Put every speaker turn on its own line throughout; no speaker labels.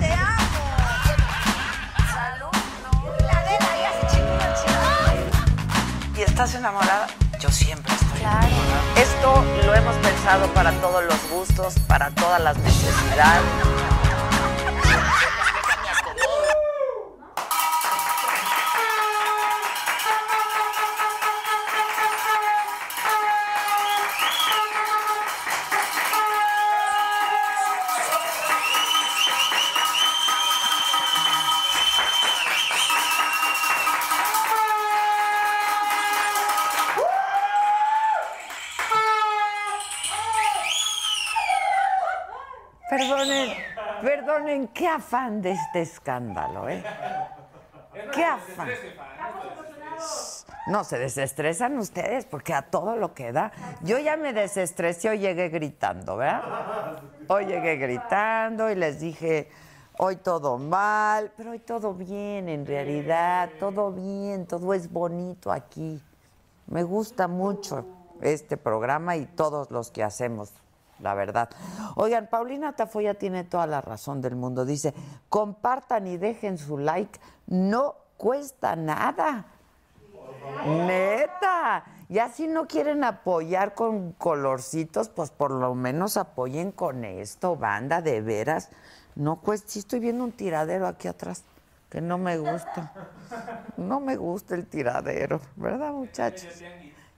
te amo. Salud, no. La de la ya se chingó la chingada.
¿Y estás enamorada? Yo siempre estoy
Claro.
enamorada. Esto lo hemos pensado para todos los gustos, para todas las necesidades.
Perdonen, perdonen, qué afán de este escándalo, ¿eh? Qué afán. No se desestresan ustedes porque a todo lo que da. Yo ya me desestresé, hoy llegué gritando, ¿verdad? Hoy llegué gritando y les dije, hoy todo mal, pero hoy todo bien en realidad, todo bien, todo es bonito aquí. Me gusta mucho este programa y todos los que hacemos, la verdad. Oigan, Paulina Tafoya tiene toda la razón del mundo. Dice, compartan y dejen su like, no cuesta nada. Neta. Ya si no quieren apoyar con colorcitos, pues por lo menos apoyen con esto, banda, de veras. No cuesta, sí estoy viendo un tiradero aquí atrás, que no me gusta. No me gusta el tiradero, ¿verdad, muchachos?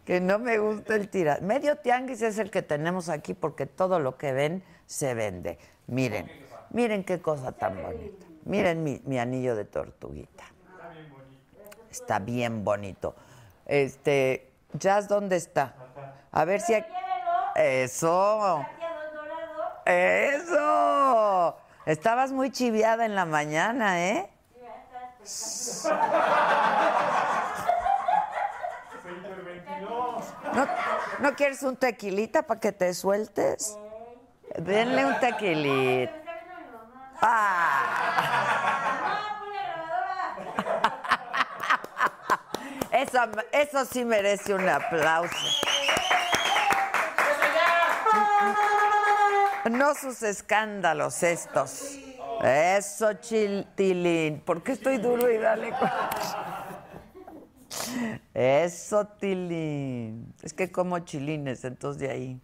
Que no me gusta el tiradero. Medio tianguis es el que tenemos aquí porque todo lo que ven se vende. Miren, miren qué cosa tan bonita. Miren mi, mi anillo de tortuguita. Está bien bonito. Este, Jazz, ¿dónde está? A ver si... aquí- Eso. Eso. Estabas muy chiviada en la mañana, ¿eh? ¿No, ¿No quieres un tequilita para que te sueltes? Denle un tequilita. ¡Ah! Eso, eso sí merece un aplauso. No sus escándalos estos. Eso, Chiltilín. ¿Por qué estoy duro y dale? cu- Eso, Tilín. Es que como chilines, entonces de ahí.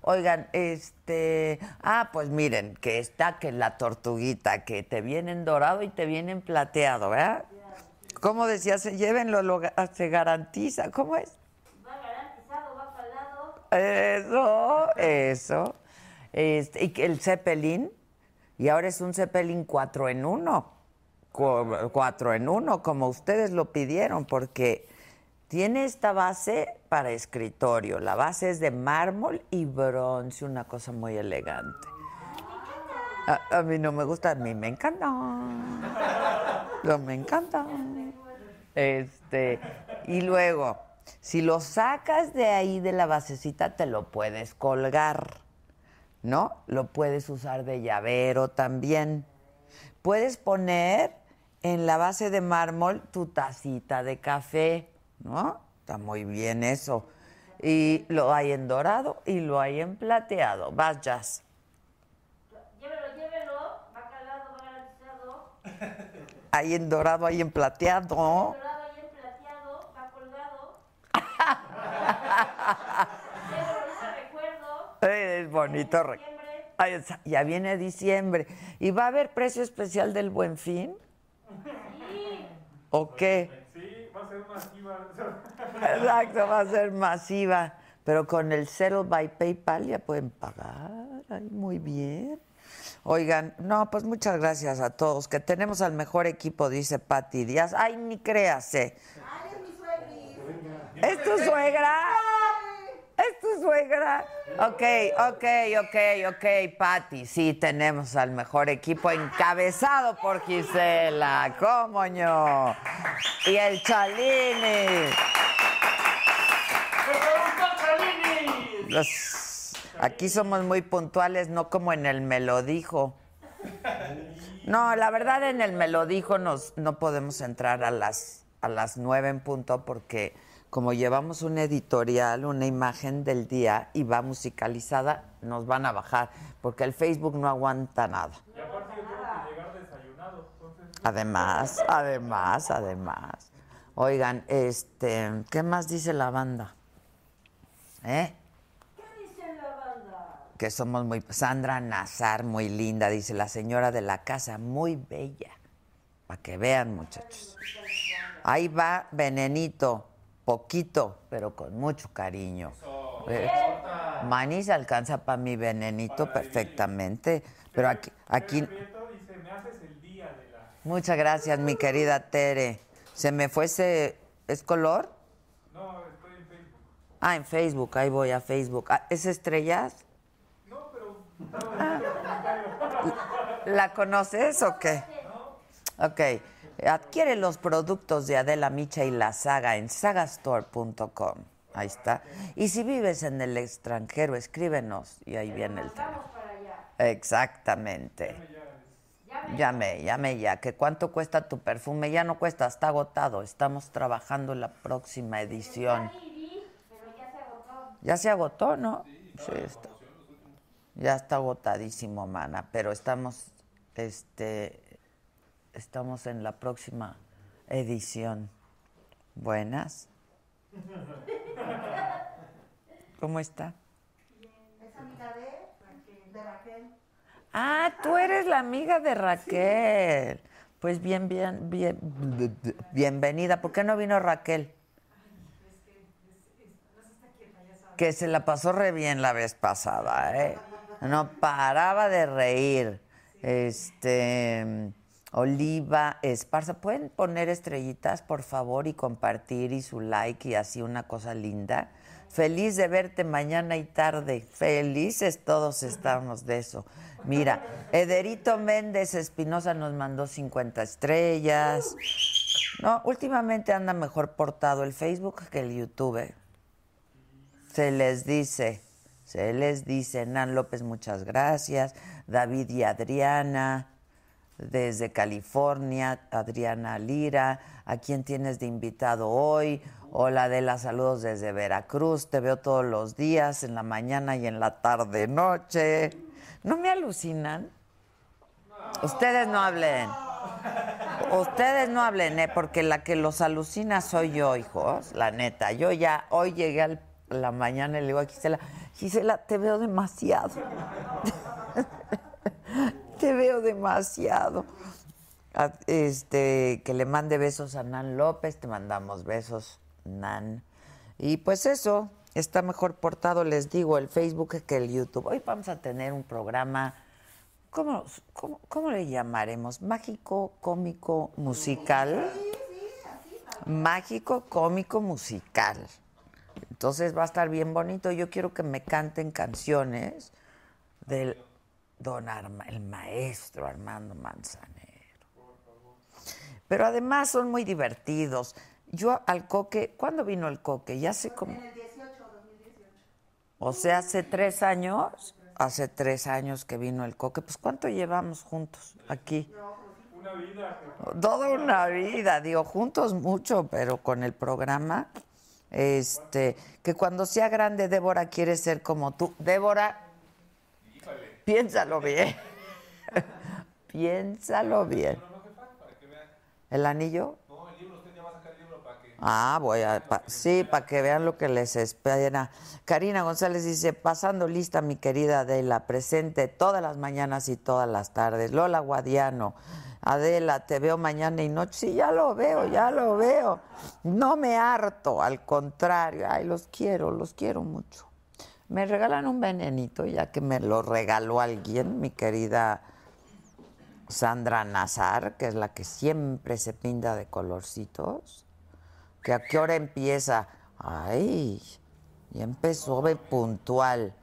Oigan, este. Ah, pues miren, que está que la tortuguita, que te vienen dorado y te vienen plateado, ¿verdad? ¿Cómo decía? Se llévenlo, lo ga- se garantiza. ¿Cómo es? Eso, eso. Este, y que el Zeppelin, y ahora es un Zeppelin 4 en 1. 4 en 1, como ustedes lo pidieron, porque tiene esta base para escritorio. La base es de mármol y bronce, una cosa muy elegante. A, a mí no me gusta, a mí me encanta. No, me encanta. Este, y luego, si lo sacas de ahí de la basecita, te lo puedes colgar, ¿no? Lo puedes usar de llavero también. Puedes poner en la base de mármol tu tacita de café, ¿no? Está muy bien eso. Y lo hay en dorado y lo hay en plateado. Vayas. Hay en dorado, hay en plateado. Es bonito. re- Ay, es- ya viene diciembre. ¿Y va a haber precio especial del Buen Fin? ¿O qué? Exacto, va a ser masiva. Pero con el Settle by PayPal ya pueden pagar. Ay, muy bien. Oigan, no, pues muchas gracias a todos, que tenemos al mejor equipo, dice Pati Díaz. Ay, ni eh. créase. ¿Es tu suegra? ¿Es tu suegra? Ok, ok, ok, ok, Pati. Sí, tenemos al mejor equipo encabezado por Gisela. ¿Cómo ño? Y el Chalini. Los- Aquí somos muy puntuales, no como en el Melodijo. No, la verdad en el Melodijo nos, no podemos entrar a las a las nueve en punto porque como llevamos un editorial, una imagen del día y va musicalizada, nos van a bajar porque el Facebook no aguanta nada. Además, además, además. Oigan, este, ¿qué más dice la banda? ¿Eh? que somos muy... Sandra Nazar, muy linda, dice la señora de la casa, muy bella. Para que vean, muchachos. Ahí va Venenito, poquito, pero con mucho cariño. Eh, Manis alcanza para mi Venenito perfectamente, pero aquí... aquí Muchas gracias, mi querida Tere. Se me fuese... ¿Es color? No, estoy en Facebook. Ah, en Facebook, ahí voy a Facebook. Ah, ¿Es estrellas? ¿La conoces o qué? Ok. Adquiere los productos de Adela Micha y la saga en sagastore.com. Ahí está. Y si vives en el extranjero, escríbenos. Y ahí viene el teléfono. Exactamente. Llame, llame ya. ¿Que cuánto cuesta tu perfume? Ya no cuesta, está agotado. Estamos trabajando en la próxima edición. Ya se agotó, ¿no? Sí, está. Ya está agotadísimo, mana, pero estamos, este, estamos en la próxima edición. Buenas. ¿Cómo está? Ah, tú eres la amiga de Raquel. Pues bien, bien, bien, bienvenida. ¿Por qué no vino Raquel? que se la pasó re bien la vez pasada, ¿eh? No paraba de reír. Este Oliva Esparza, ¿pueden poner estrellitas, por favor, y compartir y su like y así una cosa linda? Feliz de verte mañana y tarde. Felices todos estamos de eso. Mira, Ederito Méndez Espinosa nos mandó 50 estrellas. No, últimamente anda mejor portado el Facebook que el YouTube. ¿eh? Se les dice, se les dice. Nan López, muchas gracias. David y Adriana, desde California. Adriana Lira, ¿a quién tienes de invitado hoy? Hola Adela, saludos desde Veracruz. Te veo todos los días, en la mañana y en la tarde, noche. ¿No me alucinan? Ustedes no hablen. Ustedes no hablen, ¿eh? porque la que los alucina soy yo, hijos. La neta, yo ya hoy llegué al- a la mañana y le digo a Gisela, Gisela, te veo demasiado. te veo demasiado. A- Este, que le mande besos a Nan López, te mandamos besos, Nan. Y pues eso, está mejor portado, les digo, el Facebook que el YouTube. Hoy vamos a tener un programa ¿Cómo, cómo, cómo le llamaremos? ¿Mágico, cómico, musical? Mágico, cómico, musical. Entonces va a estar bien bonito. Yo quiero que me canten canciones del don Arma- el maestro Armando Manzanero. Pero además son muy divertidos. Yo al coque, ¿cuándo vino el coque? Ya sé cómo. O sea, hace tres años, hace tres años que vino el coque. Pues ¿cuánto llevamos juntos aquí? Una vida. Toda una vida, digo, juntos mucho, pero con el programa. Este, que cuando sea grande, Débora quiere ser como tú. Débora, piénsalo bien. piénsalo bien. ¿El anillo? No, el libro, usted ya va a sacar el libro para que. Ah, voy a. pa- sí, para que vean lo que les espera. Karina González dice: Pasando lista, mi querida Adela, presente todas las mañanas y todas las tardes. Lola Guadiano, Adela, te veo mañana y noche. Sí, ya lo veo, ya lo veo. No me harto, al contrario. Ay, los quiero, los quiero mucho. Me regalan un venenito, ya que me lo regaló alguien, mi querida Sandra Nazar, que es la que siempre se pinta de colorcitos. ¿Que a qué hora empieza? Ay, ya empezó ve puntual.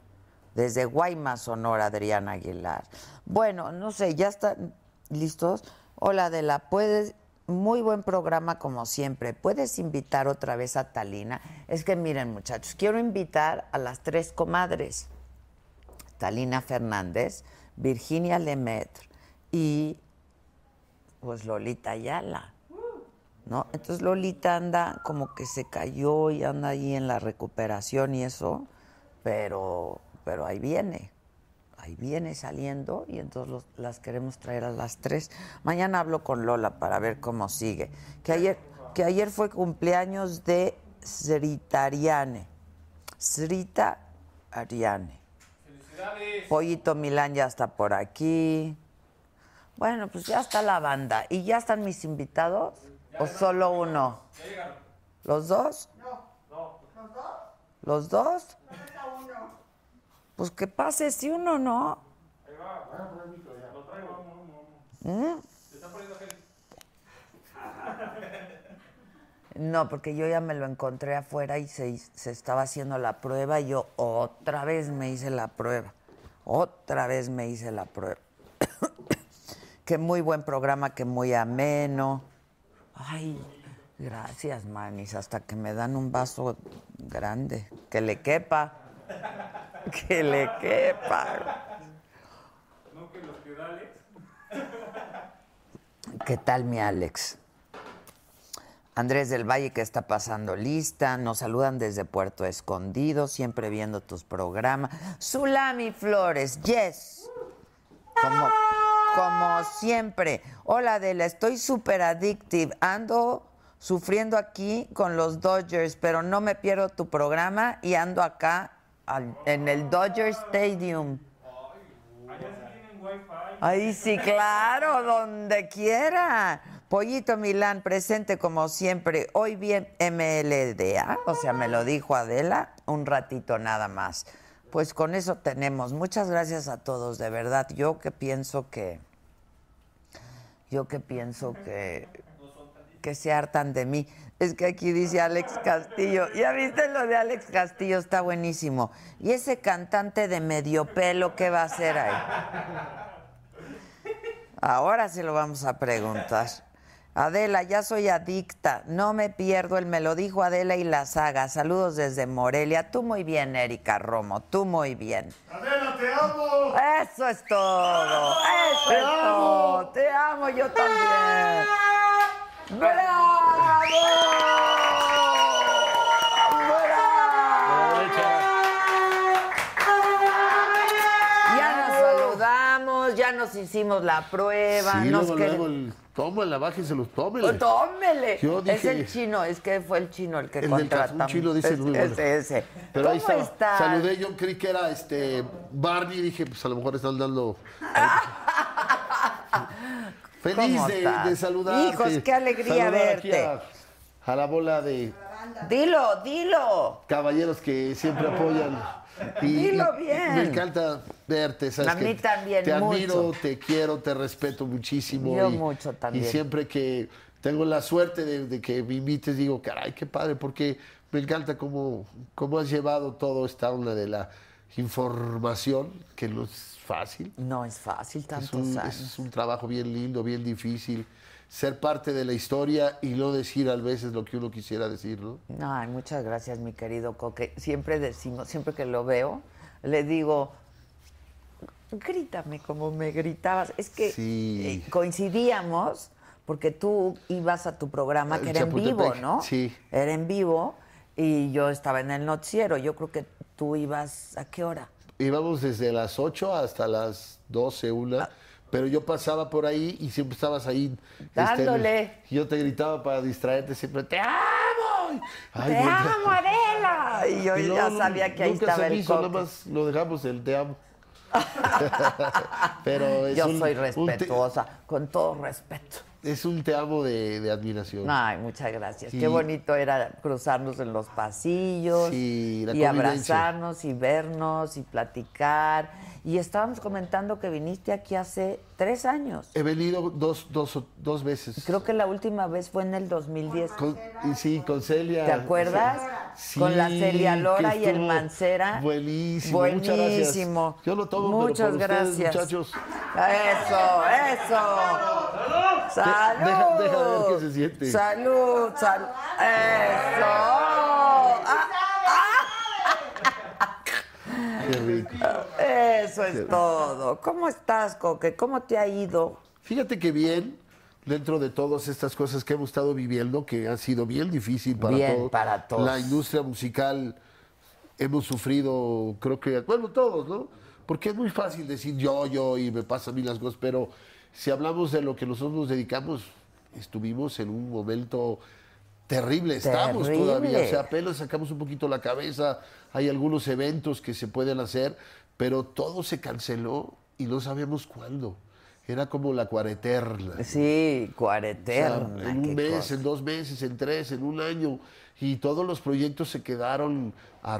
Desde Guaymas, Sonora, Adriana Aguilar. Bueno, no sé, ya están listos. Hola, Adela, puedes. Muy buen programa, como siempre. ¿Puedes invitar otra vez a Talina? Es que miren, muchachos, quiero invitar a las tres comadres. Talina Fernández, Virginia Lemaitre y pues Lolita Ayala. ¿No? Entonces Lolita anda como que se cayó y anda ahí en la recuperación y eso, pero, pero ahí viene, ahí viene saliendo y entonces los- las queremos traer a las tres. Mañana hablo con Lola para ver cómo sigue. Que ayer, que ayer fue cumpleaños de Sritariane. Srita Ariane. Pollito Milán ya está por aquí. Bueno, pues ya está la banda. ¿Y ya están mis invitados? ¿O solo uno? ¿Los dos? No, ¿Los dos? ¿Los dos? Pues que pase si uno no. ¿Mm? No, porque yo ya me lo encontré afuera y se, hiz- se estaba haciendo la prueba y yo otra vez me hice la prueba. Otra vez me hice la prueba. que muy buen programa, que muy ameno. Ay, gracias, manis. Hasta que me dan un vaso grande. Que le quepa. Que le quepa. ¿Qué tal mi Alex? Andrés del Valle que está pasando lista, nos saludan desde Puerto Escondido, siempre viendo tus programas. Zulami Flores, yes. Como, como siempre. Hola Adela, estoy súper addictive. Ando sufriendo aquí con los Dodgers, pero no me pierdo tu programa y ando acá al- en el Dodger Stadium. Ahí sí, claro, donde quiera. Pollito Milán, presente como siempre. Hoy bien MLDA, o sea, me lo dijo Adela, un ratito nada más. Pues con eso tenemos. Muchas gracias a todos, de verdad. Yo que pienso que... Yo que pienso que... Que se hartan de mí. Es que aquí dice Alex Castillo. Ya viste lo de Alex Castillo, está buenísimo. Y ese cantante de medio pelo, ¿qué va a hacer ahí? Ahora se lo vamos a preguntar. Adela, ya soy adicta, no me pierdo, el me lo dijo Adela y la saga. Saludos desde Morelia. Tú muy bien, Erika Romo, tú muy bien.
Adela, te amo.
Eso es todo, eso es todo. Te amo yo también. ¡Bravo! ¡Bravo! Ya nos saludamos, ya nos hicimos la prueba.
Sí,
nos
luego,
quer-
luego, el, tómala, bájese los
Oh,
tómele.
tómele.
Yo
es
dije-
el chino, es que fue el chino el que
El del
contratamos.
calzón chino, dice
Es-
Luis, bueno.
ese, ese.
Pero ahí
¿Cómo
estaba.
estás?
Saludé, yo creí que era este Barney, dije, pues a lo mejor están dando. Feliz
¿Cómo
de,
estás?
de saludarte.
Hijos, qué alegría
Saludar aquí
verte.
A, a la bola de
Dilo, dilo.
caballeros que siempre apoyan. Y,
Ah. Dilo
y
bien.
Me encanta verte, ¿sabes?
A mí
que
también,
Te
mucho.
admiro, te quiero, te respeto muchísimo.
Yo mucho también.
Y siempre que tengo la suerte de, de que me invites, digo, caray, qué padre, porque me encanta cómo, cómo has llevado todo esta onda de la información, que no es fácil.
No es fácil
Es
tantos
un,
años.
es un trabajo bien lindo, bien difícil. Ser parte de la historia y no decir a veces lo que uno quisiera decir, ¿no?
Ay, muchas gracias, mi querido Coque. Siempre decimos, siempre que lo veo, le digo, grítame como me gritabas. Es que
Sí.
eh, coincidíamos porque tú ibas a tu programa
Al
que era en vivo,
Chapultepec,
¿no?
sí.
Era en vivo y yo estaba en el noticiero. Yo creo que tú ibas, ¿a qué hora?
íbamos desde las 8 hasta las 12, una.
Ah.
Pero yo pasaba por ahí y siempre estabas ahí. este,
Dándole.
yo te gritaba para distraerte siempre, ¡te amo! ¡Ay! ay
¡Te
bueno.
amo, Adela! Y yo
Y luego
ya
nu-
sabía que ahí
nunca
estaba
se
el
hizo,
coque.
nada más lo dejamos el te amo. Pero es
Yo
un-
soy
un te-
respetuosa, con todo respeto.
es un te amo de, de admiración.
Ay, muchas gracias.
Sí.
Qué bonito era cruzarnos en los pasillos
Sí, la
y
convivencia.
abrazarnos y vernos y platicar. Y estábamos comentando que viniste aquí hace tres años.
He venido dos, dos, o- dos veces.
Creo que la última vez fue en el 2010.
Con- y sí, con Celia.
¿Te acuerdas?
Sí,
Con la Celia
que
Lora y el
estuvo
Mancera.
Buenísimo. Muchas gracias.
Buenísimo.
Yo lo tomo,
Muchas
pero por
gracias.
ustedes, muchachos.
Eso, eso. Salud.
Deja- deja de ver qué se siente.
Salud, salud. Eso. Ah,
Qué rico.
ah, eso es todo. ¿Cómo estás, Coque? ¿Cómo te ha ido?
Fíjate que bien, dentro de todas estas cosas que hemos estado viviendo, que ha sido bien difícil para
Bien,
todos.
para todos.
La industria musical hemos sufrido, creo que, bueno, todos, ¿no? Porque es muy fácil decir yo, yo y me pasa a mí las cosas, pero si hablamos de lo que nosotros nos dedicamos, estuvimos en un momento terrible, estamos
Terrible.
todavía, o sea, apenas sacamos un poquito la cabeza, hay algunos eventos que se pueden hacer, pero todo se canceló y no sabemos cuándo. Era como la cuareterna.
Sí,
O sea,
cuareterna.
en un
qué
mes,
cosa.
en dos meses, en tres, en un año. Y todos los proyectos se quedaron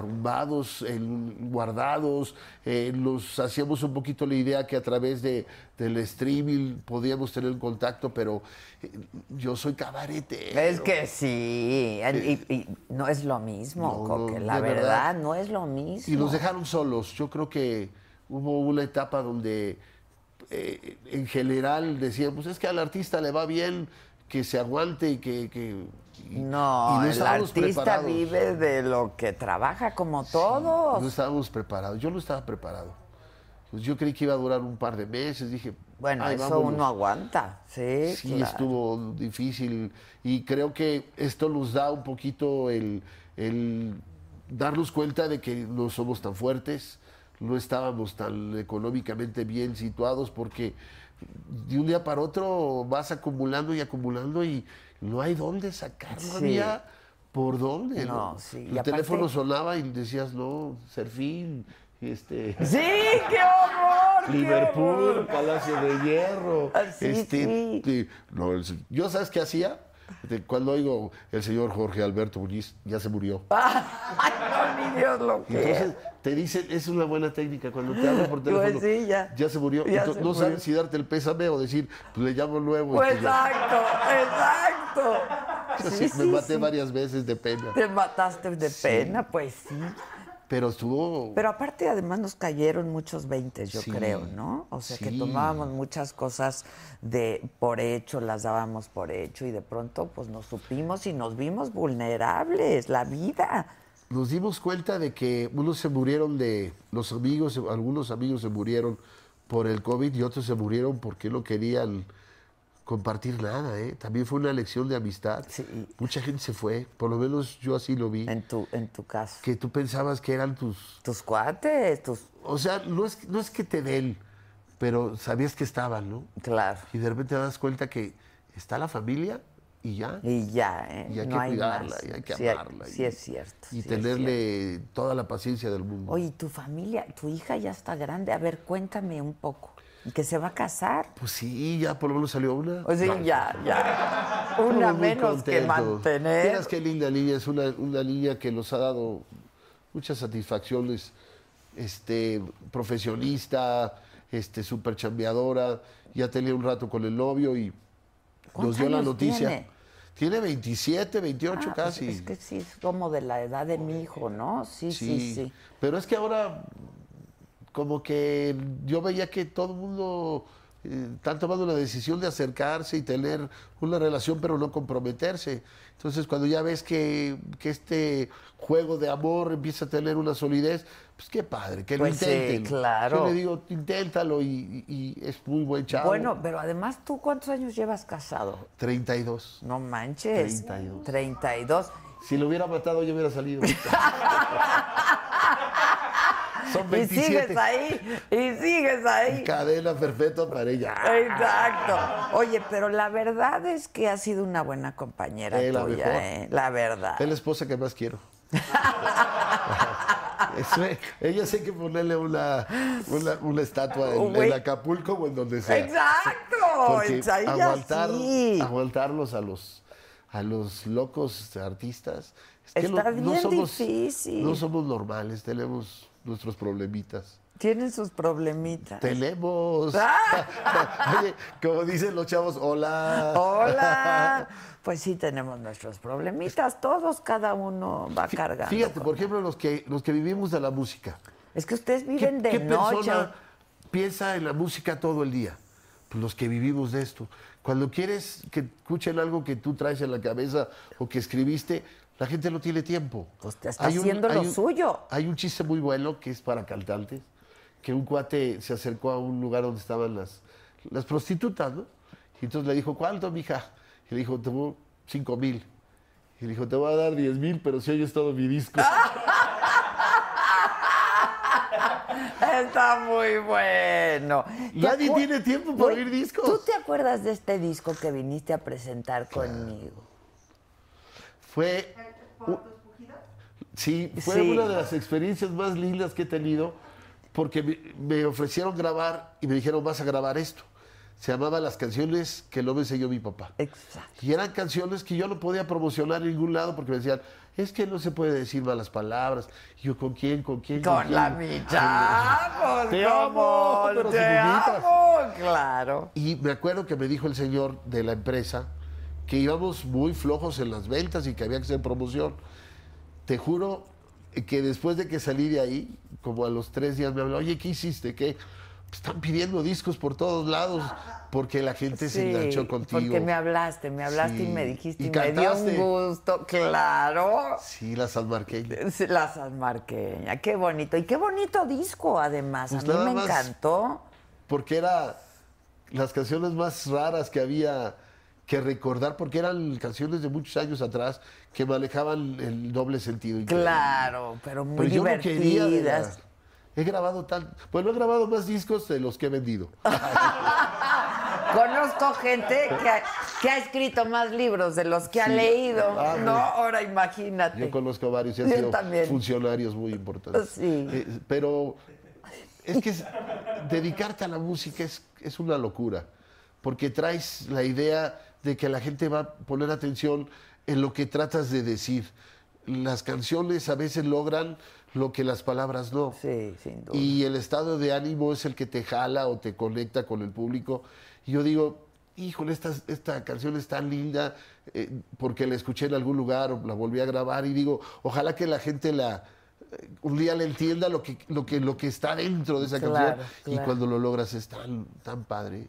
arrumbados, en- guardados. eh, nos hacíamos un poquito la idea que a través de, del streaming podíamos tener contacto, pero eh, yo soy cabaretero.
Es que sí, y, y no es lo mismo,
No,
Coque,
no,
la
de
verdad,
verdad.
no es lo mismo.
Y nos dejaron solos. Yo creo que hubo una etapa donde eh, en general decíamos, es que al artista le va bien, que se aguante y que... que-". Y- y
No, el
estábamos
artista
preparados.
vive de lo que trabaja, como todos.
No estábamos preparados. Yo no estaba preparado. Pues yo creí que iba a durar un par de meses. Dije,
Bueno,
"Ay,
eso
vámonos".
uno aguanta, sí,
Sí,
claro.
estuvo difícil. Y creo que esto nos da un poquito el, el darnos cuenta de que no somos tan fuertes, no estábamos tan económicamente bien situados, porque de un día para otro vas acumulando y acumulando y no hay dónde sacarlo.
Sí.
Había por dónde.
No, sí, y
El
aparte-
teléfono sonaba y decías, no, Serfín, este.
Sí, qué horror. qué
Liverpool,
horror.
Palacio de Hierro.
Ah, sí, sí.
sí, no, el se- yo sabes qué hacía De cuando oigo el señor Jorge Alberto Muñiz ya se murió.
Ay, no, ni Dios lo
Entonces
quiera.
te dicen, es una buena técnica cuando te hablan por
Pues
teléfono.
sí, ya.
se murió.
Ya
Entonces,
se
no
murió.
sabes si darte el pésame o decir, pues le llamo luego. y
Pues
que ya.
exacto, exacto. Sí,
Entonces,
sí,
me maté
sí.
varias veces de pena.
Te mataste de pena, pues sí.
Pero estuvo.
Pero aparte, además, nos cayeron muchos veintes, yo
Sí.
creo, ¿no? O sea, que
Sí.
tomábamos muchas cosas de por hecho, las dábamos por hecho, y de pronto, pues, nos supimos y nos vimos vulnerables, la vida.
nos dimos cuenta de que unos se murieron de los amigos, algunos amigos se murieron por el COVID y otros se murieron porque no querían compartir nada. ¿eh? También fue una lección de amistad.
Sí.
Mucha gente se fue, por lo menos yo así lo vi,
En tu, en tu caso.
que tú pensabas que eran tus...
Tus cuates, tus.
O sea, no es, no es que te den, pero sabías que estaban, ¿no?
Claro.
Y de repente te das cuenta que está la familia y ya.
Y ya, ¿eh?
Y hay
no
que
hay
cuidarla,
más.
y hay que
Sí,
amarla.
Sí, es cierto. sí
Y
es cierto.
tenerle toda la paciencia del mundo.
Oye, ¿y tu familia, tu hija ya está grande. A ver, cuéntame un poco. Y Que se va a casar.
Pues sí, ya por lo menos salió una.
O sea,
No,
ya, ya. Una
estamos muy
menos que
contentos.
mantener.
Vieras qué linda niña, es una, una niña que nos ha dado muchas satisfacciones, este, profesionista, este, súper chambeadora, ya tenía un rato con el novio y nos
¿Cuántos
dio la
años
noticia.
tiene?
Tiene 27, 28
Ah, pues
casi.
es que sí, es como de la edad de mi hijo, ¿no? Sí, sí, sí.
Sí, Pero es que ahora, como que yo veía que todo el mundo eh, está tomando la decisión de acercarse y tener una relación, pero no comprometerse. Entonces, cuando ya ves que, que este juego de amor empieza a tener una solidez, pues qué padre, que
Pues sí,
lo intenten.
claro.
Yo le digo, inténtalo y, y- y es muy buen chavo.
Bueno, pero además, ¿tú cuántos años llevas casado?
32.
No manches.
32.
32.
Si lo hubiera matado, yo hubiera salido. Son
Y
27.
sigues ahí, y sigues ahí.
Cadena perfecta para ella.
Exacto. Oye, pero la verdad es que ha sido una buena compañera
Eh, la
tuya,
mejor.
¿eh? La verdad.
Es la esposa que más quiero. Eso es. ella sí hay que ponerle una, una, una estatua en,
Güey.
en Acapulco o en donde sea.
Exacto.
Porque
Esa- ella
aguantar,
sí.
aguantarlos a los, a los locos artistas. Es que
Está
lo- no
bien
somos,
difícil.
No somos normales, tenemos nuestros problemitas.
Tienen sus problemitas.
Tenemos.
Ah.
Oye, como dicen los chavos, hola.
Hola. Pues sí tenemos nuestros problemitas, todos, cada uno va cargando.
Fíjate,
con-
por ejemplo, los que, los que vivimos de la música.
Es que ustedes viven de
¿Qué
noche.
persona piensa en la música todo el día? Pues los que vivimos de esto. Cuando quieres que escuchen algo que tú traes en la cabeza o que escribiste, la gente no tiene tiempo.
Pues te está haciendo lo
hay
suyo.
Hay un chiste muy bueno que es para cantantes, que un cuate se acercó a un lugar donde estaban las, las prostitutas, ¿no? Y entonces le dijo, ¿cuánto, mija? Y le dijo, tengo cinco mil. Y le dijo, te voy a dar diez mil, pero si oyes todo mi disco.
¡Ah! Está muy bueno. ¿Te
Nadie
acuer-
tiene tiempo para
Güey,
oír discos.
¿Tú te acuerdas de este disco que viniste a presentar conmigo?
Fue. u- Sí, fue
Sí.
una de las experiencias más lindas que he tenido porque me, me ofrecieron grabar y me dijeron, vas a grabar esto. Se llamaba Las canciones que no me enseñó mi papá.
Exacto.
Y eran canciones que yo no podía promocionar en ningún lado porque me decían, es que no se puede decir malas palabras. Y yo, ¿con quién? ¿Con quién?
Con la
quién?".
micha.
Te amo, pero
te
sin mijitas.
amo, claro.
Y me acuerdo que me dijo el señor de la empresa que íbamos muy flojos en las ventas y que había que hacer promoción. Te juro que después de que salí de ahí, como a los tres días me habló, oye, ¿qué hiciste? ¿Qué? Están pidiendo discos por todos lados porque la gente Este se
Sí,
enganchó contigo.
Porque me hablaste, me hablaste y
Sí.
me dijiste
Y
y, me dio un
cantaste.
gusto, claro.
Sí, la sanmarqueña.
Es La sanmarqueña, qué bonito. Y qué bonito disco, además.
Pues
a mí
nada
me
más.
encantó.
Porque era las canciones más raras que había que recordar, porque eran canciones de muchos años atrás que manejaban el doble sentido.
Claro, pero muy
Pero yo no quería. de
divertidas.
verdad. He grabado tan. Bueno, he grabado más discos de los que he vendido.
Conozco gente que ha, que ha escrito más libros de los que ha
Sí.
leído.
Ah,
no,
pues.
ahora imagínate.
Yo conozco varios y han
Yo
sido
también.
funcionarios muy importantes.
Sí.
Eh, pero es que es- dedicarte a la música es, es una locura. Porque traes la idea de que la gente va a poner atención en lo que tratas de decir. Las canciones a veces logran lo que las palabras no.
Sí, sin duda.
Y el estado de ánimo es el que te jala o te conecta con el público. Y yo digo, híjole, esta, esta canción es tan linda eh, porque la escuché en algún lugar o la volví a grabar y digo, ojalá que la gente la eh, un día le entienda lo que, lo que, lo que está dentro de esa
Claro,
canción. Y
claro.
cuando lo logras es tan, tan padre.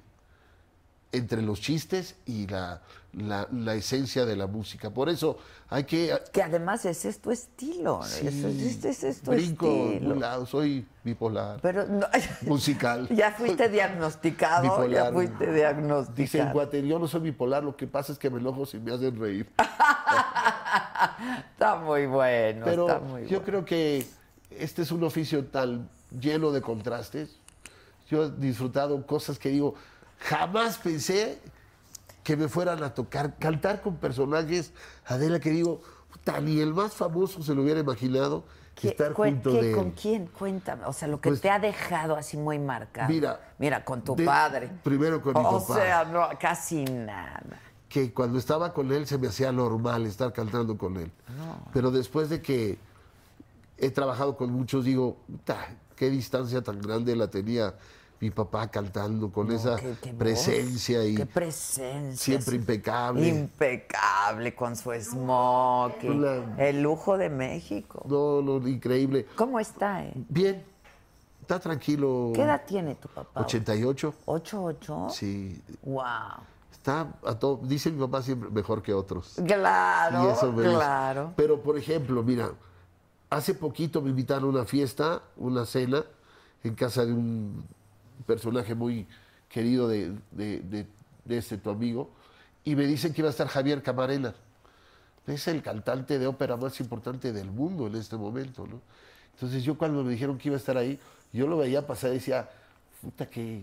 Entre los chistes y la, la- la esencia de la música. Por eso hay que...
Que además ese es tu estilo. ese, es- ese es- este, ese es tu
brinco de
estilo.
un lado, soy bipolar.
Pero no-
Musical.
Ya fuiste diagnosticado, ya
Bipolar.
fuiste
Dice el
diagnosticado.
cuate, yo no soy bipolar, lo que pasa es que me enojo si me hacen reír.
Ah, Está muy bueno,
Pero
está muy
yo
bueno.
creo que este es un oficio tan lleno de contrastes. Yo he disfrutado cosas que digo, jamás pensé que me fueran a tocar, cantar con personajes, Adela, que digo, tan ni el más famoso se lo hubiera imaginado que
¿Qué-
estar
cuen-
junto
qué-
de él.
¿Con quién? Cuéntame. O sea, lo que
Pues-
te ha dejado así muy marcado.
Mira,
Mira, con tu
de-
padre.
primero con mi
O
papá.
sea, no, casi nada.
que cuando estaba con él se me hacía normal estar cantando con él.
Ah.
Pero después de que he trabajado con muchos, digo, "Puta, qué distancia tan grande la tenía mi papá cantando con esa
Qué- qué voz,
presencia y
Qué presencia.
siempre
sí.
impecable.
Impecable con su smoking.
Una-
El lujo de México.
no, no, increíble.
¿Cómo está, eh?
Bien, está tranquilo.
¿Qué edad tiene tu papá?
88.
¿Ocho, ocho?
Sí,
Wow.
está a todo. Dice mi papá siempre mejor que otros.
Claro,
Y eso me gusta.
claro.
Pero, por ejemplo, mira, hace poquito me invitaron a una fiesta, una cena, en casa de un personaje muy querido de, de- de- de este tu amigo, y me dicen que iba a estar Javier Camarena. Es el cantante de ópera más importante del mundo en este momento, ¿no? Entonces yo cuando me dijeron que iba a estar ahí, yo lo veía pasar y decía, puta, que,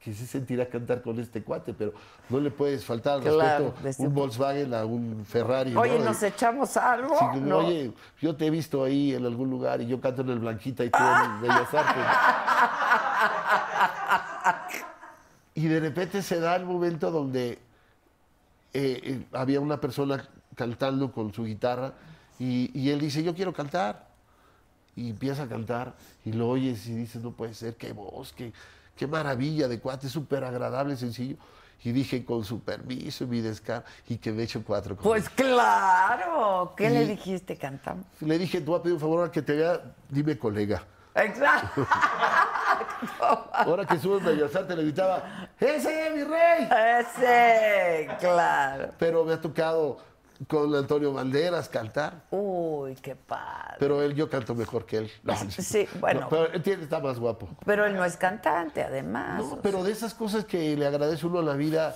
que se sentirá cantar con este cuate, pero no le puedes faltar al
Claro,
respeto
desde
un
un-
Volkswagen a un Ferrari.
Oye,
¿no?
¿nos
Y-
echamos algo?
sí, como,
No.
Oye, yo te he visto ahí en algún lugar y yo canto en el Blanquita y tú en el Bellas Artes. Y de repente se da el momento donde eh, eh, había una persona cantando con su guitarra y, y él dice, yo quiero cantar. Y empieza a cantar y lo oyes y dices, no puede ser, qué voz, qué, qué maravilla de cuate, súper agradable, sencillo. Y dije, con su permiso, mi descar, y que me echo cuatro. con
Pues claro. ¿Qué le
Y-
dijiste, cantamos?
le dije, te voy a pedir un favor, ahora que te vea, dime colega.
Exacto.
Ahora que subes Bellas Artes le gritaba, ¡Ese es mi rey!
Ese, claro.
Pero me ha tocado con Antonio Banderas cantar,
Uy, qué padre.
pero él yo canto mejor que él. No, no.
Sí, bueno.
No, pero él tiene- está más guapo.
Pero él no es cantante, además.
No,
o
pero de esas cosas que le agradece uno a la vida,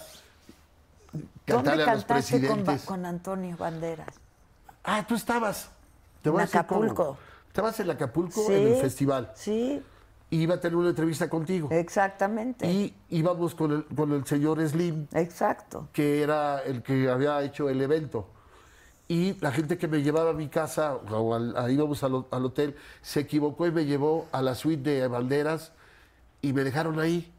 cantarle a los
cantaste con,
presidentes.
Ba- con Antonio Banderas?
Ah, tú estabas. Te voy
En
a decir cómo.
Acapulco.
Estabas en Acapulco en el festival.
Sí,
Y iba a tener una entrevista contigo.
Eh, exactamente.
Y íbamos con el, con el señor Slim.
Exacto.
que era el que había hecho el evento. Y la gente que me llevaba a mi casa, o al- ahí íbamos al, ho- al hotel, se equivocó y me llevó a la suite de banderas y me dejaron ahí.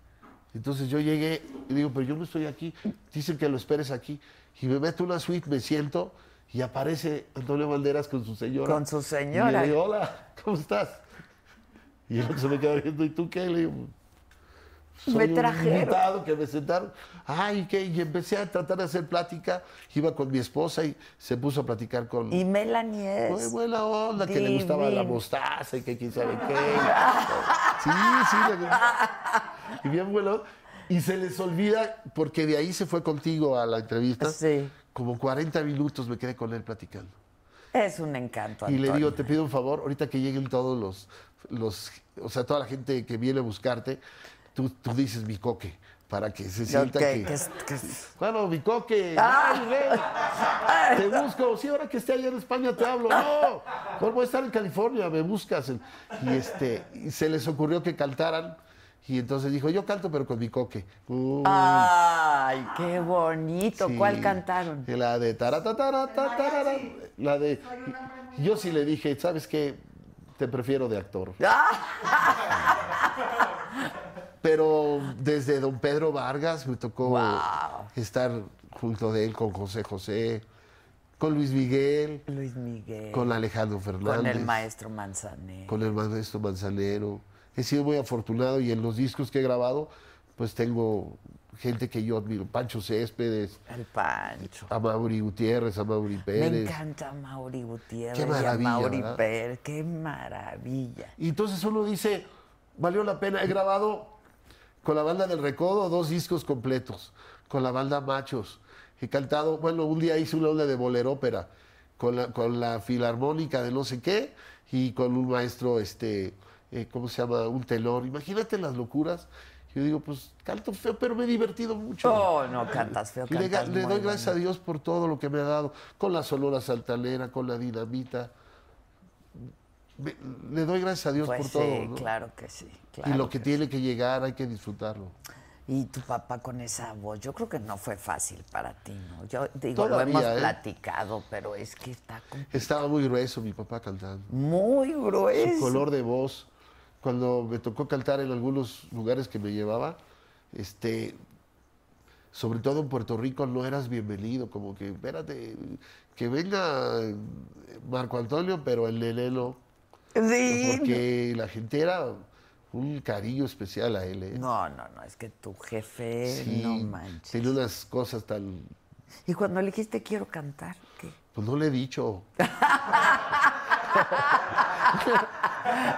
Entonces yo llegué y digo, pero yo no estoy aquí. Dicen que lo esperes aquí. Y me meto a una suite, me siento y aparece Antonio Banderas con su señora.
Con su señora.
Y le digo, hola, ¿cómo estás? Y él se me queda viendo, ¿y tú qué? Le digo, "Pues, soy
Me
un
trajeron.
invitado que me sentaron. Ay, ¿qué? Y empecé a tratar de hacer plática. Iba con mi esposa y se puso a platicar con...
Y Melanie
Muy
es.
buena onda, que le gustaba la
divina.
mostaza y que quién sabe qué. Sí, sí. le- Y bien bueno. Y se les olvida, porque de ahí se fue contigo a la entrevista.
Sí.
Como 40 minutos me quedé con él platicando.
Es un encanto.
Y le
Antonio.
digo, te pido un favor, ahorita que lleguen todos los, los o sea, toda la gente que viene a buscarte, tú, tú dices mi coque, para que se
Ok,
sienta que...
que es- que es-
Bueno, mi coque, ay,
¡Ah!
rey, te busco, sí, ahora que esté allá en España te hablo, no, no voy a estar en California, me buscas. Y este, y se les ocurrió que cantaran, y entonces dijo, yo canto pero con mi coque. Uy,
¡Ay, qué bonito!
sí.
Ah, ¿Cuál cantaron?
La de taratatatara, la de... Yo sí le dije, ¿sabes qué? Te prefiero de actor.
¡Ah!
Pero desde don Pedro Vargas me tocó
Wow.
estar junto de él con José José, con Luis Miguel,
Luis Miguel.
con Alejandro Fernández,
Con el maestro Manzanero.
con el maestro Manzanero. He sido muy afortunado y en los discos que he grabado, pues tengo gente que yo admiro, Pancho Céspedes,
El Pancho.
a Mauri Gutiérrez, a Mauri
Me
Pérez.
encanta Mauri Gutiérrez.
Qué
y a
maravilla,
Mauri
¿verdad?
Pérez. Qué maravilla.
Y entonces uno dice, valió la pena. He grabado con la banda del Recodo dos discos completos, con la banda Machos. He cantado, bueno, un día hice una onda de bolerópera con la, con la filarmónica de no sé qué y con un maestro, este, eh, ¿cómo se llama? Un tenor. Imagínate las locuras. Yo digo, pues canto feo, pero me he divertido mucho.
Oh, no cantas feo,
Y le,
cantas
ga- le
muy
doy gracias a
bonito.
Dios por todo lo que me ha dado, con la Sonora Saltanera, con la Dinamita. Me- le doy gracias a Dios
Pues
por
sí,
todo. ¿no?
claro que sí.
y
claro
lo que
sí.
tiene que llegar hay que disfrutarlo.
Y tu papá con esa voz, yo creo que no fue fácil para ti, ¿no? Yo digo,
Todavía,
lo hemos
¿eh?
platicado, pero es que está como
Estaba muy grueso mi papá cantando.
muy grueso.
Su color de voz. Cuando me tocó cantar en algunos lugares que me llevaba, este, sobre todo en Puerto Rico no eras bienvenido, como que, espérate, que venga Marco Antonio, pero el Lelelo.
Sí.
Porque la gente era un cariño especial a él. ¿eh?
No, no, no, es que tu jefe,
Sí,
no manches.
Tenía unas cosas tan.
Y cuando le dijiste quiero cantar, ¿qué?
Pues no le he dicho.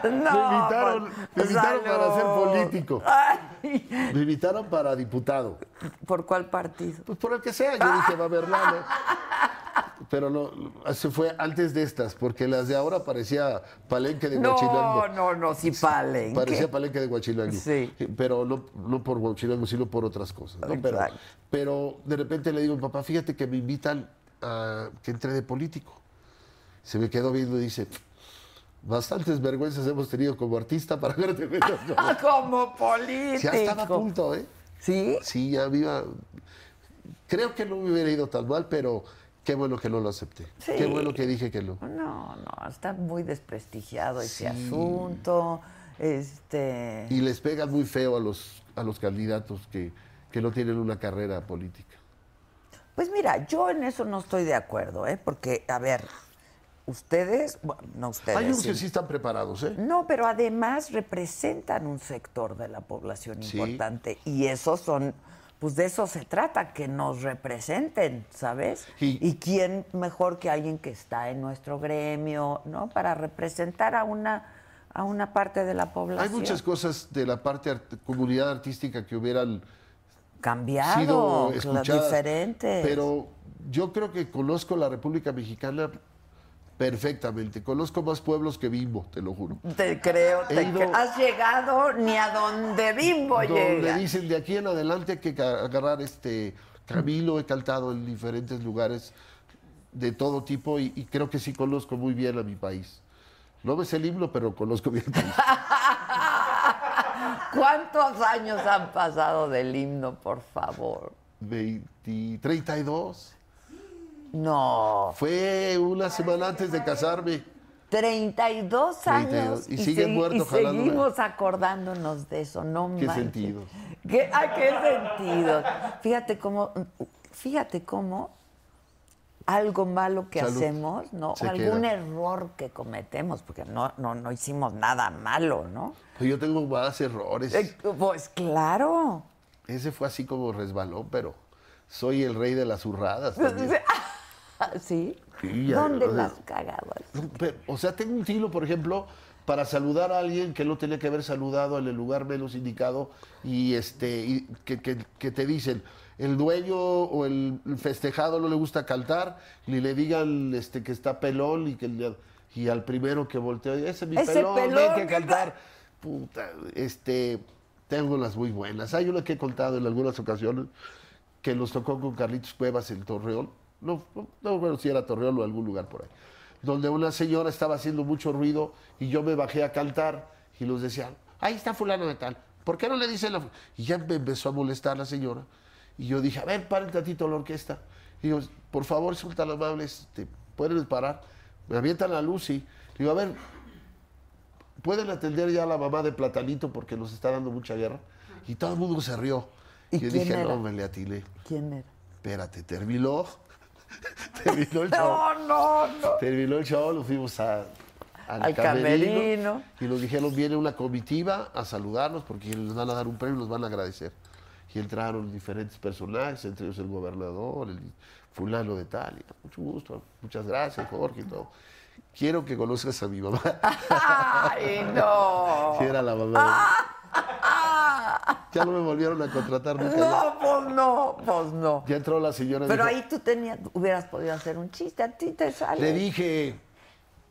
No,
me invitaron,
pues,
me invitaron para ser
salud.
político.
Ay,
Me invitaron para diputado.
¿Por cuál partido?
Pues por el que sea, yo dije, va a haber lana. Pero no, se fue antes de estas, porque las de ahora parecía palenque de
No,
Huachilango.
no, no, si palen.
Parecía palenque de Huachilango.
Sí.
Eh, Pero no, no por Huachilango, sino por otras cosas. ¿no? Pero,
Exacto.
pero de repente le digo, papá, fíjate que me invitan a que entre de político. Se me quedó viendo y dice, Bastantes vergüenzas hemos tenido como artista para que no te metas con-
Ah, Como político.
Ya estaba a punto, ¿eh?
¿Sí?
Sí, ya viva. Creo que no me hubiera ido tan mal, pero qué bueno que no lo acepté.
Sí.
Qué bueno que dije que no.
No, no, está muy desprestigiado ese asunto. Este.
Y les pega muy feo a los, a los candidatos que, que no tienen una carrera política.
Pues mira, yo en eso no estoy de acuerdo, ¿eh? Porque, a ver, ustedes, bueno, no ustedes.
Hay unos
sí.
que sí están preparados, ¿eh?
No, pero además representan un sector de la población
Sí.
importante y esos son, pues de eso se trata, que nos representen, ¿sabes?
Y-
Y quién mejor que alguien que está en nuestro gremio, ¿no? Para representar a una a una parte de la población.
Hay muchas cosas de la parte art- comunidad artística que hubieran
cambiado,
sido
cla-
escuchadas.
diferentes.
Pero yo creo que conozco la República Mexicana perfectamente. Conozco más pueblos que Bimbo, te lo juro.
te creo,
He
te
ido-
cre- has llegado ni a donde Bimbo
Donde
llega.
dicen de aquí en adelante hay que ca- agarrar este camino. He cantado en diferentes lugares de todo tipo y, y creo que sí conozco muy bien a mi país. No ves el himno, pero conozco bien el país.
¿Cuántos años han pasado del himno, por favor?
20, 32.
No.
Fue una semana antes de casarme.
32 años
32, y siguen
segui-
muertos
y
jalándome.
seguimos acordándonos de eso, no
¿Qué
manches.
sentido?
¿Qué, ¿A qué sentido? Fíjate cómo, fíjate cómo algo malo que
Salud.
hacemos, ¿no?
Se
o algún
queda.
error que cometemos, porque no, no, no hicimos nada malo, ¿no?
Pues yo tengo más errores.
Eh, pues claro.
Ese fue así como resbalón, pero soy el rey de las zurradas. también.
Ah, ¿Sí?
Sí, ya,
¿Dónde
ya.
las cagadas?
No, pe- O sea, tengo un tiro, por ejemplo, para saludar a alguien que no tenía que haber saludado en el lugar menos indicado y este y que, que- que te dicen el dueño o el festejado no le gusta cantar, ni le digan este que está pelón y que le- y al primero que volteó, ese es mi
Ese
pelón, ven
pelón
que
que
cantar. Puta, este tengo unas muy buenas. Hay una que he contado en algunas ocasiones que nos tocó con Carlitos Cuevas en Torreón. No, no, no, bueno, si era Torreón o algún lugar por ahí. Donde una señora estaba haciendo mucho ruido y yo me bajé a cantar y los decían, ahí está fulano de tal, ¿por qué no le dicen la...? fu-?" Y ya me empezó a molestar la señora. Y yo dije, a ver, paren tantito la orquesta. Y digo, por favor, son tan amables, te pueden parar. Me avientan la luz y digo, a ver, pueden atender ya a la mamá de Platanito porque nos está dando mucha guerra. Y todo el mundo se rió.
¿Y
Y yo
quién
dije,
era?
no, me le atilé.
¿Quién era?
Espérate, terminó. terminó el show.
No, no, no.
Terminó el show, nos fuimos a- al,
Al
camerino,
camerino.
Y nos dijeron, viene una comitiva a saludarnos porque les van a dar un premio y nos van a agradecer. Y entraron diferentes personajes, entre ellos el gobernador, el fulano de tal. y, mucho gusto, muchas gracias, Jorge y todo. Quiero que conozcas a mi mamá.
Ay, no. Ah.
Si era la mamá. de- Ya no me volvieron a contratar nunca. más.
No, pues no, pues no.
Ya entró la señora. y
Pero
dijo,
ahí tú tenías, hubieras podido hacer un chiste, a ti te sale.
Le dije,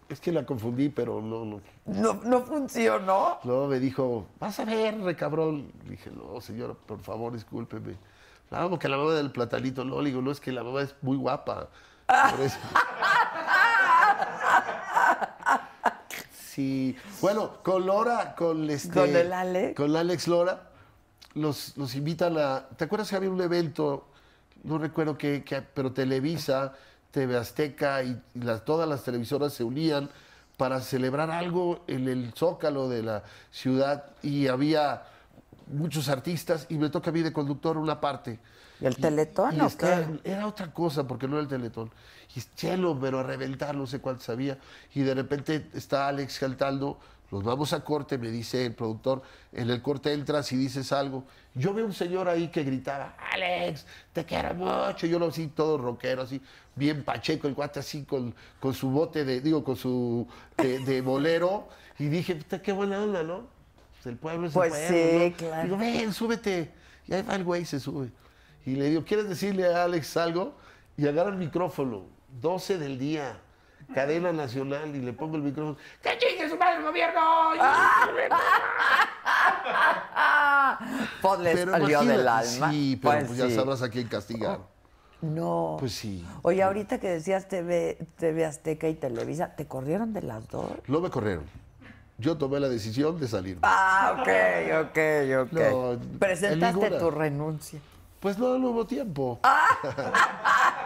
es que la confundí, pero no, no.
No, no funcionó.
Luego me dijo, vas a ver, recabrón. Dije, no, señora, por favor, discúlpeme. No, porque la mamá del platanito, no, le digo, no, es que la mamá es muy guapa. Por eso. sí. Bueno, con Lora, con este.
Con el Alex.
Con Alex Lora, los, los invitan a. ¿Te acuerdas que había un evento? No recuerdo qué, qué- pero Televisa, TV Azteca y, y las- todas las televisoras se unían para celebrar algo en el zócalo de la ciudad y había muchos artistas y me toca a mí de conductor una parte.
¿Y el Teletón
y
o
está-
qué?
Era otra cosa porque no era el Teletón. Y chelo, pero a reventar, no sé cuánto sabía. Y de repente está Alex cantando, nos vamos a corte, me dice el productor, en el corte entras y dices algo. Yo veo un señor ahí que gritaba, Alex, te quiero mucho. Yo lo así, todo rockero, así, bien pacheco, el cuate así con, con su bote de, digo, con su de, de bolero. Y dije, "Puta, qué buena onda, ¿no? Pues El pueblo es el
Pues
pueblo,
sí,
¿no?".
claro.
Digo, ven, súbete. Y ahí va el güey, se sube. Y le digo, ¿quieres decirle a Alex algo? Y agarra el micrófono, 12 del día, cadena nacional, y le pongo el micrófono. ¡Que chingue su madre el gobierno!
Ah, pues le salió
imagínate,
del alma.
Sí, pero pues,
Pues
ya
sí. Oh.
sabrás a quién castigar.
No.
Pues sí.
Oye, ahorita que decías TV, TV Azteca y Televisa, ¿te corrieron de las dos?
No me corrieron. Yo tomé la decisión de salir.
Ah, ok, ok, ok.
No, en
Presentaste
ninguna.
tu renuncia.
Pues no, no hubo tiempo.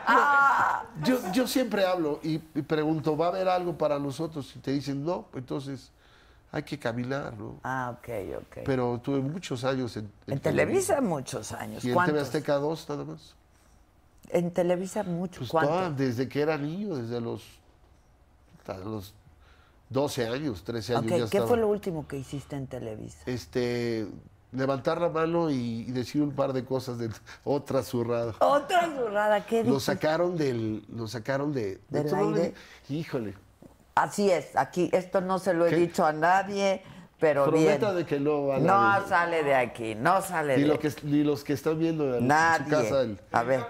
No, yo, yo siempre hablo y, y pregunto, ¿va a haber algo para nosotros? Y te dicen, no, entonces hay que caminar, ¿no?
Ah, ok, ok.
Pero tuve muchos años en,
en Televisa muchos años.
Y en TV
¿Cuántos?
Azteca 2 nada más.
En Televisa mucho.
Pues
¿Cuánto?
toda- desde que era niño, desde los, hasta los 12 años, 13 años.
Ok,
ya
¿Qué
estaba.
fue lo último que hiciste en Televisa?
Este, levantar la mano y, y decir un par de cosas de otra zurrada.
Otra zurrada, ¿qué
Lo
dices?
sacaron del, lo sacaron de, de
¿Del
todo el-
aire?
Híjole.
Así es, aquí, esto no se lo he
¿Qué?
dicho a nadie, pero
Prometa
bien.
de que no va a
no
nadie.
sale de aquí, no sale
Ni,
de
lo
aquí.
que, ni los que están viendo en
Nadie.
su casa. el-
A ver,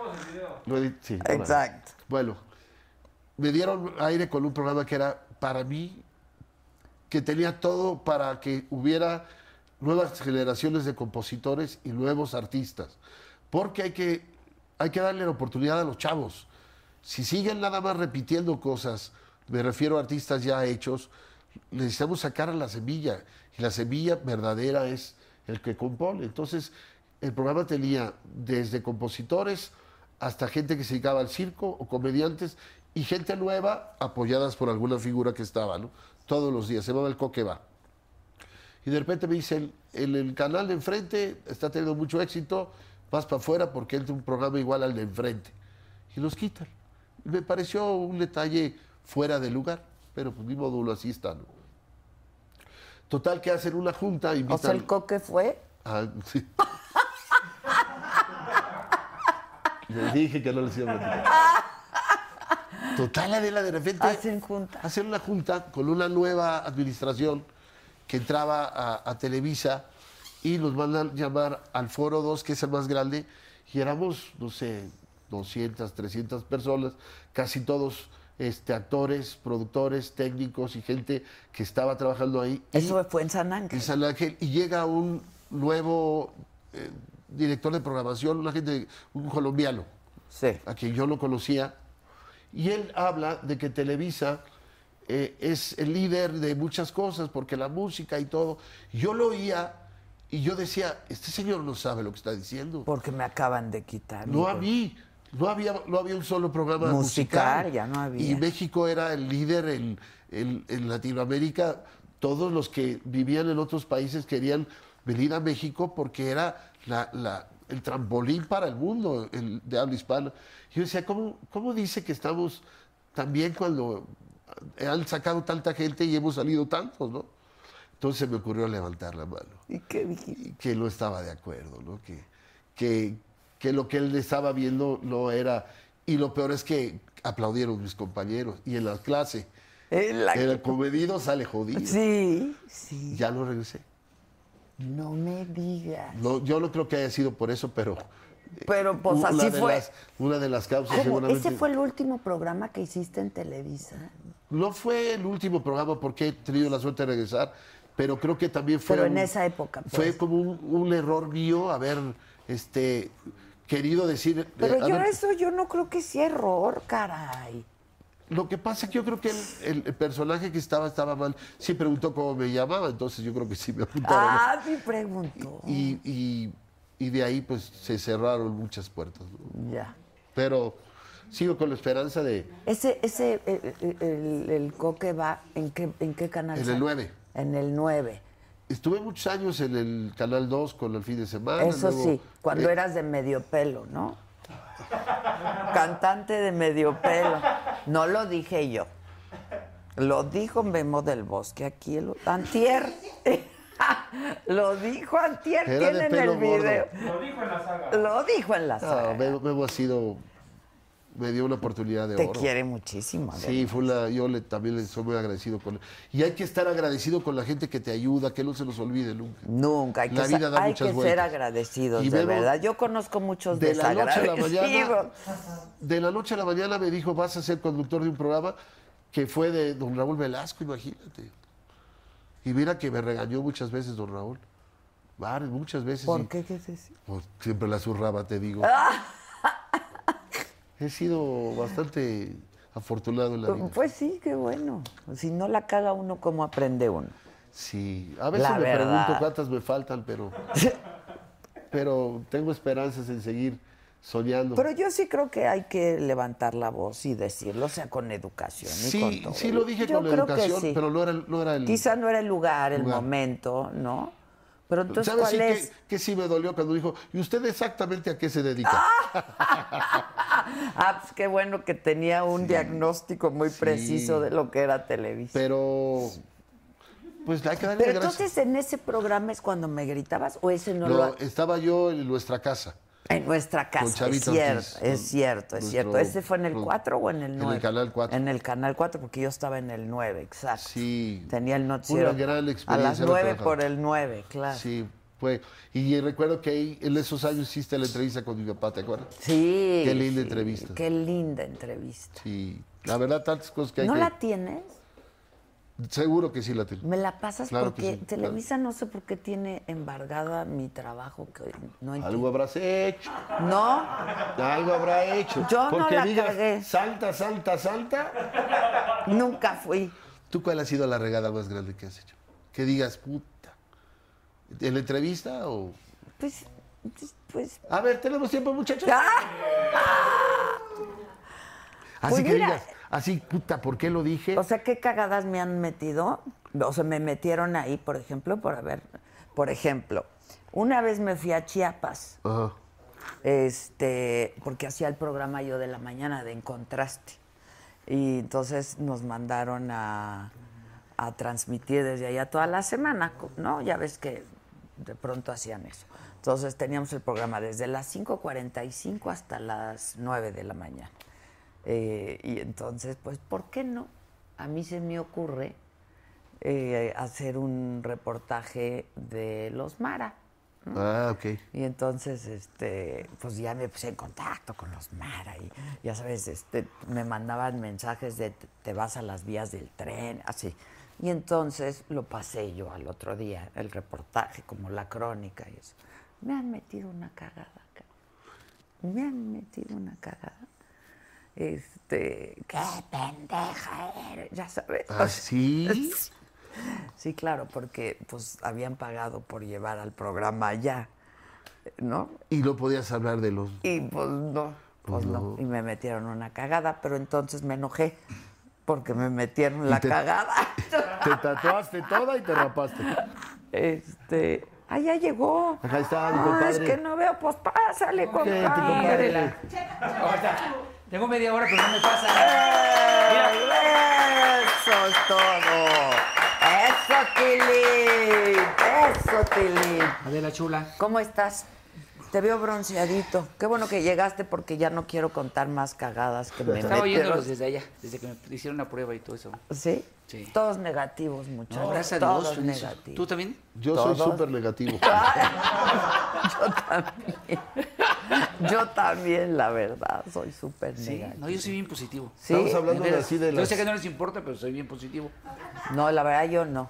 lo edit- sí, bueno.
exacto.
Bueno, me dieron aire con un programa que era para mí, que tenía todo para que hubiera nuevas generaciones de compositores y nuevos artistas. Porque hay que, hay que darle la oportunidad a los chavos. Si siguen nada más repitiendo cosas, me refiero a artistas ya hechos, necesitamos sacar a la semilla. Y la semilla verdadera es el que compone. Entonces, el programa tenía desde compositores hasta gente que se dedicaba al circo o comediantes y gente nueva apoyadas por alguna figura que estaba, ¿no? Todos los días. Se llamaba el Coqueba. Y de repente me dicen, en el canal de enfrente está teniendo mucho éxito, vas para afuera porque entra un programa igual al de enfrente. Y los quitan. Y me pareció un detalle fuera de lugar, pero pues ni módulo así está, ¿no? Total que hacen una junta, invitan...
O sea, el coque fue.
Ah, sí. Les dije que no les iba a platicar. Total, Adela, de repente...
Hacen junta.
Hacer una junta con una nueva administración que entraba a, a Televisa y nos mandan llamar al Foro 2, que es el más grande, y éramos, no sé, 200, 300 personas, casi todos este, actores, productores, técnicos y gente que estaba trabajando ahí. Y-
Eso fue en San
en
Ángel.
San Ángel y llega un nuevo eh, director de programación, una gente, un colombiano,
Sí.
a quien yo no conocía, y él habla de que Televisa eh, es el líder de muchas cosas, porque la música y todo. Yo lo oía y yo decía, este señor no sabe lo que está diciendo.
Porque me acaban de quitar.
No
digo.
había, no había, no había un solo programa
Musical,
musical.
ya no había.
Y México era el líder en, en- en Latinoamérica. Todos los que vivían en otros países querían venir a México porque era la- la- el trampolín para el mundo el de habla hispana. Y yo decía, ¿cómo, cómo dice que estamos tan bien cuando han sacado tanta gente y hemos salido tantos, no? Entonces me ocurrió levantar la mano
¿Y qué dijiste?
y que no estaba de acuerdo, ¿no? Que, que, que lo que él estaba viendo no era... Y lo peor es que aplaudieron mis compañeros y en la clase.
En la-
El comedido sale jodido.
Sí, sí.
Ya no regresé.
No me digas.
No, yo no creo que haya sido por eso, pero...
Pero pues
una
así
Eh, uh, de
fue.
las- una de las causas
¿Cómo?
seguramente...
¿Ese fue el último programa que hiciste en Televisa?
No fue el último programa porque he tenido la suerte de regresar, pero creo que también fue...
Pero en esa época, pues.
Fue como un, un error mío haber este, querido decir... eh,
Pero yo
haber-
eso yo no creo que sea error, caray.
Lo que pasa es que yo creo que el, el personaje que estaba estaba mal. Sí preguntó cómo me llamaba, entonces yo creo que sí me apuntaron.
Ah, sí preguntó.
Y, y- y de ahí pues se cerraron muchas puertas. ¿no?
Ya.
Pero sigo con la esperanza de...
Ese, ese, eh, eh, el, el coque va, ¿en qué, en qué canal?
En el
sale?
9.
En el 9.
Estuve muchos años en el Canal 2 con el fin de semana.
Eso
luego-
sí, cuando
eh,
eras de medio pelo, ¿no? Cantante de medio pelo. No lo dije yo. Lo dijo Memo del Bosque aquí. El, antier. lo dijo Antier.
Era de
tienen
pelo
el
gordo.
video. Lo dijo en la saga.
ah,
Lo dijo en la saga.
Bebo, Bebo ha sido... Me dio una oportunidad de
Te
oro.
quiere muchísimo. Adela.
Sí, fue una, yo le, también le soy muy agradecido con Y hay que estar agradecido con la gente que te ayuda, que no se nos olvide nunca.
Nunca, hay que,
La
ser-
vida da
hay
muchas
que ser
vueltas.
agradecidos,
Y
de
Bebo,
verdad. Yo conozco muchos
de la noche a la
desagradecidos.
mañana de la noche a la mañana me dijo vas a ser conductor de un programa que fue de don Raúl Velasco imagínate y mira que me regañó muchas veces don Raúl varias muchas veces y-
¿Por qué? ¿Qué es eso?
pues, siempre la zurraba te digo He sido bastante afortunado en la vida.
Pues sí, qué bueno. Si no la caga uno, ¿cómo aprende uno?
Sí, a veces
La
me
verdad.
pregunto cuántas me faltan, pero, pero tengo esperanzas en seguir soñando.
Pero yo sí creo que hay que levantar la voz y decirlo, o sea, con educación. y con
sí,
todo.
sí lo dije
Yo
con la
creo que
educación,
sí.
pero no era, no era el...
Quizá no era el lugar, el
Lugar.
momento, ¿no? Pero entonces,
¿Sabes
¿cuál
sí
es?
que, que sí me dolió cuando dijo, ¿y usted exactamente a qué se dedica?
Ah, pues qué bueno que tenía un diagnóstico muy preciso de lo que era televisión.
Pero, pues hay que darle
Pero
gracias.
entonces, ¿en ese programa es cuando me gritabas o ese no,
No,
lo... ha-
estaba yo en nuestra casa.
En nuestra
Con
casa, es
Chavita
cierto,
Ortiz,
es
con
cierto, es
nuestro
cierto. ¿Ese fue en el
produ-
4 o en el
en
9?
el canal 4.
En el Canal 4, porque yo estaba en el 9, exacto.
Sí.
Tenía el noticiero.
Una gran
A
experiencia
las
haber
9
trabajado.
por el 9, claro. Sí,
Sí, fue. Y recuerdo que ahí, en esos años hiciste la entrevista con mi papá, ¿te acuerdas? Qué linda
sí,
entrevista.
Qué linda entrevista.
Sí. La verdad, tantas cosas que hay
¿No
que...
la tienes?
Seguro que sí la tengo.
Me la pasas
Claro que
porque
sí, claro.
Televisa no sé por qué tiene embargada mi trabajo que no
Algo
entiendo.
habrás hecho,
No,
algo habrá hecho.
Yo no
Porque
la
digas,
cagué.
Santa, santa, santa.
nunca fui.
¿Tú cuál ha sido la regada más grande que has hecho? Que digas, puta. ¿En la entrevista o...?
Pues, pues, pues ¡ah!
A ver, ¿tenemos tiempo, muchachos? Así
Pues
que
mira.
digas, así, puta, ¿por qué lo dije?
O sea, ¿qué cagadas me han metido? O sea, me metieron ahí, por ejemplo, por haber, por ejemplo, una vez me fui a Chiapas,
Ajá.
este, porque hacía el programa yo de la mañana de En Contraste. Y entonces nos mandaron a, a transmitir desde allá toda la semana, ¿no? Ya ves que de pronto hacían eso. Entonces teníamos el programa desde las 5.45 hasta las 9 de la mañana. Eh, y entonces, pues, ¿por qué no? A mí se me ocurre eh, hacer un reportaje de los Mara.
Ah, ok.
Y entonces, este, pues ya me puse en contacto con los Mara y ya sabes, este, me mandaban mensajes de "Te- te vas a las vías del tren, así. Y entonces lo pasé yo al otro día, el reportaje, como la crónica y eso. Me han metido una cagada, cabrón. Me han metido una cagada. Este, qué pendeja eres, ya sabes.
¿Ah, sí?
Sí, claro, porque pues habían pagado por llevar al programa allá, ¿no?
Y no podías hablar de los...
Y pues no, pues no. Y me metieron una cagada, pero entonces me enojé porque me metieron la
te-
cagada.
Te tatuaste toda y te rapaste.
Este. Ah, ya llegó.
Acá está mi
Ah, es
compadre.
que no veo, pues pásale, compadre.
compadre.
Tengo media hora, pero no me pasa.
Eh, Eso es todo. Eso, Tilín. Eso, Tilín.
Adela Chula.
¿Cómo estás? Te veo bronceadito. Qué bueno que llegaste porque ya no quiero contar más cagadas que me
Estaba
metieron.
oyéndolos desde allá, desde que me hicieron la prueba y todo eso.
¿Sí?
Sí.
Todos negativos, muchachos.
No, gracias a
Todos
Dios. felices.
negativos.
¿Tú también?
Yo soy súper negativo.
Yo también, la verdad, soy súper
Sí.
negativa.
No, yo soy bien positivo.
¿Sí?
Estamos hablando de así de
Yo
las...
sé que no les importa, pero soy bien positivo.
No, la verdad yo no.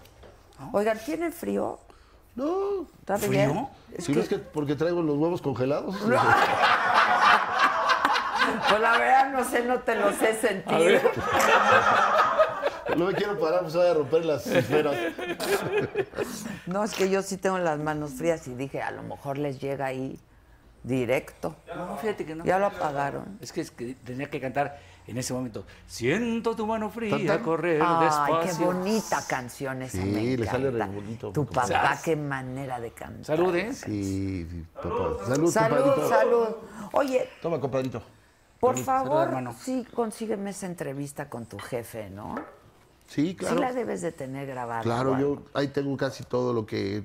Oigan, ¿tienen frío?
No.
¿Está
¿Frío?
bien? Es
Si
que-
no es que porque traigo los huevos congelados.
Pues la verdad no sé, no te los he sentido.
No me quiero parar, pues voy a romper las esferas.
No, es que yo sí tengo las manos frías y dije, a lo mejor les llega ahí directo.
No, fíjate que no.
Ya lo apagaron.
Es que, es que tenía que cantar en ese momento. Siento tu mano fría
Tan, tan.
correr
Ay,
despacio.
qué bonita canción esa.
Sí,
me
le sale re
encanta.
bonito.
Tu
Como-
papá, qué manera de cantar.
Salud, ¿eh?
Sí, sí, papá. Salud,
Salud,
compadrito.
salud. Oye,
Toma, compadrito.
por favor,
hermano.
sí, consígueme esa entrevista con tu jefe, ¿no?
Sí,
Sí la
claro.
debes de tener grabada.
Claro,
Juan.
yo ahí tengo casi todo lo que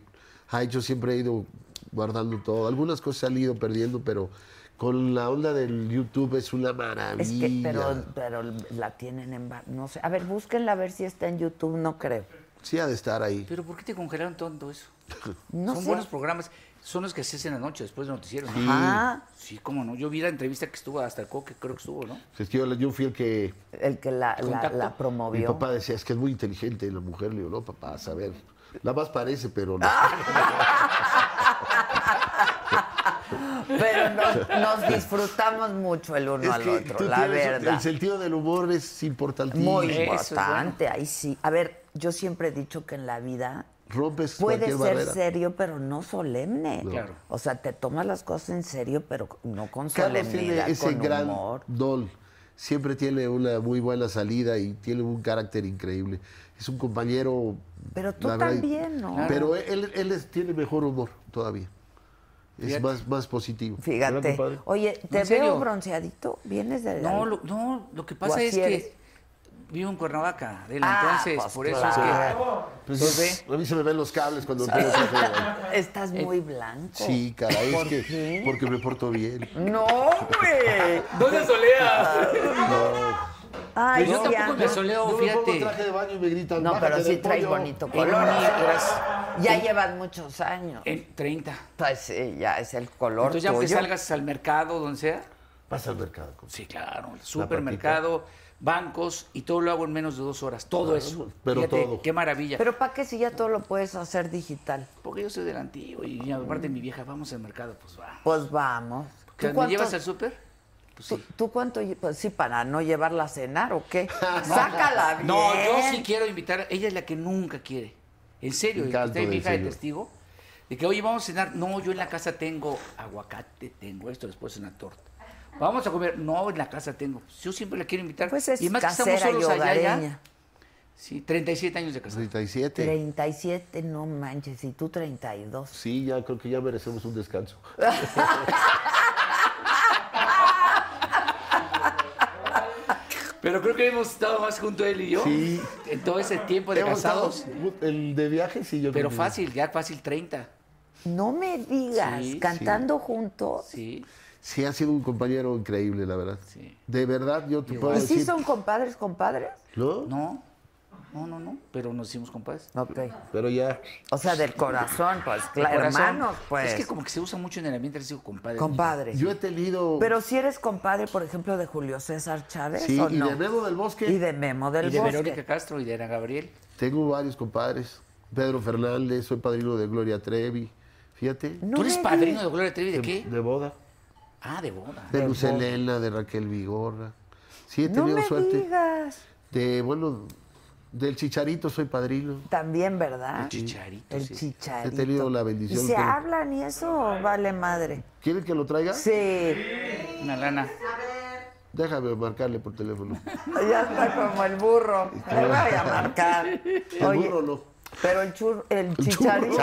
ha hecho. Siempre he ido guardando todo. Algunas cosas han ido perdiendo, pero con la onda del YouTube es una maravilla.
Es que, pero, pero la tienen en... ba- No sé, a ver, búsquenla a ver si está en YouTube, no creo.
Sí, ha de estar ahí.
Pero ¿por qué te congelaron tanto eso?
No
Son
sé.
buenos programas. Son los que se hacen en la noche después del noticiero. ¿no?
Ajá.
Sí, cómo no. Yo vi la entrevista que estuvo hasta el coque, creo que estuvo, ¿no?
Es que yo, yo fui el que.
El que la, la,
Contacto.
la
Mi
promovió.
papá decía, es que es muy inteligente la mujer. Le digo, no, papá, a saber.
Ah,
Nada más parece, pero no.
Pero nos, nos disfrutamos mucho el uno
Es
al
que tú
otro, la
tienes-
verdad.
El sentido del humor es importantísimo.
Muy
Eso es
importante, ahí sí. A ver, yo siempre he dicho que en la vida
Rompes
puede
Pues cualquier
ser
barrera.
serio, pero no solemne.
Claro.
O sea, te tomas las cosas en serio, pero no con
Carlos
solemnidad,
tiene ese
con
gran
humor.
don. Siempre tiene una muy buena salida y tiene un carácter increíble. Es un compañero.
Pero tú
la verdad,
también, ¿no?
Pero él, él es- tiene mejor humor todavía. Es más, más positivo.
Fíjate. Oye,
No,
te
en serio.
veo bronceadito. ¿Vienes de la...
No, lo, no, lo que pasa
así
es
eres?
que vivo en Cuernavaca, Adela,
Ah,
entonces
pues
por eso es que pues, ve,
A mí se me ven los cables cuando tengo ese juego.
Estás muy blanco.
Sí, caray, es
¿Por
que
qué?
porque me porto bien.
No, güey.
¿Dónde soleas?
Ay,
Pues yo
sí,
tampoco me
anda.
Yo
soleo,
me pongo
fíjate.
traje de baño y me gritan.
No, pero
"Bájate
sí
del
traes
pollo".
bonito
En
color.
mi- gracias.
Ya llevas muchos años.
En 30.
Pues sí, ya es el color
Entonces ya que
tuyo.
salgas al mercado, donde sea.
Vas al mercado. compadre.
Sí, claro, el supermercado, bancos y todo lo hago en menos de dos horas. Todo eso.
pero
Fíjate,
todo.
Qué maravilla.
Pero ¿para qué si ya todo lo puedes hacer digital?
Porque yo soy del antiguo y aparte mi vieja, vamos al mercado, pues va.
Mm. Pues vamos. ¿Tú
¿Que ¿Me
cuánto-
llevas al súper? Pues
¿Tú,
sí.
tú cuánto? lle- Pues sí, para no llevarla a cenar o qué. Sácala bien.
No, yo sí quiero invitar. Ella es la que nunca quiere. En serio,
Me
y que
encanta
está mi
del
hija de
señor.
testigo. De que, oye, vamos a cenar. No, yo en la casa tengo aguacate, tengo esto, después una torta. Vamos a comer. No, en la casa tengo. Yo siempre la quiero invitar.
Pues es
y más que estamos
casera y
solos allá, ya.
hogareña.
Sí, 37 años de casados.
37.
37, no manches, y tú 32.
Sí, ya creo que ya merecemos un descanso.
Pero creo que hemos estado más junto él y yo.
Sí.
En todo ese tiempo de
Hemos estado-
casados.
El de viaje, sí, yo creo
Pero
que-
fácil, ya fácil 30.
No me digas,
Sí,
cantando juntos.
Sí.
Sí, ha sido un compañero increíble, la verdad.
Sí.
De verdad, yo te puedo
¿Y
decir.
Pues sí son compadres, compadres?
¿No?
No, no, no, no. Pero nos hicimos compadres.
Ok.
Pero ya.
O sea, del corazón, pues, claro,
Corazón.
hermanos, pues.
Es que como que se usa mucho en el ambiente, les digo compadre. Pues
Compadres.
Yo he tenido.
Pero si eres compadre, por ejemplo, de Julio César Chávez,
sí,
¿o
y
no?
de Memo del Bosque.
Y de Memo del
Y de
Bosque.
Verónica Castro y de Ana Gabriel.
Tengo varios compadres. Pedro Fernández, soy padrino de Gloria Trevi. Fíjate.
No
¿Tú eres
me
padrino
digas.
de Gloria Trevi de qué?
De boda.
Ah, de boda.
De Luz Helena, de Raquel Vigorra. Sí, he
No
tenido
me
suerte.
digas.
De, bueno, del Chicharito soy padrino.
También, ¿verdad?
El chicharito,
El
sí.
chicharito.
He tenido la bendición,
¿Y se
pero-
hablan y eso vale madre?
¿Quieren que lo traiga?
Sí,
Una lana.
Déjame marcarle por teléfono.
ya está como el burro. Le voy a marcar.
El
Oye,
burro no.
Pero el, chur, el chicharito.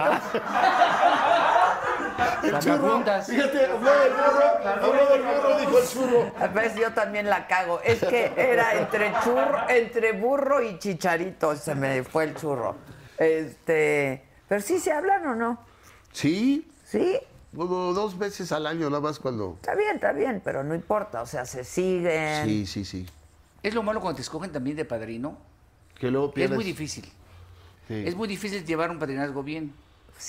Las juntas.
Fíjate, habló del burro, habló del burro, dijo el churro.
A veces yo también la cago. Es que era entre churro, entre burro y chicharito. Se me fue el churro. Este, pero sí se hablan o no.
Sí,
Sí,
como dos veces al año nada más cuando...
está bien, está bien, pero no importa. O sea, se siguen.
Sí, sí, sí.
Es lo malo cuando te escogen también de padrino.
Que luego
Es
pierdes...
muy difícil.
Sí.
Es muy difícil llevar un padrinazgo bien.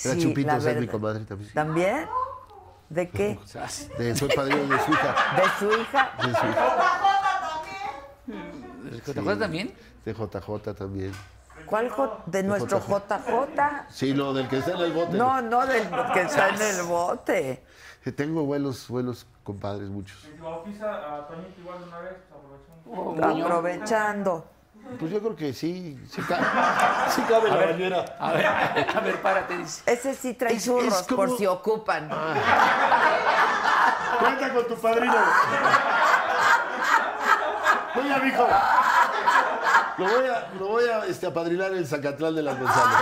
Era
Sí,
Chupito,
la
esa es mi
verdad.
comadre también.
¿También? ¿De qué?
O sea, es-
De- soy padrino de su hija.
¿De su hija?
De su hija.
¿Te acuerdas también?
De JJ también.
¿Cuál J? ¿De nuestro JJ?
Sí, no, del que está en el bote.
No, no, del que está en el bote.
Que Tengo buenos, buenos compadres, muchos.
Oh, niño.
Aprovechando.
Pues yo creo que sí, sí, ca- sí cabe la bañera.
A ver, a ver, párate. dice.
Ese sí trae
Es- es
churros por
como-
si ocupan.
Cuenta con tu padrino. Voy a, mijo. Lo voy a, lo voy a este, apadrinar en el Zacatlán de las González.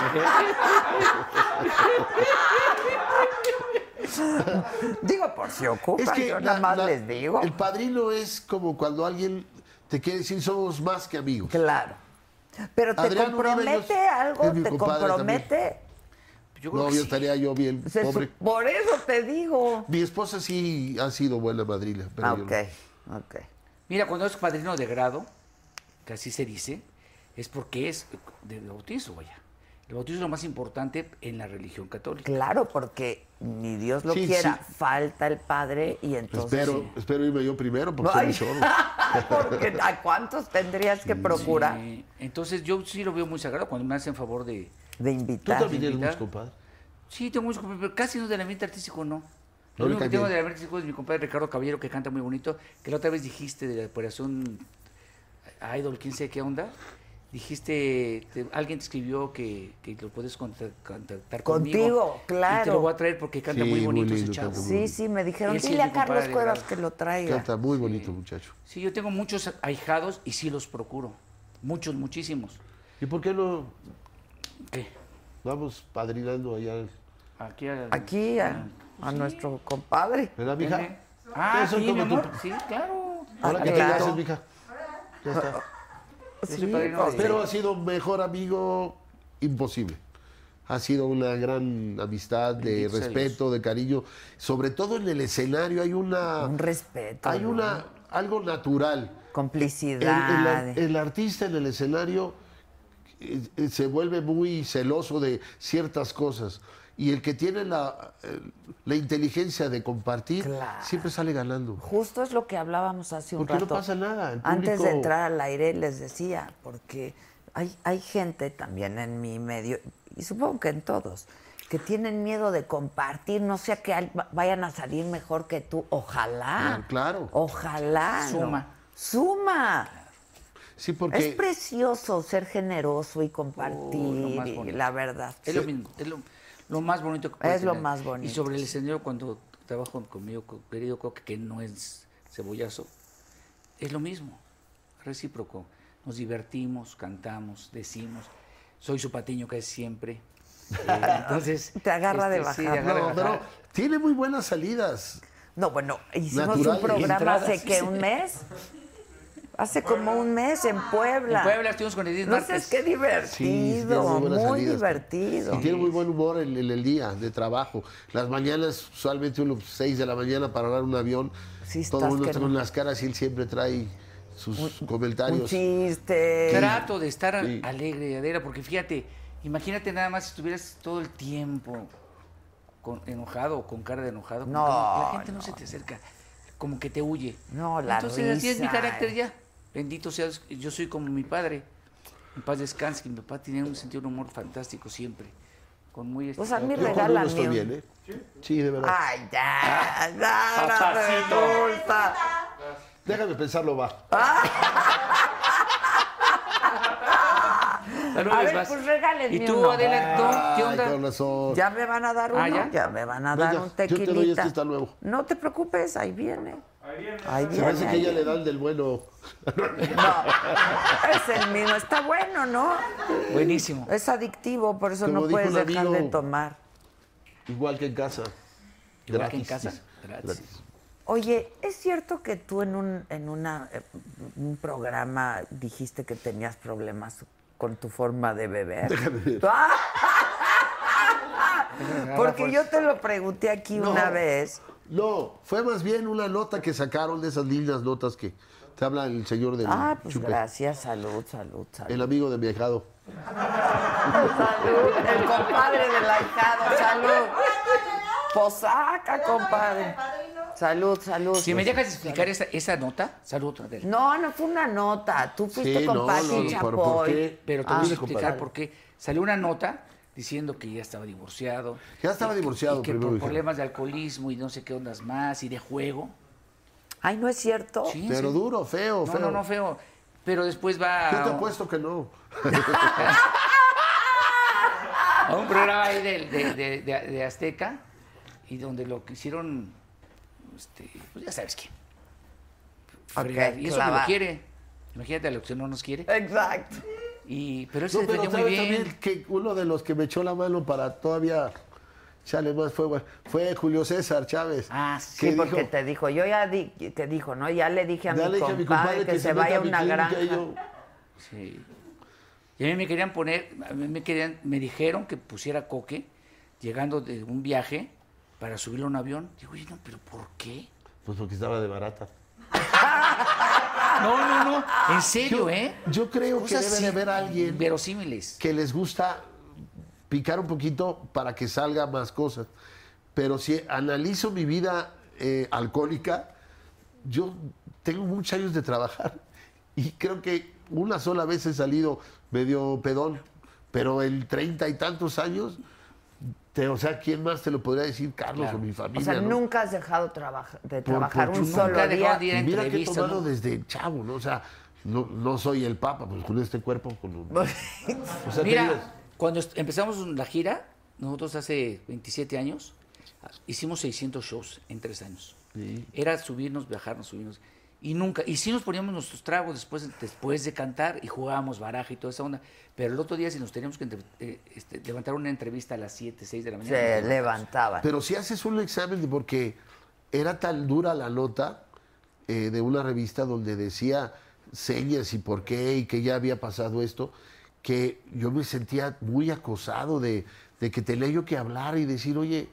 Digo, por si ocupan, yo nada
la-
más
la-
les digo.
El padrino es como cuando alguien te quiere decir somos más que amigos.
Claro. Pero te
Adrián Uribe
compromete
Dios-
algo,
es mi
te
compadre también.
compromete.
Yo creo
No,
que
yo
sí.
estaría yo bien,
Se su-
pobre.
por eso te digo.
Mi esposa sí ha sido buena madrina, pero
Ah,
yo no.
ok, ok.
Mira, cuando es padrino de grado, que así se dice, es porque es de bautizo, vaya. El bautizo es lo más importante en la religión católica.
Claro, porque ni Dios lo
Sí,
quiera,
sí. Pues
falta el padre y entonces.
espero, espero irme yo primero porque
Ay,
soy solo.
porque a cuántos tendrías que procurar
Eh, entonces yo sí lo veo muy sagrado cuando me hacen favor de...
de
Tú
invitar.
también eres
invitar.
mucho compadre.
Sí, tengo muchos compa- pero casi no del ambiente artístico, no.
No le
Lo único que
cambié.
tengo de la América Chico es mi compadre Ricardo Caballero, que canta muy bonito, que la otra vez dijiste de la operación Idol, quién sé qué onda. Dijiste, te- alguien te escribió que, que lo puedes contra- contactar conmigo.
Contigo,
Y te lo
claro.
voy a traer porque canta
Sí,
muy
muy
bonito ese
lindo,
chavo.
canta
Sí,
muy
sí, me dijeron,
Él sí
dile
es mi
a Carlos
compadre,
Cuevas
¿verdad?
que lo traiga.
Canta muy bonito, muchacho.
Sí, yo tengo muchos ahijados y sí los procuro. Muchos, muchísimos.
¿Y por qué no
¿Qué?
vamos padrinando allá?
Aquí al-
Aquí a, a nuestro compadre.
¿Verdad,
Vene.
mija?
Ah,
Ustedes son
sí, mi
como tú.
amor. Sí, claro.
Ahora que te
Ah, claro.
haces, mija. Ya está.
soy
Sí,
padrino
pues,
de-
Pero ha sido mejor amigo imposible. Ha sido una gran amistad de
Bendito sea
respeto, de cariño. Sobre todo en el escenario hay una.
un respeto.
Ah, Hay
¿no?
una. algo natural. El, el
complicidad.
ar- el artista en el escenario eh, eh, se vuelve muy celoso de ciertas cosas. Y el que tiene la, eh, la inteligencia de compartir
Claro.
siempre sale ganando.
Justo es lo que hablábamos hace un
Porque no
rato.
pasa nada, el
Antes de
público-
entrar al aire les decía, porque hay, hay gente también en mi medio, y supongo que en todos, que tienen miedo de compartir, no sea que al- vayan a salir mejor que tú. Ojalá.
Ah, claro.
Ojalá. ¿no?
Suma.
Suma.
Sí, porque
Es precioso ser generoso y
Oh, lo
compartir,
más
y
bonito.
la verdad.
Es lo mismo, es lo, lo más bonito que puede
Es lo
tener.
más bonito.
Y sobre el escenario, cuando trabajo conmigo, co- querido Coque, que no es cebollazo, es lo mismo, recíproco. Nos divertimos, cantamos, decimos. Soy su patiño que es siempre. Eh, entonces. este,
Te agarra de
sí,
bajada.
te agarra de
No, pero
bajada.
tiene muy buenas salidas.
No, bueno, hicimos
Natural.
un programa
Entradas,
hace
sí,
que
sí.
un mes. Hace como un mes en Puebla.
En Puebla estuvimos con Edith
No sé,
Márquez.
es que
Sí, tiene
divertido,
buenas
muy
salidas.
divertido.
Y tiene muy buen humor en, en el día de trabajo. Las mañanas, usualmente unos 6 de la mañana para agarrar un avión.
Sí, estás
Todo el mundo
que
está
no.
con las caras y él siempre trae sus
Un
comentarios.
chiste.
Trato de estar a-
Sí.
alegre, Adela, porque fíjate, imagínate nada más si estuvieras todo el tiempo con, enojado o con cara de enojado. como
No,
que La gente no,
no.
se te acerca, como que te huye.
No, la
Entonces, así es mi
risa.
carácter ya. Bendito seas, yo soy como mi padre. En paz descanse, que mi papá tenía un sentido de humor fantástico siempre. Con muy este,
Pues a mí
Yo con uno
regálame
estoy
un- Ah.
bien, ¿eh? Sí, de verdad.
Ay, ya, ya, ahora
Ah, Papacito.
resulta.
Déjame pensarlo, va.
Ah,
Saludos,
A ver,
vas.
pues regálenme
¿Y tú,
uno.
Adela, ¿no?
Ay,
¿qué onda?
con razón.
Ya me van a dar uno,
Ah,
ya?
¿ya?
me van a
No,
dar
ya,
un
yo te doy
tequilita.
este, está nuevo.
No te preocupes, ahí viene. Ahí viene. Ahí
Se
viene.
parece que ella le da el del bueno.
No, es el mismo. Está bueno, ¿no?
Buenísimo.
Es adictivo, por eso
Como
no
dijo
puedes
un
dejar
amigo.
de tomar.
Igual que en casa.
Igual que en casa.
sí.
Gratis.
Oye, ¿es cierto que tú en un, en una, eh, un programa dijiste que tenías problemas con tu forma de beber? ¡Ah! Porque yo te lo pregunté aquí
No.
una vez.
No, fue más bien una nota que sacaron de esas lindas notas que te habla el señor del
Ah, pues
chupe.
gracias, salud, salud, salud.
El amigo de mi ahijado.
Salud, el compadre del ahijado, salud. Posaca, compadre. Salud, salud.
Si me dejas explicar esa, esa nota, saludos, Adela.
No, no fue una nota. Tú fuiste
Sí,
con
no,
Pati
no,
Chapoy.
¿por- por qué?
Pero te
Ah,
voy
compadre.
a explicar por qué. Salió una nota diciendo que ya estaba divorciado.
Ya estaba
Y que-
divorciado,
Y que
primero
por
dijeron.
problemas de alcoholismo y no sé qué ondas más y de juego.
Ay, ¿no es cierto?
Sí,
Oh, Pero
sí.
duro, feo,
No,
feo.
no, no, feo. Pero después va
Yo te
a,
apuesto que no.
a un programa ahí de, de- de- de- de Azteca y donde lo que hicieron, este, pues ya sabes quién. Fregar. y eso que
clava.
lo quiere. Imagínate a lo que no nos quiere.
Exacto.
Y, pero él se
Eh. No, pero
defendió
sabes
muy bien.
también que uno de los que me echó la mano para todavía echarle más fuego fue Julio César Chávez.
Ah, sí,
Sí,
que
porque
dijo,
te dijo, yo ya di, te dijo, ¿no? Ya le dije a,
"Ya
mi,
le dije
compadre
a mi compadre
que, se vaya a
meta
una
a mi
granja.
clínica", y yo,
Sí. Y a mí me querían poner, a mí me querían, me dijeron que pusiera coque llegando de un viaje para subirlo a un avión. Digo, oye, no, pero ¿por qué?
Pues porque estaba de barata.
No, no, no, en serio, ¿eh?
Yo creo que
Cosas
debe de
así,
haber alguien
Verosímiles.
que les gusta picar un poquito para que salga más cosas. Pero si analizo mi vida eh, alcohólica, yo tengo muchos años de trabajar y creo que una sola vez he salido medio pedón, pero en treinta y tantos años Te- o sea, ¿quién más te lo podría decir? Carlos o mi familia.
O sea,
¿no?
nunca has dejado trabaja- de trabajar
por
un
chulo.
solo
Nunca
día.
dejó de ir a
Mira que he
entrevistas,
tomado
¿no?
desde chavo, ¿no? O sea, no, no soy el papa, pues con este cuerpo, con un- O sea, te digo,
Mira, cuando est- empezamos la gira, nosotros hace 27 años, ah, hicimos 600 shows en tres años. Era subirnos, viajarnos, subirnos. Y nunca, y sí nos poníamos nuestros tragos después, después de cantar y jugábamos baraja y toda esa onda. Pero el otro día, si nos teníamos que entre- eh, este, levantar una entrevista a las 7, 6 de la
Se
mañana. nos levantábamos.
levantaba.
Pero si haces un examen, de- porque era tan dura la nota eh, de una revista donde decía señas y por qué y que ya había pasado esto, que yo me sentía muy acosado de, de que tenía yo que hablar y decir, oye,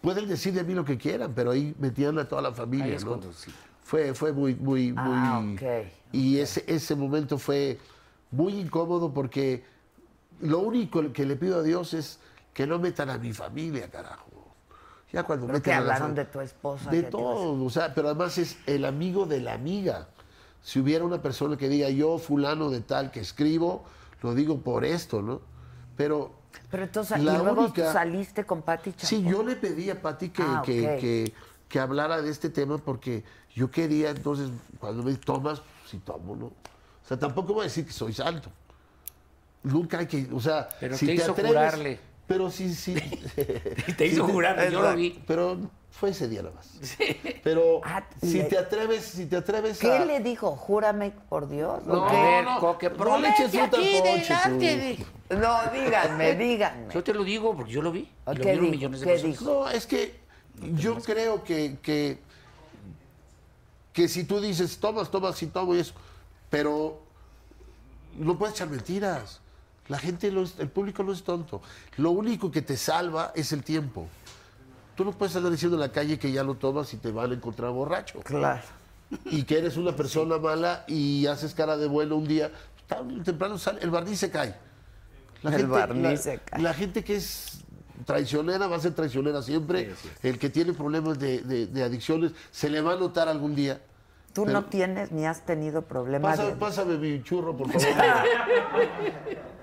pueden decir de mí lo que quieran, pero ahí metían a toda la familia.
Ahí es
¿no?
cuando sí.
Fue, fue muy, muy,
Ah,
muy.
ok,
Y ese, ese momento fue muy incómodo porque lo único que le pido a Dios es que no metan a mi familia, carajo. Ya cuando
Pero
metan
que
a la
hablaron
fam-
de tu esposa,
De
que te
todo, o sea, pero además es el amigo de la amiga. Si hubiera una persona que diga, yo, fulano de tal, que escribo, lo digo por esto, ¿no? Pero
Pero entonces,
La
y luego
única-
saliste con Pati Chapoy.
Sí, yo le pedí a Pati que,
Ah,
que-
ok.
que- que hablara de este tema porque yo quería, entonces, cuando me tomas, si tomo, ¿no? O sea, tampoco voy a decir que soy santo. Nunca hay que, o sea,
Pero
si
te
te,
hizo
atreves-
jurarle.
Pero sí, sí.
Te hizo jurar, yo lo vi.
pero fue ese día nada más. Pero
Ah,
si
le-
te atreves, si te atreves a...
¿Qué le dijo? Júrame por Dios. ¿o
No,
qué?
ver,
no,
coque,
no le eches
Vete
fruta
aquí
al ponche,
delante
tú.
de- No, díganme, díganme.
Yo te lo digo porque yo lo vi. y lo
¿Qué
vieron
dijo?
millones de
¿Qué
personas.
dijo?
Pues No, es que yo creo que, que, que si tú dices tomas, tomas y tomo y eso, pero no puedes echar mentiras. La gente, no es- el público no es tonto. Lo único que te salva es el tiempo. Tú no puedes andar diciendo en la calle que ya lo tomas y te van a encontrar borracho.
Claro.
Y que eres una persona mala y haces cara de bueno un día. Tarde o temprano sale, el barniz se cae. La
El barniz
la-
se cae.
La gente que es traicionera va a ser traicionera siempre. El que tiene problemas de, de- de adicciones se le va a notar algún día.
Tú
Pero-
no tienes ni has tenido problemas.
Pásame,
de-
pásame mi churro, por favor.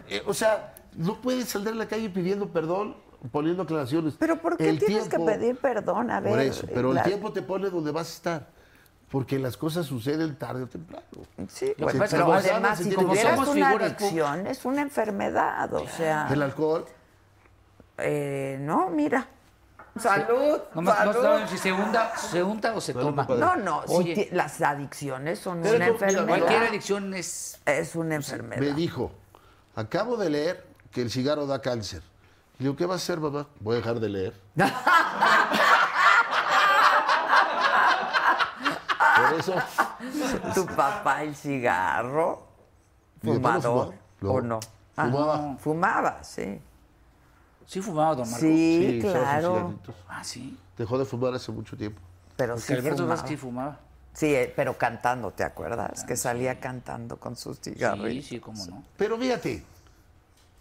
Eh, o sea, no puedes salir a la calle pidiendo perdón, poniendo aclaraciones.
Pero ¿por qué
El
tienes
tiempo-
que pedir perdón? A ver.
Por eso, pero
la-
el tiempo te pone donde vas a estar. Porque las cosas suceden tarde o temprano.
Sí,
Lo que
bueno,
pasa es que pues.
pero
vos
además,
hablas y
si
tienes-
tuvieras
somos
una
figuras públicas.
adicción, es una enfermedad, o sea.
El alcohol.
eh, no, mira. Salud,
No más, no
salud.
saben si se hunda, se unta o se
Salud,
toma.
No,
compadre.
no, si
Oye.
ti- las adicciones son
Pero
una
tú, mira,
enfermedad.
Cualquier adicción es
Es una
Me
enfermedad.
dijo, acabo de leer que el cigarro da cáncer. Le digo, ¿qué va a hacer, mamá? Voy a dejar de leer. Por eso,
Tu papá el cigarro,
¿Mi papá no
fumador
fumaba?
o
No.
no. Ah,
Fumaba.
Fumaba, sí.
Sí fumaba, don Marco.
Sí,
sí, solo sus
claro.
cigarritos.
Ah, sí.
Dejó de fumar hace mucho tiempo.
Pero
Porque
sí
Alberto
fumaba.
Vázquez fumaba.
Sí, eh, pero cantando, ¿te acuerdas? Que salía cantando con sus
Ah, Sí,
cigarrillos.
sí, cómo no.
Pero fíjate,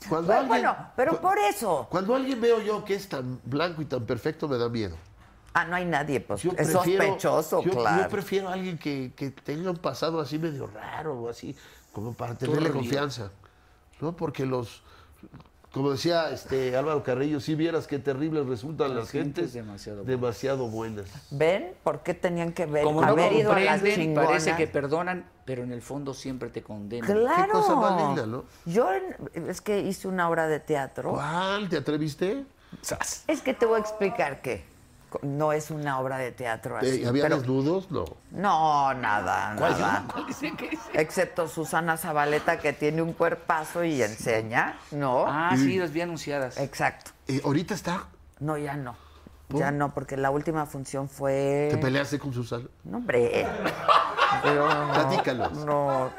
cuando
Bueno,
alguien...
bueno, pero por eso.
Cuando alguien veo yo que es tan blanco y tan perfecto, me da miedo.
Ah, no hay nadie, pues.
Yo
es
prefiero-
sospechoso,
yo-
claro.
Yo prefiero a alguien que, que tenga un pasado así medio raro o así, como para tenerle
Turbio.
confianza. ¿No? Porque los. Como decía este Álvaro Carrillo, si vieras qué terribles resultan las,
Las gentes
gentes
demasiado
demasiado buenas.
¿Ven por qué tenían que ver?
Como no
haber ido a las
comprenden,
chingonas?
parece que perdonan, pero en el fondo siempre te condenan.
Claro.
cosa más linda, ¿no?
Yo en- es que hice una obra de teatro.
¿Cuál? ¿Te atreviste?
Sas.
Es que te voy a explicar que no es una obra de teatro así.
Eh, ¿Había
pero-
desnudos? No.
No, nada,
¿Cuál?
nada.
¿Cuál dice que es?
Excepto Susana Zabaleta que tiene un cuerpazo y enseña, ¿no?
Ah,
Mm.
sí, las vi anunciadas.
Exacto.
Eh, ahorita está.
No, ya no. Ya no, porque la última función fue.
Te peleaste con Susana.
No, hombre.
Platícanos.
No.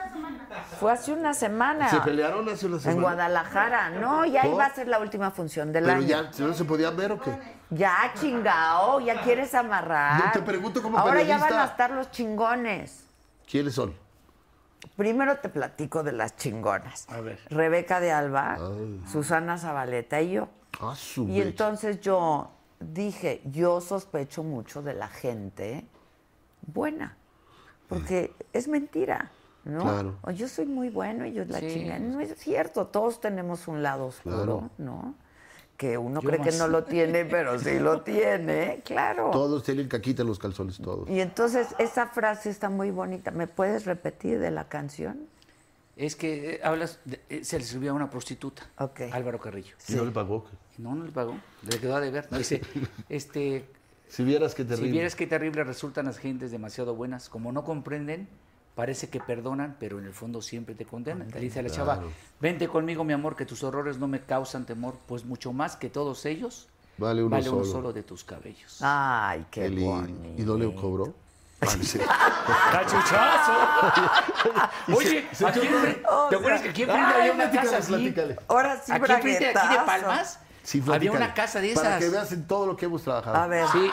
Fue hace una semana.
Se pelearon hace una semana.
En Guadalajara. No, ya
¿Por?
iba a ser la última función del
Pero
año.
ya, ¿no se podían ver o qué?
Ya, chingao, ya quieres amarrar.
No, te pregunto como
Ahora ya
periodista.
van a estar los chingones.
¿Quiénes son?
Primero te platico de las chingonas.
A ver.
Rebeca de Alba, Susana Zabaleta y yo.
Ah, su
Y
mecha.
entonces yo dije, yo sospecho mucho de la gente buena, porque es mentira, ¿no?
Claro.
O yo soy muy bueno y yo la
Sí.
chinga. No es cierto, todos tenemos un lado oscuro,
Claro.
¿no? que uno
Yo
cree que
más.
no lo tiene, pero sí lo tiene, claro.
Todos tienen caquita en los calzones, todos.
Y entonces esa frase está muy bonita. ¿Me puedes repetir de la canción?
Es que eh, hablas, de- eh, se le sirvió a una prostituta,
Ok.
Álvaro Carrillo.
Y no le pagó.
No, no le pagó, le quedó a deber. Dice, este,
Si vieras que te
si vieras qué terrible resultan las gentes demasiado buenas, como no comprenden, parece que perdonan, pero en el fondo siempre te condenan. Le dice a la chava, vente conmigo, mi amor, que tus horrores no me causan temor, pues mucho más que todos ellos,
Vale uno solo.
de tus cabellos.
Ah. Ay, qué
Él y-
bonito.
y no le cobró.
¡Ah, ¡Cachuchazo! Oye,
se
aquí
chocó.
enfrente-
O
¿te
sea,
acuerdas que aquí enfrente
ay,
había una
platícale,
casa así?
platícale.
Ahora sí,
Aquí enfrente, aquí de
braguetazo.
Palmas,
Sí,
había
platícale.
una casa de esas.
Para que veas en todo lo que hemos trabajado.
A ver,
Sí,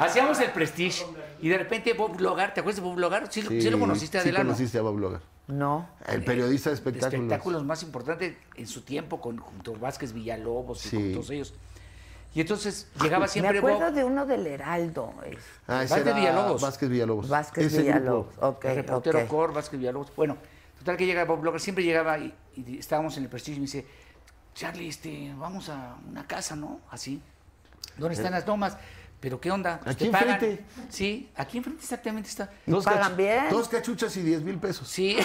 hacíamos el Prestige y de repente Bob Logar, ¿te acuerdas de Bob Logar? Sí, sí lo conociste
Sí
Adelano.
conociste a Bob Logar.
no.
El periodista de
De
espectáculos.
espectáculos más importantes en su tiempo con junto a Vázquez Villalobos y
Sí.
con todos ellos. Y entonces llegaba
Me
siempre
acuerdo
Bob,
de uno del Heraldo, es
Ah, ese
Vázquez
era
Villalobos.
Vázquez Villalobos.
Vázquez
Ese grupo.
Villalobos. Ok,
el reportero
ok.
Cor, Vázquez Villalobos. Bueno, total que llega Bob Logar, siempre llegaba y, y estábamos en el Prestige y me dice, Charlie, este, vamos a una casa, ¿no? Así. ¿Dónde están las tomas? ¿Pero qué onda? Pues
Eh. Aquí
te pagan.
enfrente.
Sí, aquí enfrente exactamente está.
Dos
pagan
cachu-
bien?
Dos cachuchas y 10 mil pesos.
Sí.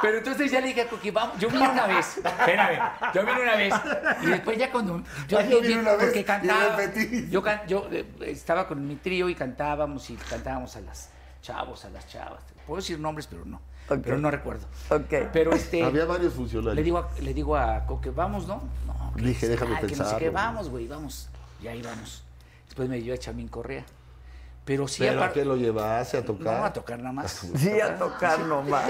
Pero entonces ya le dije a Coqui, vamos, yo vine una vez, espérame, yo vine una vez. Y después ya cuando yo,
Ay, yo vine
vine
una vez y
porque cantaba,
repetí.
yo, can- yo eh, estaba con mi trío y cantábamos y cantábamos a las chavos, a las chavas. Puedo decir nombres, pero no.
Ok.
Pero no recuerdo.
Ok.
Pero este
Había varios funcionarios.
le digo a, le digo a Coque, vamos, ¿no? No, que
Le dije,
es-
déjame
ay, que no sé qué,
pensarlo.
vamos, güey, vamos. Y ahí vamos. Después me llevó a Chamín Correa. Pero sí
Pero a
aparte-
qué lo llevase a tocar.
no, a tocar nada más.
Sí, a tocar nomás.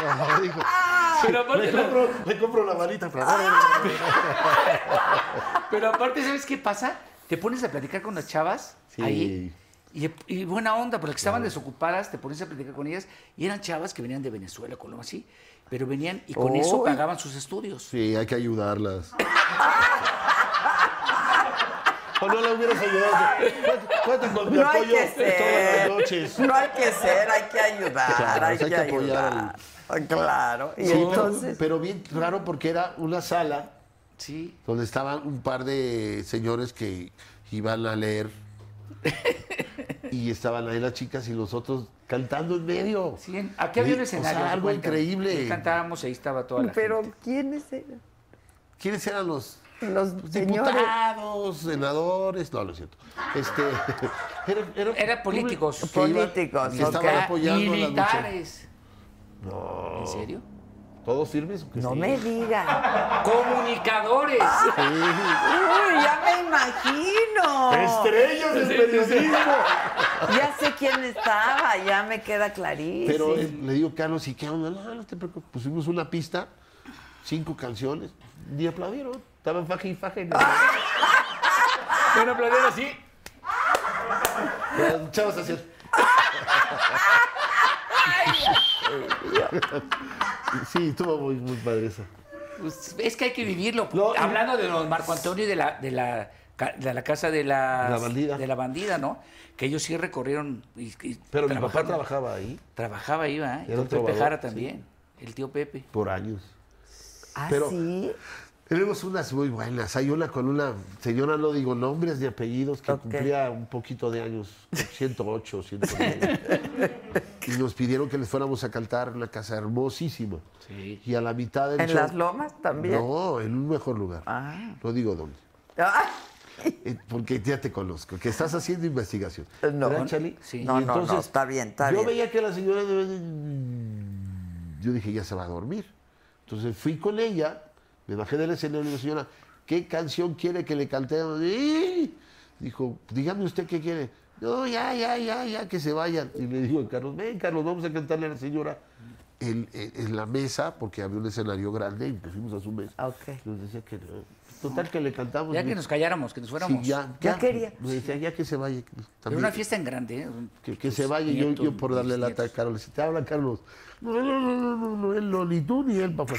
Ajá, dijo,
Pero aparte,
le, compro, le compro la balita.
¡Ah!
Pero ahora
pero aparte, ¿sabes qué pasa? Te pones a platicar con las chavas
Sí.
ahí. Y, y buena onda, porque estaban desocupadas, te pones a platicar con ellas. Y eran chavas que venían de Venezuela, Colombia, así. Pero venían y con eso
Uy.
pagaban sus estudios.
Sí, hay que ayudarlas. o no la hubieras ayudado. Cuenta- Cuenta con mi
No hay
apoyo
que
todas las
ser.
noches.
No hay que ser, hay que ayudar,
Claro, pues
hay,
hay
que
que apoyar
ayudar. Ah, Claro. Y
Sí, pero-
entonces,
pero bien raro porque era una sala
Sí.
donde estaban un par de señores que iban a leer y estaban ahí las chicas y los otros cantando en medio.
sí en- aquí había un
Sí,
escenario.
O sea,
haz de
algo
cuenta.
increíble.
Y Cantábamos, ahí estaba toda la
pero
gente.
¿quiénes eran?
¿Quiénes eran los
Los señores.
pues, diputados, senadores? No, lo siento. Este, era- era-
Eran políticos.
que iban-
Políticos,
que estaban
ok.
apoyando a la lucha.
Militares. ¿En serio?
¿Todos firmes? o qué?
No
Sí.
me digan.
Comunicadores.
Uy, ya me imagino.
Pues Estrellas del periodismo.
Ya sé quién estaba, ya me queda clarísimo.
Pero eh, le digo, Carlos, ¿y qué onda? No, no te preocupes. Pusimos una pista, cinco canciones, y aplaudieron. Estaban faje y faje. ¿no?
Bueno, aplaudieron así.
Las Chavas así. Sí, estuvo muy, muy padre esa.
Pues, es que hay que vivirlo.
No, y-
Hablando de los Marco Antonio y de la, de la, ca- de la casa de las-
La bandida.
de la bandida, ¿no? Que ellos sí recorrieron. y- y
Pero mi papá
trabajaron.
trabajaba ahí
Trabajaba ahí, ¿verdad? Y
Era
don
un
Pepe
trovador,
Jara
sí.
también. El tío Pepe.
por años.
¿Ah,
pero-
sí?
Tenemos unas muy buenas. Hay una con una señora, no digo nombres ni apellidos, que
Ok.
cumplía un poquito de años, 108, 109. y nos pidieron que les fuéramos a cantar una casa hermosísima.
Sí.
Y a la mitad del
¿En
show-
las lomas también?
No, en un mejor lugar.
Ah.
No digo dónde.
Ah,
Eh, Porque ya te conozco, que estás haciendo investigación.
No.
¿Verdad, Chali?
Sí.
Y
No, no, no, está bien, está
yo
bien.
veía que la señora... Yo dije, ya se va a dormir. Entonces fui con ella, me bajé del escenario y le digo, señora, ¿qué canción quiere que le cantemos? ¡Ih! Dijo, dígame usted qué quiere. No, ya, ya, ya, ya, que se vayan. Y le digo, Carlos, ven, Carlos, vamos a cantarle a la señora en, en- en la mesa, porque había un escenario grande y nos fuimos a su mesa.
Ah, ok.
Nos decía que no. Total, que le cantamos.
Ya
Me-
que nos calláramos, que nos fuéramos.
Pues Sí, ya,
Ya quería.
Me decía, ya que se vaya. que
Pero
también-
una fiesta en grande, ¿eh?
Que, que
Tus
se vaya, yo,
nietos,
yo por darle
mis
lata a
nietos.
Carlos. Si te habla Carlos, no, no, no, no, no, no, él no, ni tú ni él, papá.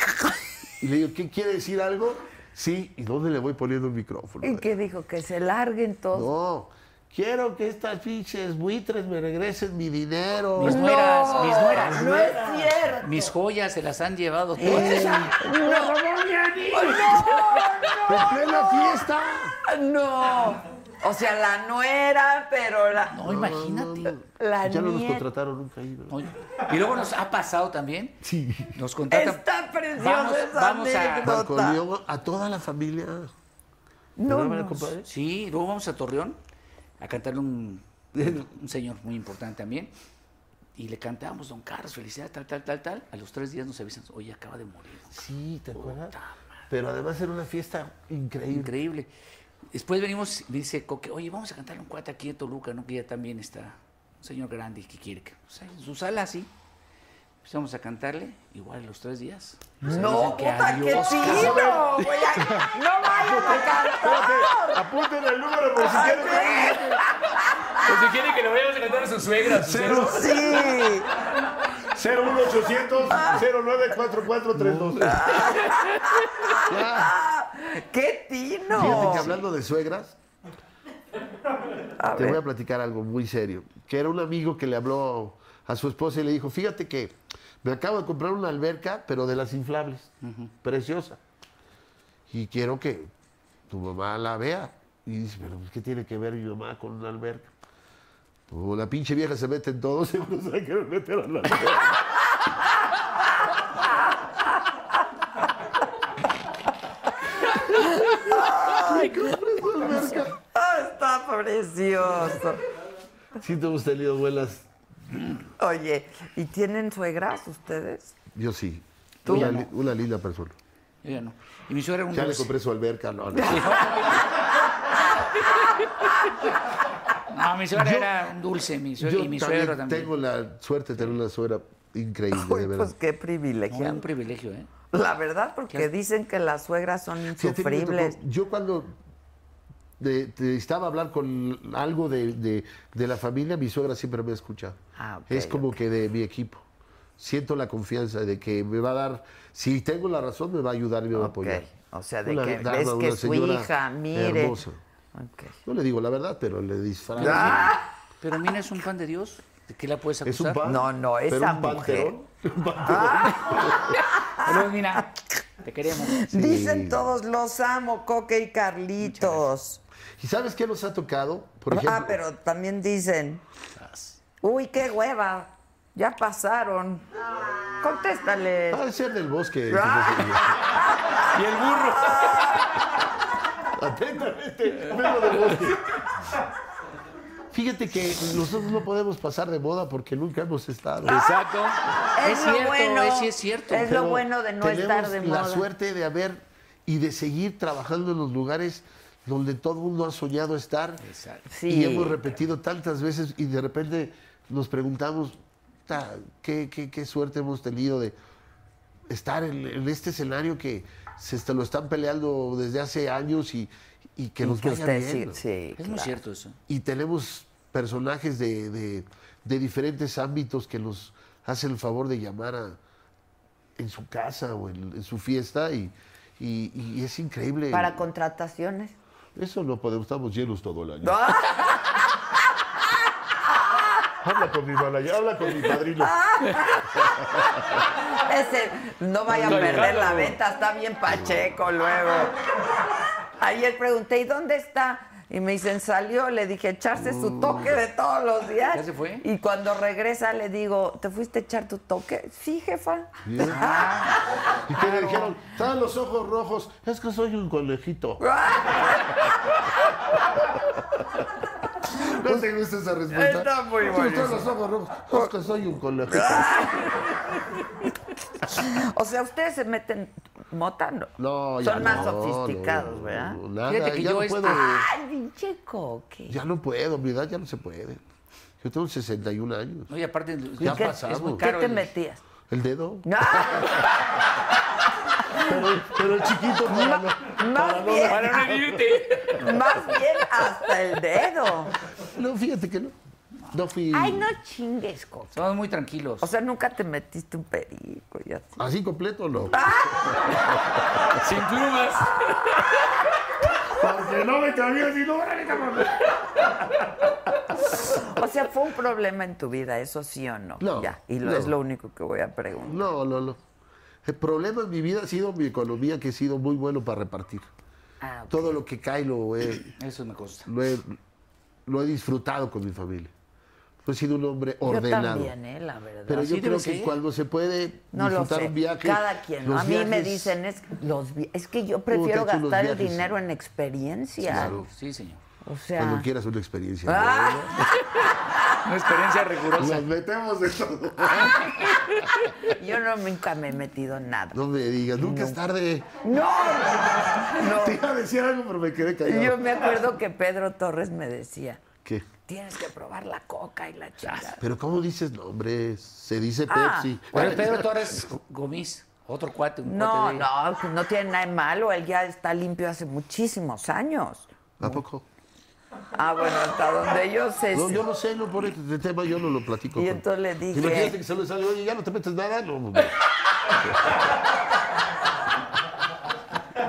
Y le digo, ¿qué quiere decir algo? Sí, ¿y dónde le voy poniendo el micrófono?
¿Y qué dijo? Que se larguen todos.
No, Quiero que estas pinches buitres me regresen mi dinero.
Mis nueras, mis nueras.
No es cierto. Eh.
Mis joyas se las han llevado todas.
¡En plena fiesta!
No. O sea, la nuera, pero la,
No, imagínate.
la
Ya no nos
nieta.
contrataron nunca ahí, ¿verdad?
Oye, Y luego nos ha pasado también.
Sí.
Nos contratan.
Está preciosa
Vamos-
esa
vamos a-
Marco
anécdota.
León, a toda la familia.
No,
¿Verdad,
no.
compadre?
Sí, luego vamos a Torreón a cantarle un, un señor muy importante también. Y le cantamos, don Carlos, felicidades, tal, tal, tal, tal. A los tres días nos avisan, oye, acaba de morir.
Sí, ¿te acuerdas? Pero además era una fiesta increíble.
Increíble. Después venimos, me dice Coque, oye, vamos a cantarle un cuate aquí de Toluca, ¿no? Que ya también está un señor grande que quiere que... o sea, en su sala, sí. Empezamos a cantarle, igual a los tres días. Nos avisan
No,
que
puta, qué
adiós,
chido, güey. No vayan a cantar.
Apunten el número por si quieren.
Pues si quieren que le vayamos a cantar a su suegra, a su suegro.
Sí.
01800 094432.
¡Qué tino!
Fíjate que hablando de suegras, te voy a platicar algo muy serio. Que era un amigo que le habló a su esposa y le dijo, fíjate que me acabo de comprar una alberca, pero de las inflables, preciosa. Y quiero que tu mamá la vea. Y dice, pero pues, ¿qué tiene que ver mi mamá con una alberca? Como la pinche vieja se mete en todo, seguro se va a querer meter a la alberca.
Ah, está precioso.
Sí, te hemos tenido buenas.
Oye, ¿y tienen suegras ustedes?
Yo sí.
Tú
Una,
no.
li- una linda persona.
Yo ya no. Y mi suegra un
Ya le
dulce.
compré su alberca, no, no.
No, mi suegra era un dulce, mi suegra
Yo
y mi
también
suegro también.
Tengo la suerte de tener una suegra increíble,
Uy,
de verdad.
pues qué
No,
privilegio.
era un privilegio, ¿eh?
La verdad, porque dicen que las suegras son
Fíjate que me tocó-
insufribles.
Yo cuando de- te estaba a hablar con algo de, de- de la familia, mi suegra siempre me ha escuchado.
Ah, ok,
es como que de mi equipo. Siento la confianza de que me va a dar, si tengo la razón, me va a ayudar y me va a
Ok,
apoyar.
O sea, de
Una
que
dama,
ves
una
que su
señora
hija, mire.
hermosa.
Ok.
No le digo la verdad, pero le disfrazo.
Ah.
Pero Mina es un pan de Dios. ¿De qué la puedes
Es un
acusar?
pan.
No, no,
pero
esa
un
mujer.
panteón.
Pero Mina, te queremos.
Dicen todos, los amo, Coque y Carlitos.
¿Y sabes qué nos ha tocado? Por ejemplo,
ah, pero también dicen, uy, qué hueva, ya pasaron. Contéstale.
Ha de ser del bosque.
Ah.
Y el burro.
Atentamente, vengo del bosque. Fíjate que nosotros no podemos pasar de moda porque nunca hemos estado.
Exacto.
Es,
Es
lo
cierto,
bueno.
es- sí es cierto.
Es
Pero
lo bueno de no
tenemos
estar de moda.
la suerte de haber y de seguir trabajando en los lugares donde todo el mundo ha soñado estar.
Exacto.
Sí.
Y hemos repetido tantas veces y de repente nos preguntamos, "Ta, ¿qué, qué, qué suerte hemos tenido de estar en, en este escenario que se te lo están peleando desde hace años y, y que nos
que
vaya
usted
bien,
sí,
¿no?
sí,
Es muy cierto eso.
y tenemos personajes de, de- de diferentes ámbitos que nos hacen el favor de llamar a- en su casa o en, en su fiesta y, y- y es increíble.
Para contrataciones.
Eso no podemos, estamos llenos todo el año. habla con mi manager, habla con mi padrino.
Ese, no vaya a perder la venta, está bien pacheco luego. Ayer pregunté, ¿y dónde está? Y me dicen, salió, le dije, echarse su toque de todos los días.
Uh. ¿Ya se fue?
Y cuando regresa le digo, ¿te fuiste a echar tu toque? Sí, jefa.
Bien. Y que le dijeron, estaban los ojos rojos, es que soy un conejito. no te gusta esa respuesta.
Está muy
Tú,
buenísimo.
Están los ojos rojos, es que soy un conejito.
O sea, ustedes se meten motando.
No, ya
Son
no,
más
no,
sofisticados,
no,
¿verdad?
no, nada,
Fíjate que
ya
yo
no
es-
puedo,
Ay, pinche coque.
ya no puedo, mi edad ya no se puede. Yo tengo 61 años.
No, y aparte,
Ya
es-
pasamos.
es muy
¿Qué
caro.
te
el-
metías?
El dedo,
No,
pero, pero el chiquito para no-
más bien,
Para no herirte.
más bien hasta el dedo.
No, fíjate que no. No fui
Ay, no chingues, coque.
Somos muy tranquilos.
O sea, nunca te metiste un perico y así.
así completo, no.
Sin plumas.
Porque no me cambió así, no, órale, cabrón.
O sea, fue un problema en tu vida, eso sí o no.
No,
Ya, y lo,
no.
es lo único que voy a preguntar.
No, no, no. El problema en mi vida ha sido mi economía, que he sido muy bueno para repartir.
Ah, ok.
Todo lo que cae lo he,
Eso me consta.
lo he, lo he disfrutado con mi familia. Pues He sido un hombre
Yo
ordenado.
también, eh, la verdad.
Pero yo
Así
creo
debe
que
ser.
cuando se puede
No lo
disfrutar
sé.
un viaje.
Cada quien. ¿no?
los
A mí me
viajes-
dicen, es, los vi- es que yo prefiero
Puta, que los
gastar el
viajes.
dinero en experiencia.
Claro.
Sí, señor.
O sea.
Cuando quieras una experiencia.
¡Ah!
Una experiencia rigurosa.
Nos metemos de todo.
Yo no, nunca me he metido en nada.
No me digas, nunca es tarde.
No,
Te iba a decir algo, pero me quedé callado.
yo me acuerdo que Pedro Torres me decía,
¿Qué?
tienes que probar la coca y la chingada.
Pero ¿cómo dices nombre? Se dice
Ah,
Pepsi.
Bueno, Pedro Torres Gomis, otro cuate, un
No,
cuate de-
no, que no tiene nada de malo, él ya está limpio hace muchísimos años.
¿A poco?
Ah, bueno, hasta donde yo sé.
No,
sí.
yo no sé, no por este tema yo no lo platico.
Y
con-
entonces le dije-
Imagínate que se lo sale, oye, ya no te metes nada, no. hombre.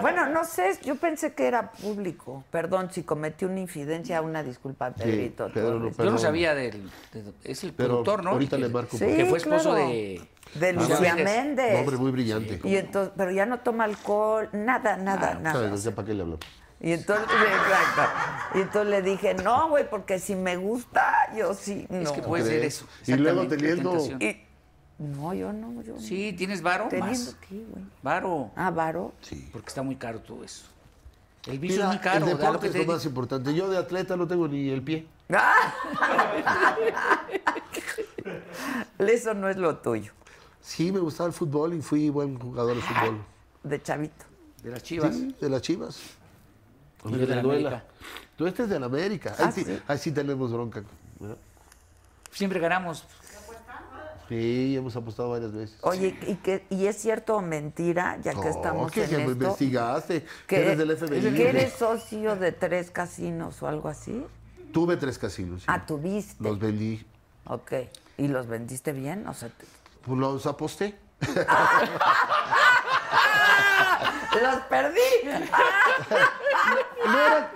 Bueno, no sé, yo pensé que era público. Perdón, si cometí una infidencia, una disculpa, Pedrito.
Pedro,
Torres.
no,
Yo no
Pero-
sabía del. de- es el
Pero
productor, ¿no?
ahorita
Que-
le marco.
Sí,
Que fue esposo
claro.
de.
De
Luis
Lucía
Un
Méndez.
Méndez.
Ah, hombre muy Ah, brillante.
Y entonces, pero ya no toma alcohol, nada, nada, nada.
No sé para qué le hablamos.
Y entonces, exacto. Y entonces le dije, no, güey, porque si me gusta, yo sí, no.
Es que puede ser eso.
Y luego
exactamente,
teniendo-
la tentación.
Y- no, yo no, yo no.
Sí, ¿tienes varo?
teniendo
Más.
aquí, güey.
Varo.
Ah, varo.
Porque está muy caro todo eso. El vicio
Mira,
es muy caro.
el
da lo
deporte
que
es
te
lo
di-
más importante. Yo de atleta no tengo ni el pie.
Eso no es lo tuyo,
Sí, me gustaba el fútbol y fui buen jugador de fútbol.
de chavito.
De las Ah, chivas.
Sí, de las chivas.
yo
Me
de la
duela.
América. Ah,
Tú este es de la América. Ahí, sí, ahí sí tenemos bronca. ¿verdad?
Siempre ganamos.
Sí, hemos apostado varias veces.
Oye, ¿y, que, ¿y es cierto o mentira, ya que
No,
estamos
que
en
ya me
esto?
investigaste.
que-
eres del FBI.
que eres socio de tres casinos o algo así?
Tuve tres casinos. sí.
Ah, tuviste.
Los vendí.
Ok. ¿Y los vendiste bien? O sea, te-
Pues los aposté.
¡Los perdí!
No, era,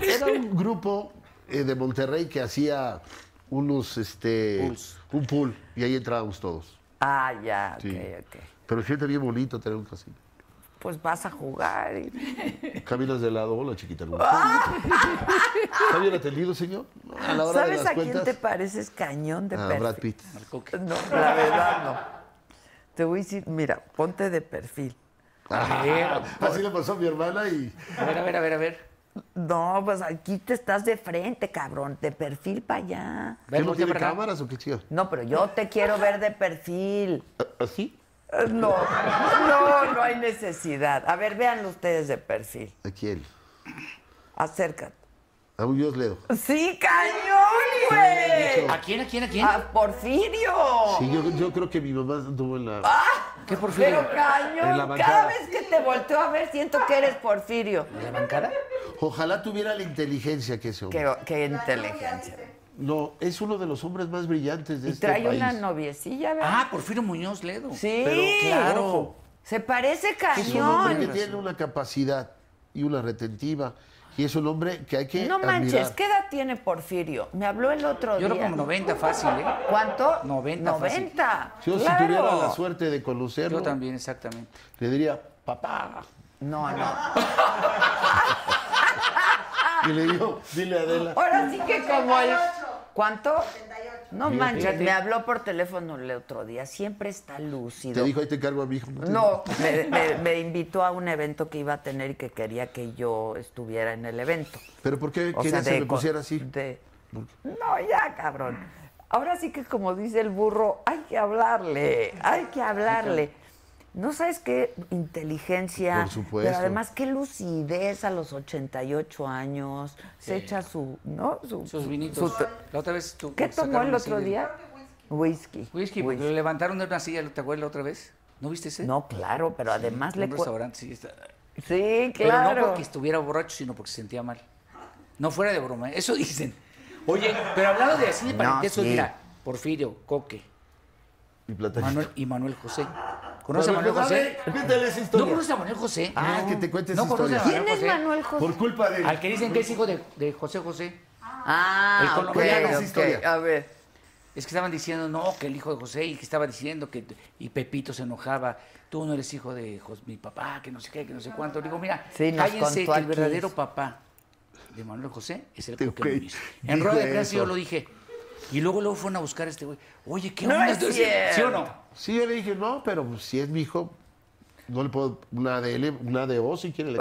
era un grupo eh, de Monterrey que hacía unos, este,
Pools.
un pool y ahí entrábamos todos.
Ah, ya, ok,
Sí.
ok.
Pero siente bien bonito tener un casino.
Pues vas a jugar. y-
Caminas de lado, hola chiquita. hermosa. ¿Está bien atendido, señor? A la hora de
Ah. ¿Sabes
las
a quién
cuentas.
te pareces cañón de
a
perfil?
Brad Pitt.
al coque.
No, la verdad no. Te voy a decir, mira, ponte de perfil. Ah.
Así le pasó a mi hermana y
A ver, a ver, a ver, a ver.
No, pues aquí te estás de frente, cabrón, de perfil para allá.
¿Qué
Ven,
no
voltea
tiene
para acá.
cámaras o qué chido?
No, pero yo te quiero ver de perfil.
¿Así?
Eh, No, no, no hay necesidad. A ver, véanlo ustedes de perfil.
¿A quién?
Acércate.
A un Dios Leo.
Sí, cañón, güey.
¿A quién, a quién, a quién?
A Porfirio.
Sí, yo, yo creo que mi mamá anduvo en la.
Ah.
¿Qué porfirio?
Pero
En la
cañón, cada
bancada.
vez que te volteo a ver siento que eres Porfirio.
¿De la bancada?
Ojalá tuviera la inteligencia que ese hombre.
Qué, qué inteligencia.
No, es uno de los hombres más brillantes de
Y
este
trae
país.
una noviecilla, ¿verdad?
Ah, Porfirio Muñoz Ledo.
sí.
pero claro.
ojo. Se parece
Es un hombre que
cañón.
tiene una capacidad y una retentiva. Y es un hombre que hay que.
No manches,
admirar.
¿qué edad tiene Porfirio? Me habló el otro
Yo
día.
creo como 90 fácil, ¿eh?
¿Cuánto?
90 fácil.
90.
Yo,
claro.
si tuviera la suerte de conocerlo,
Yo también, exactamente.
le diría, papá.
No, no.
Y le digo, dile a Adela.
Ahora sí que como el. ¿Cuánto? No
Fíjate.
manches, me habló por teléfono el otro día. Siempre está lúcido.
Te dijo, ahí te cargo a mi hijo. te-
No, me, me- me invitó a un evento que iba a tener y que quería que yo estuviera en el evento.
¿Pero por qué
O sea,
querías que
de
me
con-
pusiera así?
de- No, ya, cabrón. Ahora sí que como dice el burro, hay que hablarle, hay que hablarle. No sabes qué inteligencia,
Por supuesto.
pero además qué lucidez a los 88 años. Se echa su, ¿no? Su-
Sus vinitos.
su-
La otra vez tú.
¿Qué tomó
sacaron
el
así
otro
del-
día? Whisky.
Whisky, pues, porque lo levantaron de una silla, ¿te acuerdas la otra vez? ¿No viste ese?
No, claro, pero además
En
le
un
cu-
restaurante, sí. Está...
Sí,
Pero no
claro.
porque estuviera borracho, sino porque se sentía mal. No fuera de broma, ¿eh? eso dicen. Oye, pero hablando de así de
No,
parentesco,
sí.
mira, Porfirio, Coque,
Y platanito.
Manuel, y Manuel José. ¿Conoce a
pues,
Manuel
Manuel
José?
José, cuéntale esa historia.
¿No conoce a Manuel José?
Ah, que te cuente
cuentes
esa historia.
¿Quién es
Manuel José?
Por culpa de
Al que dicen que es hijo de, de José José. El
Ah, ok,
colombiano,
esa
ok,
historia.
A ver.
Es que estaban diciendo, no, que el hijo de José, y que estaba diciendo que. Y Pepito se enojaba, tú no eres hijo de Jos- mi papá, que no sé qué, que no sé cuánto. Le digo, mira,
Sí, nos
cállense,
contó
que el
aquí.
verdadero papá de Manuel José es el
Este
que lo
güey
hizo. En
dijo
rueda de prensa yo
eso.
lo dije. Y luego luego fueron a buscar a este güey. Oye, ¿qué
No
onda?
es
¿Sí- ¿Sí o no?
Sí, yo le dije, no, pero pues, si es mi hijo, no le puedo una de él, una de vos si quiere. Le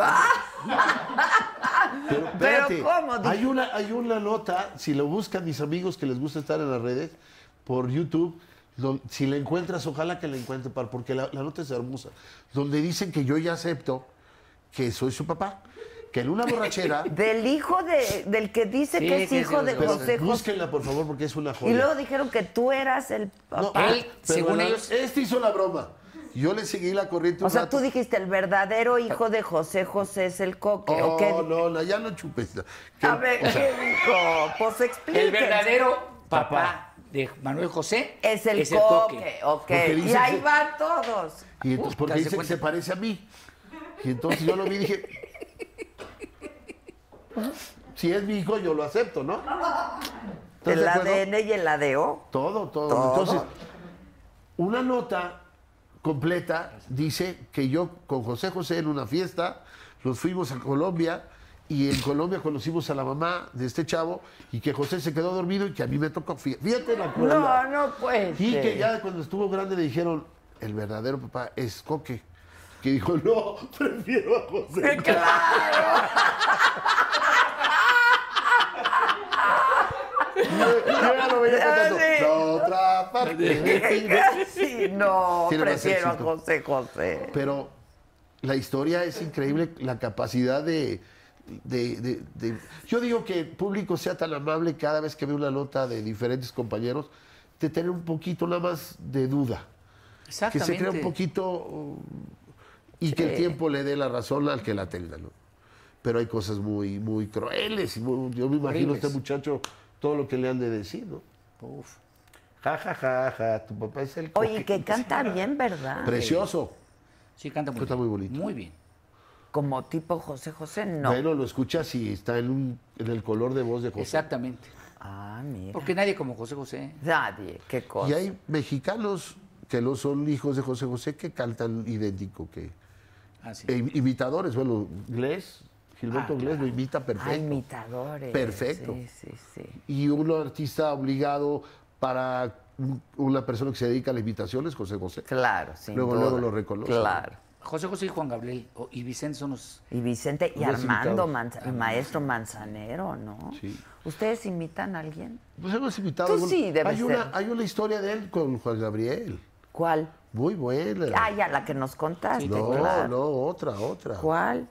pero espérate,
Pero, ¿cómo?
Hay, una, hay una nota, si lo buscan mis amigos que les gusta estar en las redes, por YouTube, don- si la encuentras, ojalá que la encuentres, par, porque la, la nota es hermosa, donde dicen que yo ya acepto que soy su papá, que en una borrachera...
Del hijo de, del que dice
Sí,
que es
que es
hijo
el
de
hijo de
pero
José José.
búsquenla, por favor, porque es una joya.
Y luego dijeron que tú eras el
No,
papá.
Él,
pero
según
la-
ellos-
Este hizo la broma. Yo le seguí la corriente un
o sea,
rato.
tú dijiste el verdadero hijo de José José es el coque.
Oh,
¿o qué di-
no, no, ya no chupes. Que-
A ver,
o sea,
¿qué dijo? Pues explíquense.
El verdadero papá, de Manuel José
es el
coque.
coque. Ok.
Porque
Y
dice
ahí
que-
van todos.
y entonces, porque
Puta, se
dice que
cuenta.
se parece a mí. Y entonces yo lo vi y dije, si es mi hijo, yo lo acepto, ¿no? ¿Estás
El
de acuerdo?
ADN y el ADO.
Todo, todo.
Todo.
Entonces, una nota completa dice que yo con José José en una fiesta nos fuimos a Colombia y en Colombia conocimos a la mamá de este chavo y que José se quedó dormido y que a mí me tocó. Fí- Fíjate la cura.
No, no puede
Y
ser.
que ya cuando estuvo grande le dijeron, el verdadero papá es Coque. Que dijo, no, prefiero a José. Yo ya lo veía cantando,
Dale.
"La otra parte de ti".
Sí, no,
Tiene más
prefiero a
éxito.
José José.
Pero la historia es increíble, la capacidad de, de- de- de- Yo digo que el público sea tan amable cada vez que ve una nota de diferentes compañeros, de tener un poquito nada más de duda. Que
Exactamente.
se crea un poquito... uh, Y que el tiempo le dé la razón al que la tenga, ¿no? Pero hay cosas muy, muy crueles. y muy- yo me imagino a este
Horribles.
muchacho todo lo que le han de decir, ¿no?
Uf.
Ja, ja, ja, ja, tu papá es el...
Oye,
coque-
que canta bien, ¿verdad?
Precioso.
Sí, canta muy
Canta
bien.
muy bonito.
Muy bien.
Como tipo José José, no.
Bueno, lo escuchas y está en, un- en el color de voz de José.
Exactamente.
Ah, mira.
Porque nadie como José José. ¿eh?
Nadie, qué cosa. Ah,
Y hay mexicanos que no son hijos de José José que cantan idéntico que
Así.
Eh,
e imitadores, bueno, Glés, Gilberto
Ah,
Glés lo imita perfecto.
Ah, imitadores.
Perfecto.
Sí, sí, sí.
Y un artista obligado para un- una persona que se dedica a la imitación es José José.
Claro, sí.
Luego, luego lo reconoce.
Claro.
José José y Juan Gabriel o- y Vicente son los.
Y Vicente y
Los
Armando,
invitados.
Manza- el maestro Manzanero, ¿no?
Sí.
¿Ustedes imitan a alguien?
Pues hemos invitado.
Tú
algún-
sí, debe
hay, una,
ser.
hay una historia de él con Juan Gabriel.
¿Cuál?
Muy buena.
Ah, ya, la que nos contaste.
no,
claro.
no, otra, otra.
¿Cuál?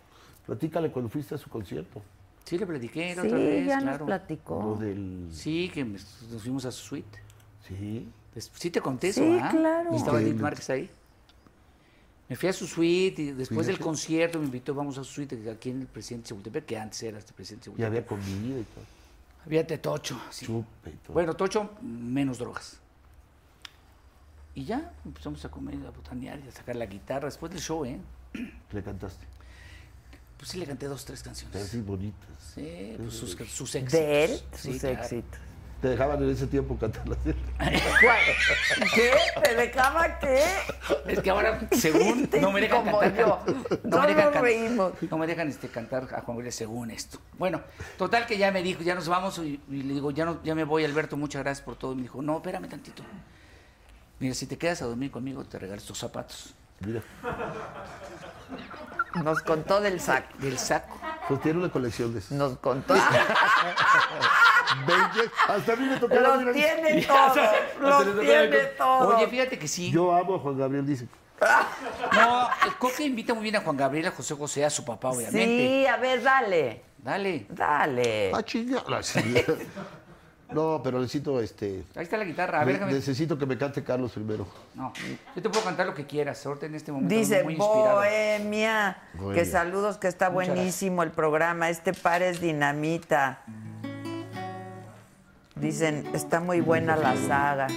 Platícale cuando fuiste a su concierto.
Sí, le platiqué la otra
Sí,
vez.
ya nos
claro.
Lo
platicó.
del.
Sí, que me- nos fuimos a su suite.
Sí.
Des- Sí te conté eso,
Sí,
¿verdad?
claro.
Y estaba
Increíble.
Edith Márquez ahí. Me fui a su suite y después del
Fíjate.
concierto me invitó, vamos a su suite aquí en el Presidente Chapultepec, que antes era este Presidente
Y
Chapultepec.
había comida y todo.
Había de Tocho. sí.
Chupe y todo.
Bueno, Tocho, menos drogas. Y ya empezamos a comer, a botanear y a sacar la guitarra. Después del show, ¿eh?
Le cantaste.
Pues sí le canté dos, tres canciones.
Así bonitas.
Sí, pues sus, sus éxitos.
De él,
Sí,
sus
claro.
éxitos.
Te dejaban en ese tiempo cantarlas.
¿Cuál? ¿Qué? ¿Te dejaba qué?
Es que ahora, según, no me dejan
Como
cantar.
yo.
me
No
dejan
nos
can-
reímos.
no me dejan este, cantar a Juan Gabriel según esto. Bueno, total que ya me dijo, ya nos vamos. Y, y le digo, ya, no, ya me voy, Alberto, muchas gracias por todo. Y me dijo, no, espérame tantito. Mira, si te quedas a dormir conmigo, te regalo estos zapatos.
Mira,
Nos contó del saco.
Del saco.
pues tiene una colección de esas.
Nos contó.
Veinte- Hasta a mí me tocaba.
Lo
mira,
tiene
Ya
todo.
sabes,
Lo tiene todo.
Oye, fíjate que sí.
Yo amo a Juan Gabriel, dice.
No, el Coque invita muy bien a Juan Gabriel, a José José, a su papá, obviamente.
Sí, a ver, dale.
Dale.
Dale.
Ah, chinga. No, sí. No, pero necesito este.
Ahí está la guitarra. A ver,
ne-
déjame.
necesito que me cante Carlos primero.
No, yo te puedo cantar lo que quieras. Ahorita en este momento
Dice
ando muy inspirado.
Bohemia,
Bohemia.
que saludos, que está
Muchas
buenísimo el programa. Este par es dinamita. Dicen, está muy buena la saga.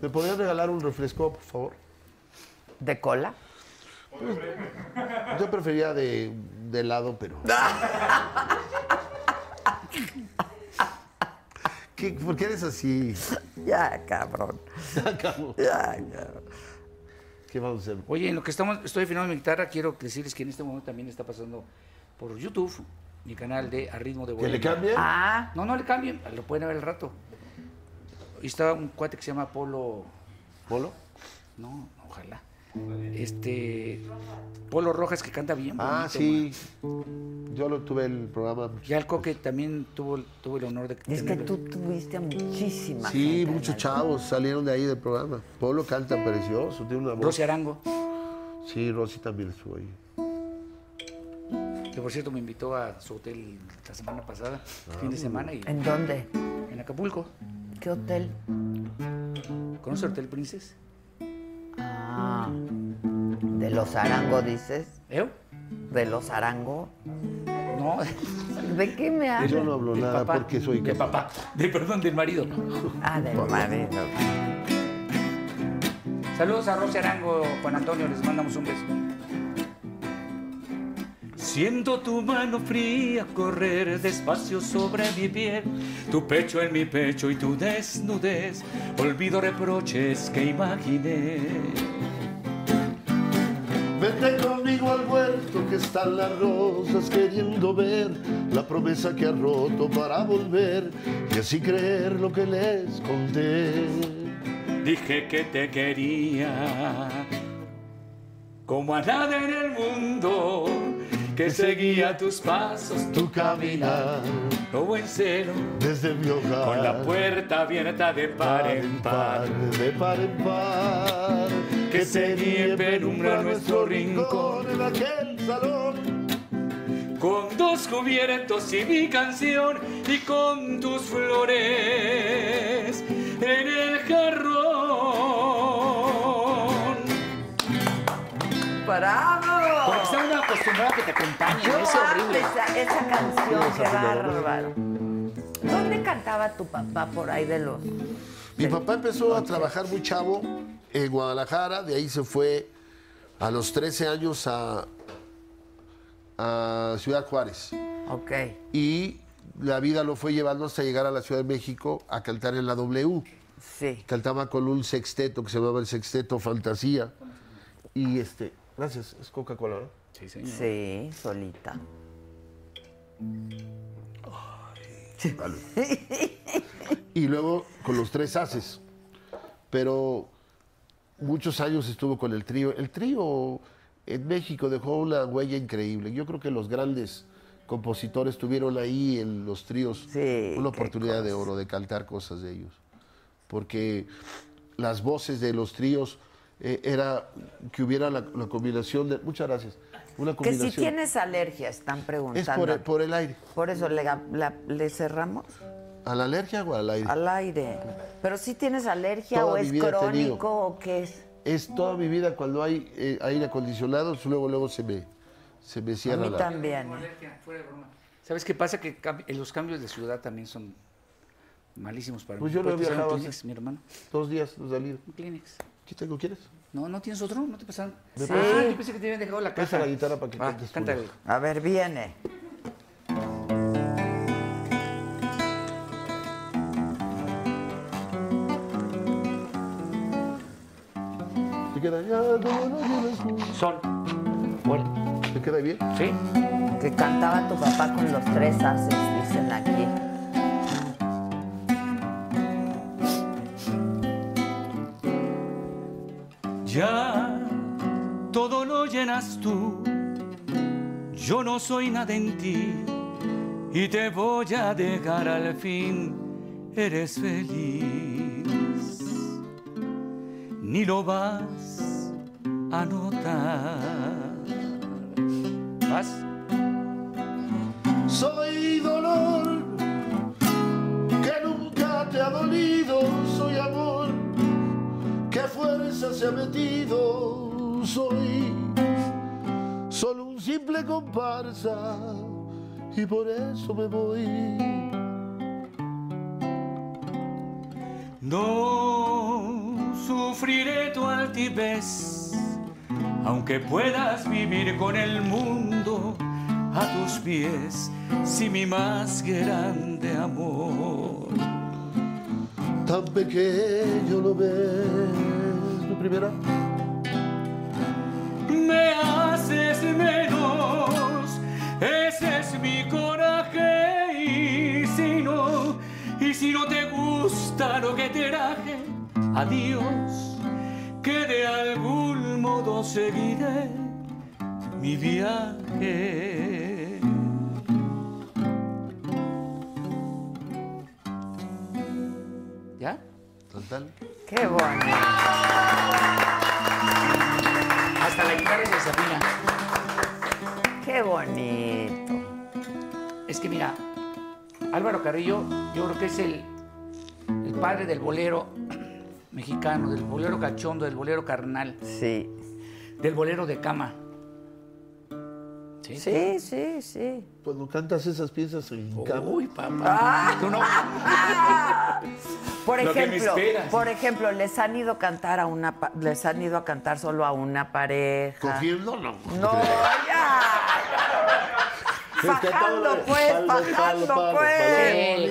¿Me podrías regalar un refresco, por favor?
¿De cola?
Yo prefería de, de helado, pero. ¿Qué- ¿Por qué eres así?
Ya, cabrón.
cabrón.
Ya, cabrón.
¿Qué vamos a hacer?
Oye, en lo que estamos, estoy afinando mi guitarra, quiero decirles que en este momento también está pasando por YouTube mi canal de A Ritmo de
¿Que
Bohemia.
le cambien?
Ah,
No, no le cambien, lo pueden ver al rato. Y está un cuate que se llama Polo. ¿Polo? No, ojalá. Este. Polo Rojas que canta bien.
Ah, sí.
bonito,
Yo lo tuve el programa.
man. Ya el coque también tuvo, tuvo el honor de
es que
tenerlo.
tú tuviste a muchísima
Sí,
gente en
muchos
el-
chavos salieron de ahí del programa. Polo canta precioso, tiene una voz.
Rosy Arango,
Sí, Rosy también estuvo ahí.
que por cierto me invitó a su hotel la semana pasada,
Ah.
fin de semana, y
¿En dónde?
en Acapulco.
¿Qué hotel?
¿Conoce el Hotel Princess?
Ah, ¿de los Arango dices?
¿Eh?
¿De los Arango?
No,
¿De qué me hablas?
Yo no hablo
del
nada
papá,
porque soy
del
capaz.
papá, de, perdón, del marido.
Ah, del marido.
Saludos a Rosy Arango, Juan Antonio, les mandamos un beso. Siento tu mano fría correr despacio sobre mi piel, tu pecho en mi pecho y tu desnudez, olvido reproches que imaginé.
Vete conmigo al huerto que están las rosas queriendo ver la promesa que ha roto para volver y así creer lo que les conté.
Dije que te quería, como a nada en el mundo, que seguía tus pasos,
Tu caminar
como en cero,
desde mi hogar.
con la puerta abierta de par en par.
de par en par.
Que seguía en penumbra nuestro rincón.
en aquel salón.
con dos cubiertos y mi canción y con tus flores en el jarrón.
¡Bravo!
Porque está uno acostumbrado a que te acompañen,
Yo
es
amo
horrible.
esa, esa canción, qué bárbaro. ¿Dónde cantaba tu papá por ahí de los...?
Mi papá empezó a trabajar muy chavo en Guadalajara, de ahí se fue a los 13 años a, a Ciudad Juárez.
Ok.
Y la vida lo fue llevando hasta llegar a la Ciudad de México a cantar en la W.
Sí.
Cantaba con un sexteto que se llamaba el Sexteto Fantasía. Y este, gracias, es Coca-Cola, ¿no?
Sí, señor.
Sí, solita.
Y luego con los tres haces. Pero muchos años estuvo con el trío. El trío en México dejó una huella increíble. Yo creo que los grandes compositores tuvieron ahí en los tríos
Sí, qué
una oportunidad de oro de cantar cosas de ellos. Porque las voces de los tríos eh, era que hubiera la, la combinación de... Muchas gracias. Una
Que si
combinación.
tienes alergia, están
es
preguntando.
por el, por el aire.
Por eso le, ga- la- le cerramos
¿A la alergia o al aire?
al aire. Pero si tienes alergia
Toda
o
mi
es
vida he
crónico
tenido.
o qué es.
es toda mi vida cuando hay eh, aire acondicionado, luego luego se me se me
A
cierra
mí
la.
también.
¿Sabes qué pasa? Que cambi- los cambios de ciudad también son malísimos para
Pues
mí.
yo no he
¿Puedes pasar un
viajado
Kleenex,
hace-
mi hermano?
Dos días no salí.
Un Kleenex.
¿Qué tengo? ¿Quieres?
No, ¿no tienes otro? ¿No te pasan?
¿Me
Sí.
pasas?
Ah, yo pensé que te habían dejado la
Pasa
caja.
la Ah, guitarra para que
Va,
cantes tú.
cántale.
A ver, viene.
¿Te queda? Ya, no, no, no, no.
Sol. Bueno,
¿Te queda bien?
sí.
Que cantaba tu papá con los tres haces, dicen aquí.
Ya todo lo llenas tú, yo no soy nada en ti y te voy a dejar al fin, eres feliz, ni lo vas a notar. ¿Vas?
Soy dolor que nunca te ha dolido, soy amor que fuerza se ha metido, soy solo un simple comparsa y por eso me voy.
No sufriré tu altivez, aunque puedas vivir con el mundo a tus pies, si mi más grande amor.
Tan pequeño lo ves, tu primera.
Me haces menos, ese es mi coraje y si no, y si no te gusta lo que te traje, adiós, que de algún modo seguiré mi viaje. ¿Ya?
Total.
Qué bueno.
Hasta la guitarra se desafina.
Qué bonito.
Es que mira, Álvaro Carrillo, yo creo que es el, el padre del bolero mexicano, del bolero cachondo, del bolero carnal,
Sí.
del bolero de cama.
Sí, sí, sí.
Cuando cantas esas piezas en cama,
Uy,
Ah,
papá. Tú no.
Por
Lo que me
ejemplo,
esperas.
por ejemplo, les han ido a cantar a una pa- les han ido a cantar solo a una pareja.
cogiendo, no.
No, ya. Fajando, pues, fajando, pues.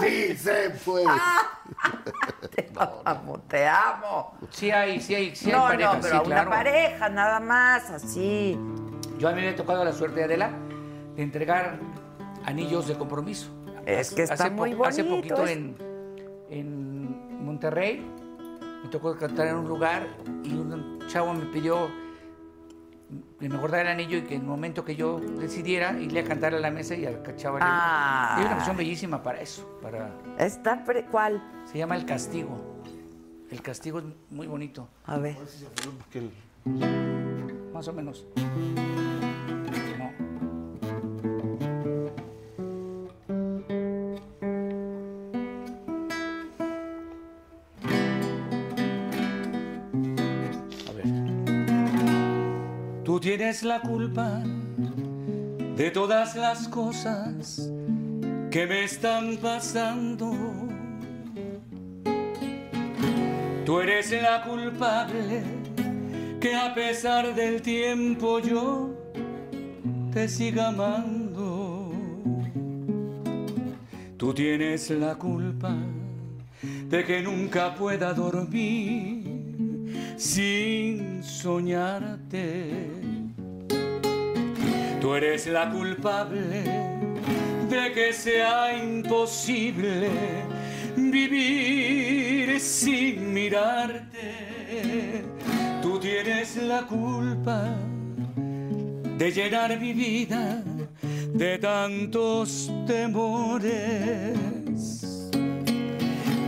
Sí.
Sí, se puede.
Ah. Amo, te amo.
Sí hay, sí hay, sí hay
no,
parejas,
no, pero
sí,
a una
claro.
pareja, nada más, así.
Yo a mí me he tocado la suerte de Adela de entregar anillos de compromiso.
Es que
Hace-
está
hace
muy
po- Hace
bonito
poquito
es-
en, en Monterrey me tocó cantar en un lugar y un chavo me pidió que me guardara el anillo y que en el momento que yo decidiera irle a cantar a la mesa y al chavo le-
Ah.
Y hay una canción bellísima para eso, para...
Está pre- ¿Cuál?
Se llama El Castigo. El Castigo es muy bonito,
A ver.
más o menos. No. A ver.
Tú tienes la culpa de todas las cosas que me están pasando. Tú eres la culpable que a pesar del tiempo yo te siga amando. Tú tienes la culpa de que nunca pueda dormir sin soñarte. Tú eres la culpable de que sea imposible vivir sin mirarte. Tú tienes la culpa de llenar mi vida de tantos temores.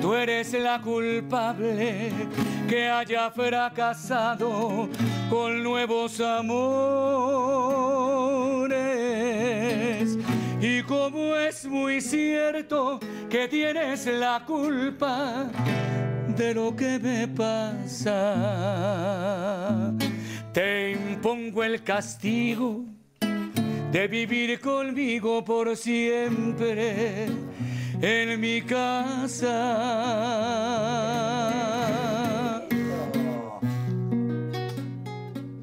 Tú eres la culpable que haya fracasado con nuevos amores. Y como es muy cierto que tienes la culpa de lo que me pasa, te impongo el castigo de vivir conmigo por siempre en mi casa.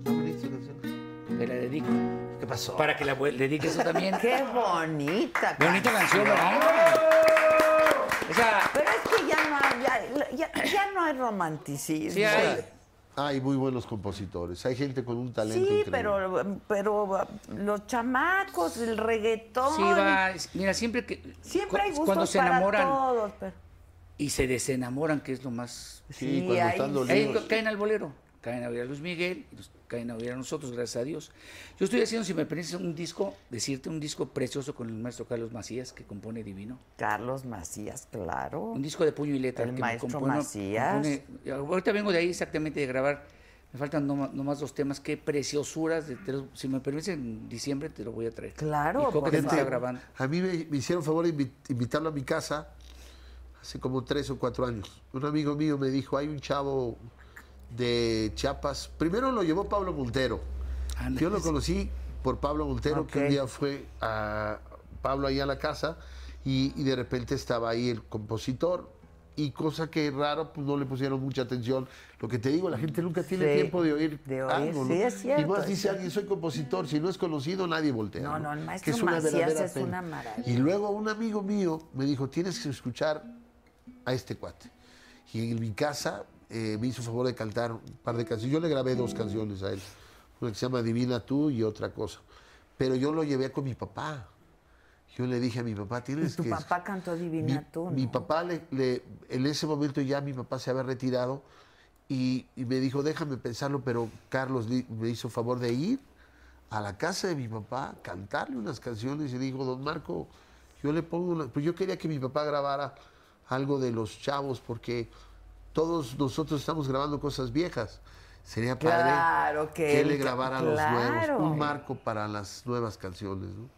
Te la dedico.
¿Qué pasó?
Para que la abue- le dediques eso también.
Qué bonita.
Bonita canción, ¿no? Esa.
Pero es que ya no hay, ya, ya- ya no hay romanticismo.
Sí hay.
Hay muy buenos compositores. Hay gente con un talento.
Sí,
increíble.
pero, pero los chamacos, el reggaetón.
Sí, va. es- Mira, siempre que.
Siempre
cu-
hay gustos
Cuando se
para
enamoran
todos. pero-
y se desenamoran, que es lo más.
Sí,
Sí, cuando
ahí
están
sí.
Ahí
dolidos.
ca- caen al bolero. Caen a ver a Luis Miguel, y nos caen a ver a nosotros, gracias a Dios. Yo estoy haciendo, si me permites, un disco, decirte un disco precioso con el maestro Carlos Macías, que compone divino.
Carlos Macías, claro.
Un disco de puño y letra.
El
que
maestro
compone-
Macías.
compone- eh, ahorita vengo de ahí exactamente de grabar. Me faltan noma- nomás dos temas. Qué preciosuras. de- te los- si me permites, en diciembre te lo voy a traer. Y
Claro,
creo que
por
te está
favor.
grabando.
A mí me, me hicieron favor de invi- invitarlo a mi casa hace como tres o cuatro años. Un amigo mío me dijo, hay un chavo de Chiapas. Primero lo llevó Pablo Montero.
Ándale.
Yo lo conocí por Pablo Montero, que
Ok.
un día fue a Pablo ahí a la casa y, y de repente estaba ahí el compositor. y cosa que raro, pues no le pusieron mucha atención. Lo que te digo, la gente nunca tiene
Sí,
tiempo de oír,
de oír,
algo.
sí,
¿no?
es cierto,
y más
es
dice
cierto.
alguien, soy compositor, si no es conocido nadie voltea.
No, no, el
Que
maestro
es una
Macías
verdadera
es
pena.
una maravilla.
Y luego un amigo mío me dijo, tienes que escuchar a este cuate. Y en mi casa eh, me hizo favor de cantar un par de canciones. Yo le grabé dos canciones a él. Una que se llama Divina tú y otra cosa. Pero yo lo llevé con mi papá. Yo le dije a mi papá, tienes
Tu
que...
papá cantó
Mi,
Divina tú,
mi
¿no?
papá, le, le- en ese momento ya mi papá se había retirado y, y me dijo, déjame pensarlo, pero Carlos di- me hizo favor de ir a la casa de mi papá, cantarle unas canciones y dijo, don Marco, yo le pongo una... Pues yo quería que mi papá grabara algo de los chavos porque todos nosotros estamos grabando cosas viejas. Sería padre
Claro, que
que
él
le
ca-
grabara a los
claro.
nuevos. Un marco para las nuevas canciones, ¿no?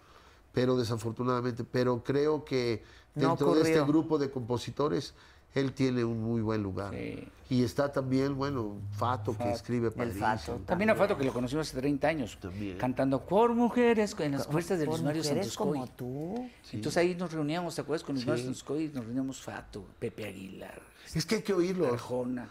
Pero desafortunadamente, pero creo que
No
dentro de este
ocurrió.
grupo de compositores, él tiene un muy buen lugar. Y está también, bueno, Fato, que escribe para
Fato.
También a Fato, que lo conocimos hace 30 años, cantando por mujeres en las puertas de los Marios
mujeres
Santuscoy.
como tú.
Entonces ahí nos reuníamos, ¿te acuerdas? Con los Marios Santuscoy nos reuníamos Fato, Pepe Aguilar,
Es que hay que oírlo.
Arjona.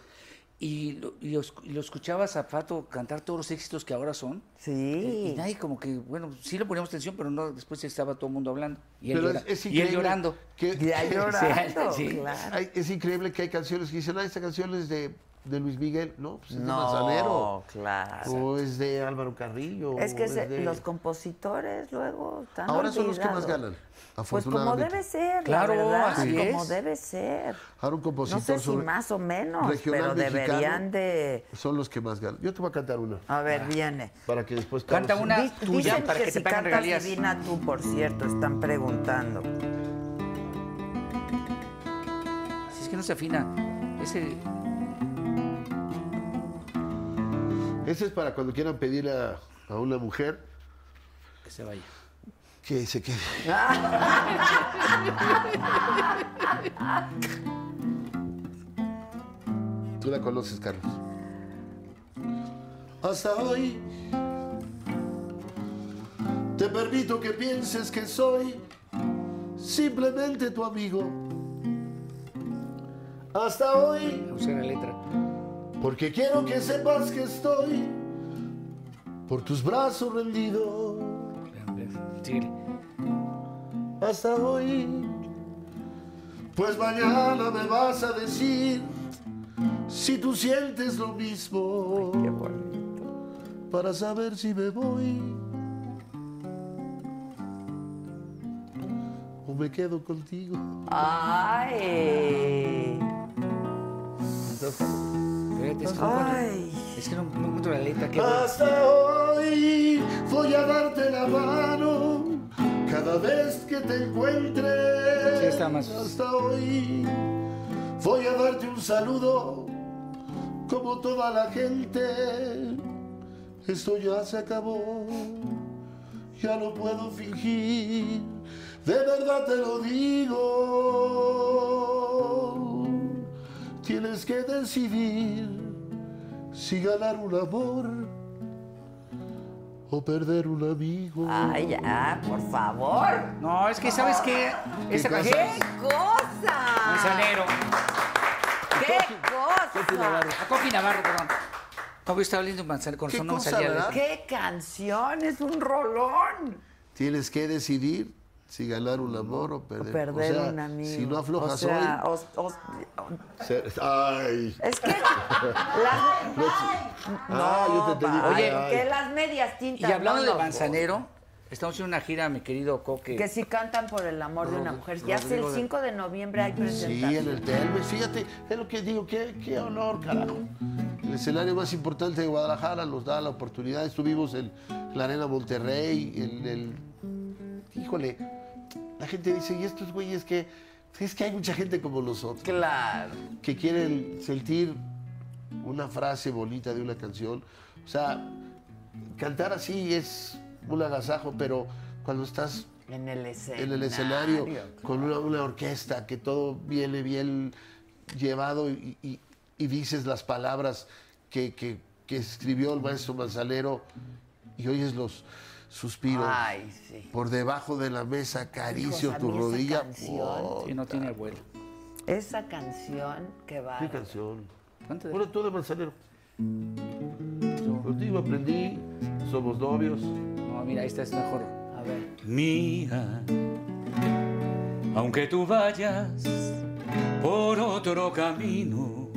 Y lo, y lo escu- y lo escuchabas a Fato cantar todos los éxitos que ahora son. Y
Sí.
nadie como que, bueno, sí le poníamos tensión, pero no, después estaba todo el mundo hablando. Y él,
Pero
llora-
es- es
y él
increíble
llorando.
que-
Ya
que-
llorando,
sí.
claro.
hay- es increíble que hay canciones que dicen, ah, esta canción es de, de Luis Miguel. No, pues es de
No,
Manzanero.
claro.
O es de Álvaro Carrillo.
Es que
o
se-
de-
los compositores luego están
Ahora son los que
olvidados.
más ganan,
Pues como
afortunadamente.
debe ser,
Claro,
la verdad,
así
como
es.
debe ser.
Ahora un compositor
No sé si
sobre-
más o menos, pero
regional mexicano.
deberían de...
Son los que más ganan. Yo te voy a cantar una.
A ver, viene.
Para que después
Canta
Carlos-
una
Di-
tuya
dicen
para que,
si
te paguen
cantas
regalías.
Divina tú, por cierto, están preguntando.
Si es que no se afina. Ese,
Ese es para cuando quieran pedirle a, a una mujer
que se vaya.
que se quede. Tú la conoces, Carlos. Hasta hoy te permito que pienses que soy simplemente tu amigo. Hasta hoy
Usa la letra.
porque quiero que sepas que estoy por tus brazos rendido.
Síguele.
Hasta hoy, pues mañana me vas a decir si tú sientes lo mismo. Para saber si me voy o me quedo contigo.
Ay,
Espérate, es que, no encuentro-
ay,
es que no, no encuentro la letra. qué bueno.
Hasta hoy voy a darte la mano cada vez que te encuentre.
Sí, está más-
Hasta hoy voy a darte un saludo como toda la gente. Esto ya se acabó, ya no puedo fingir, de verdad te lo digo. Tienes que decidir si ganar un amor o perder un amigo.
ay, ya, por favor.
No, es que ¿sabes qué? Esa
cosa? Ah.
canción.
¡Cosa!
Manzanero.
¡Qué
Pepe
cosa!
Navarro.
A Coqui Navarro, perdón. Coqui estaba leyendo Manzanero. Con
Qué
razón no me
cosa,
salía la
¿verdad?
letra.
¡Qué canción! ¡Es un rolón!
Tienes que decidir si ganar un amor o perder,
Perder
o sea,
un amigo.
Si no aflojas
O sea, os- os-
hoy. se- Ay.
es que las,
ah, yo te entendí.
Ay,
Oye,
que
ay.
las medias
Y
tintas.
hablando
no
de
nos-
Manzanero, estamos en una gira, mi querido Coque.
Que si cantan por el amor de una mujer. Ya es el 5 de noviembre hay
Sí,
presentación.
en el Telmex. Fíjate, es lo que digo, qué, qué honor, carajo. El escenario más importante de Guadalajara nos da la oportunidad. Estuvimos en la Arena Monterrey, en el. Híjole, la gente dice, ¿y estos güeyes que Es que hay mucha gente como nosotros.
Claro.
que quieren sentir una frase bonita de una canción. O sea, cantar así es un agasajo, pero cuando estás
En el escenario.
en el escenario con una, una orquesta, que todo viene bien llevado y, y- y dices las palabras que, que- que escribió el maestro Manzanero y oyes los suspiros.
Ay, sí.
Por debajo de la mesa acaricio
Hijos, a
tu
mí esa
rodilla.
canción.
Oh,
Sí, no tiene vuelo.
Esa canción que va.
Mi canción. Bueno, tú de manzanero. Contigo aprendí, somos novios.
No, mira, esta es mejor. A ver.
mía. Aunque tú vayas por otro camino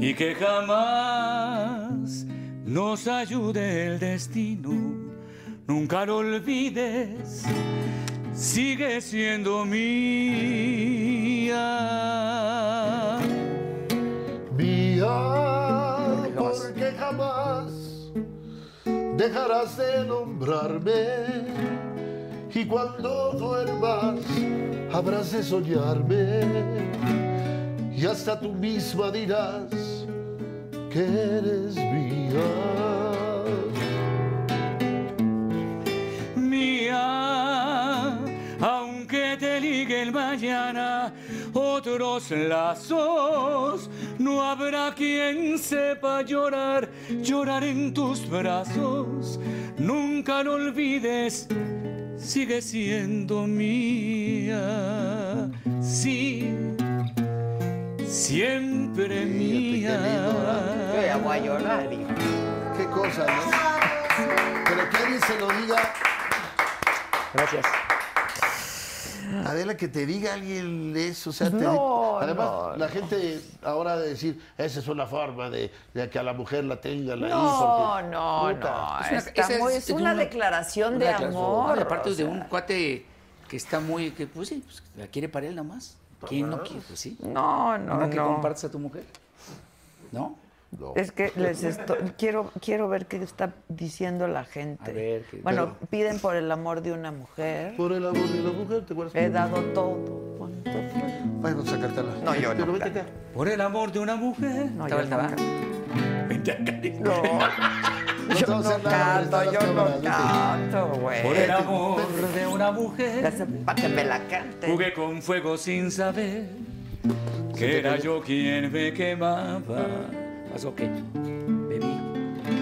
y que jamás nos ayude el destino, nunca lo olvides, sigue siendo mía.
Mía, porque jamás dejarás de nombrarme. Y cuando duermas, habrás de soñarme. Y hasta tú misma dirás que eres mía.
mía, aunque te ligue el mañana otros lazos, no habrá quien sepa llorar, llorar en tus brazos. Nunca lo olvides, sigue siendo mía, sí, siempre mía.
Yo ya voy a llorar, hijo.
Qué cosa, ¿no? Pero que alguien se lo diga.
Gracias.
Adela, que te diga alguien eso, o sea, te
No,
además
no,
la gente ahora de decir, esa es una forma de, de que a la mujer la tenga la
No, no, no.
Es una-
está
esa es-
muy- es,
es
una
una-
declaración de amor.
Y aparte
o
es de
sea.
un cuate que está muy, que pues sí, pues, la quiere para él nada más. ¿Quién no quiere? Pues sí.
No, no,
¿No que
no.
compartes a tu mujer? ¿No?
Es que les esto- quiero, quiero ver qué está diciendo la gente.
A ver, que-
bueno, piden por el amor de una mujer.
Por el amor de la mujer, ¿te acuerdas?
He dado todo. ¿Cuánto fue?
Vamos a cantarla.
No, yo
Pero
no
vete acá.
canto.
Por el amor de una mujer.
No,
Estaba
yo
el
no
tabaco.
canto.
Vente acá.
Eh.
No,
te
yo
vas a
no
hacer nada,
canto,
están las
yo no
cámaras, vete.
canto,
Por
güey.
el amor de una
Ya
mujer
sé, pa' que me la cante.
jugué con fuego sin saber que era yo quien me quemaba.
Pasó que bebí.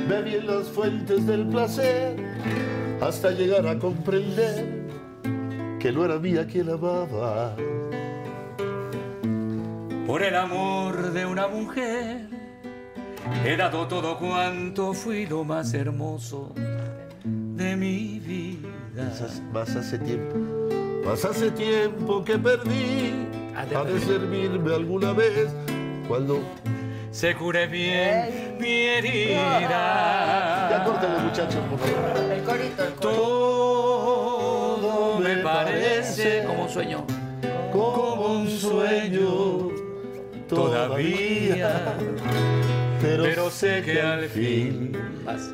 Bebí en las fuentes del placer hasta llegar a comprender que no era mía quien amaba.
Por el amor de una mujer he dado todo cuanto fui lo más hermoso de mi vida.
Más, más hace tiempo, más hace tiempo que perdí.
Ah, de
Ha de
verdad.
servirme alguna vez cuando.
Se curé bien mi herida.
Ya córtale, muchacho, por favor.
El corito, el corito.
Todo me parece
Como un sueño.
como un sueño
todavía,
pero,
pero sé que al fin
Vas.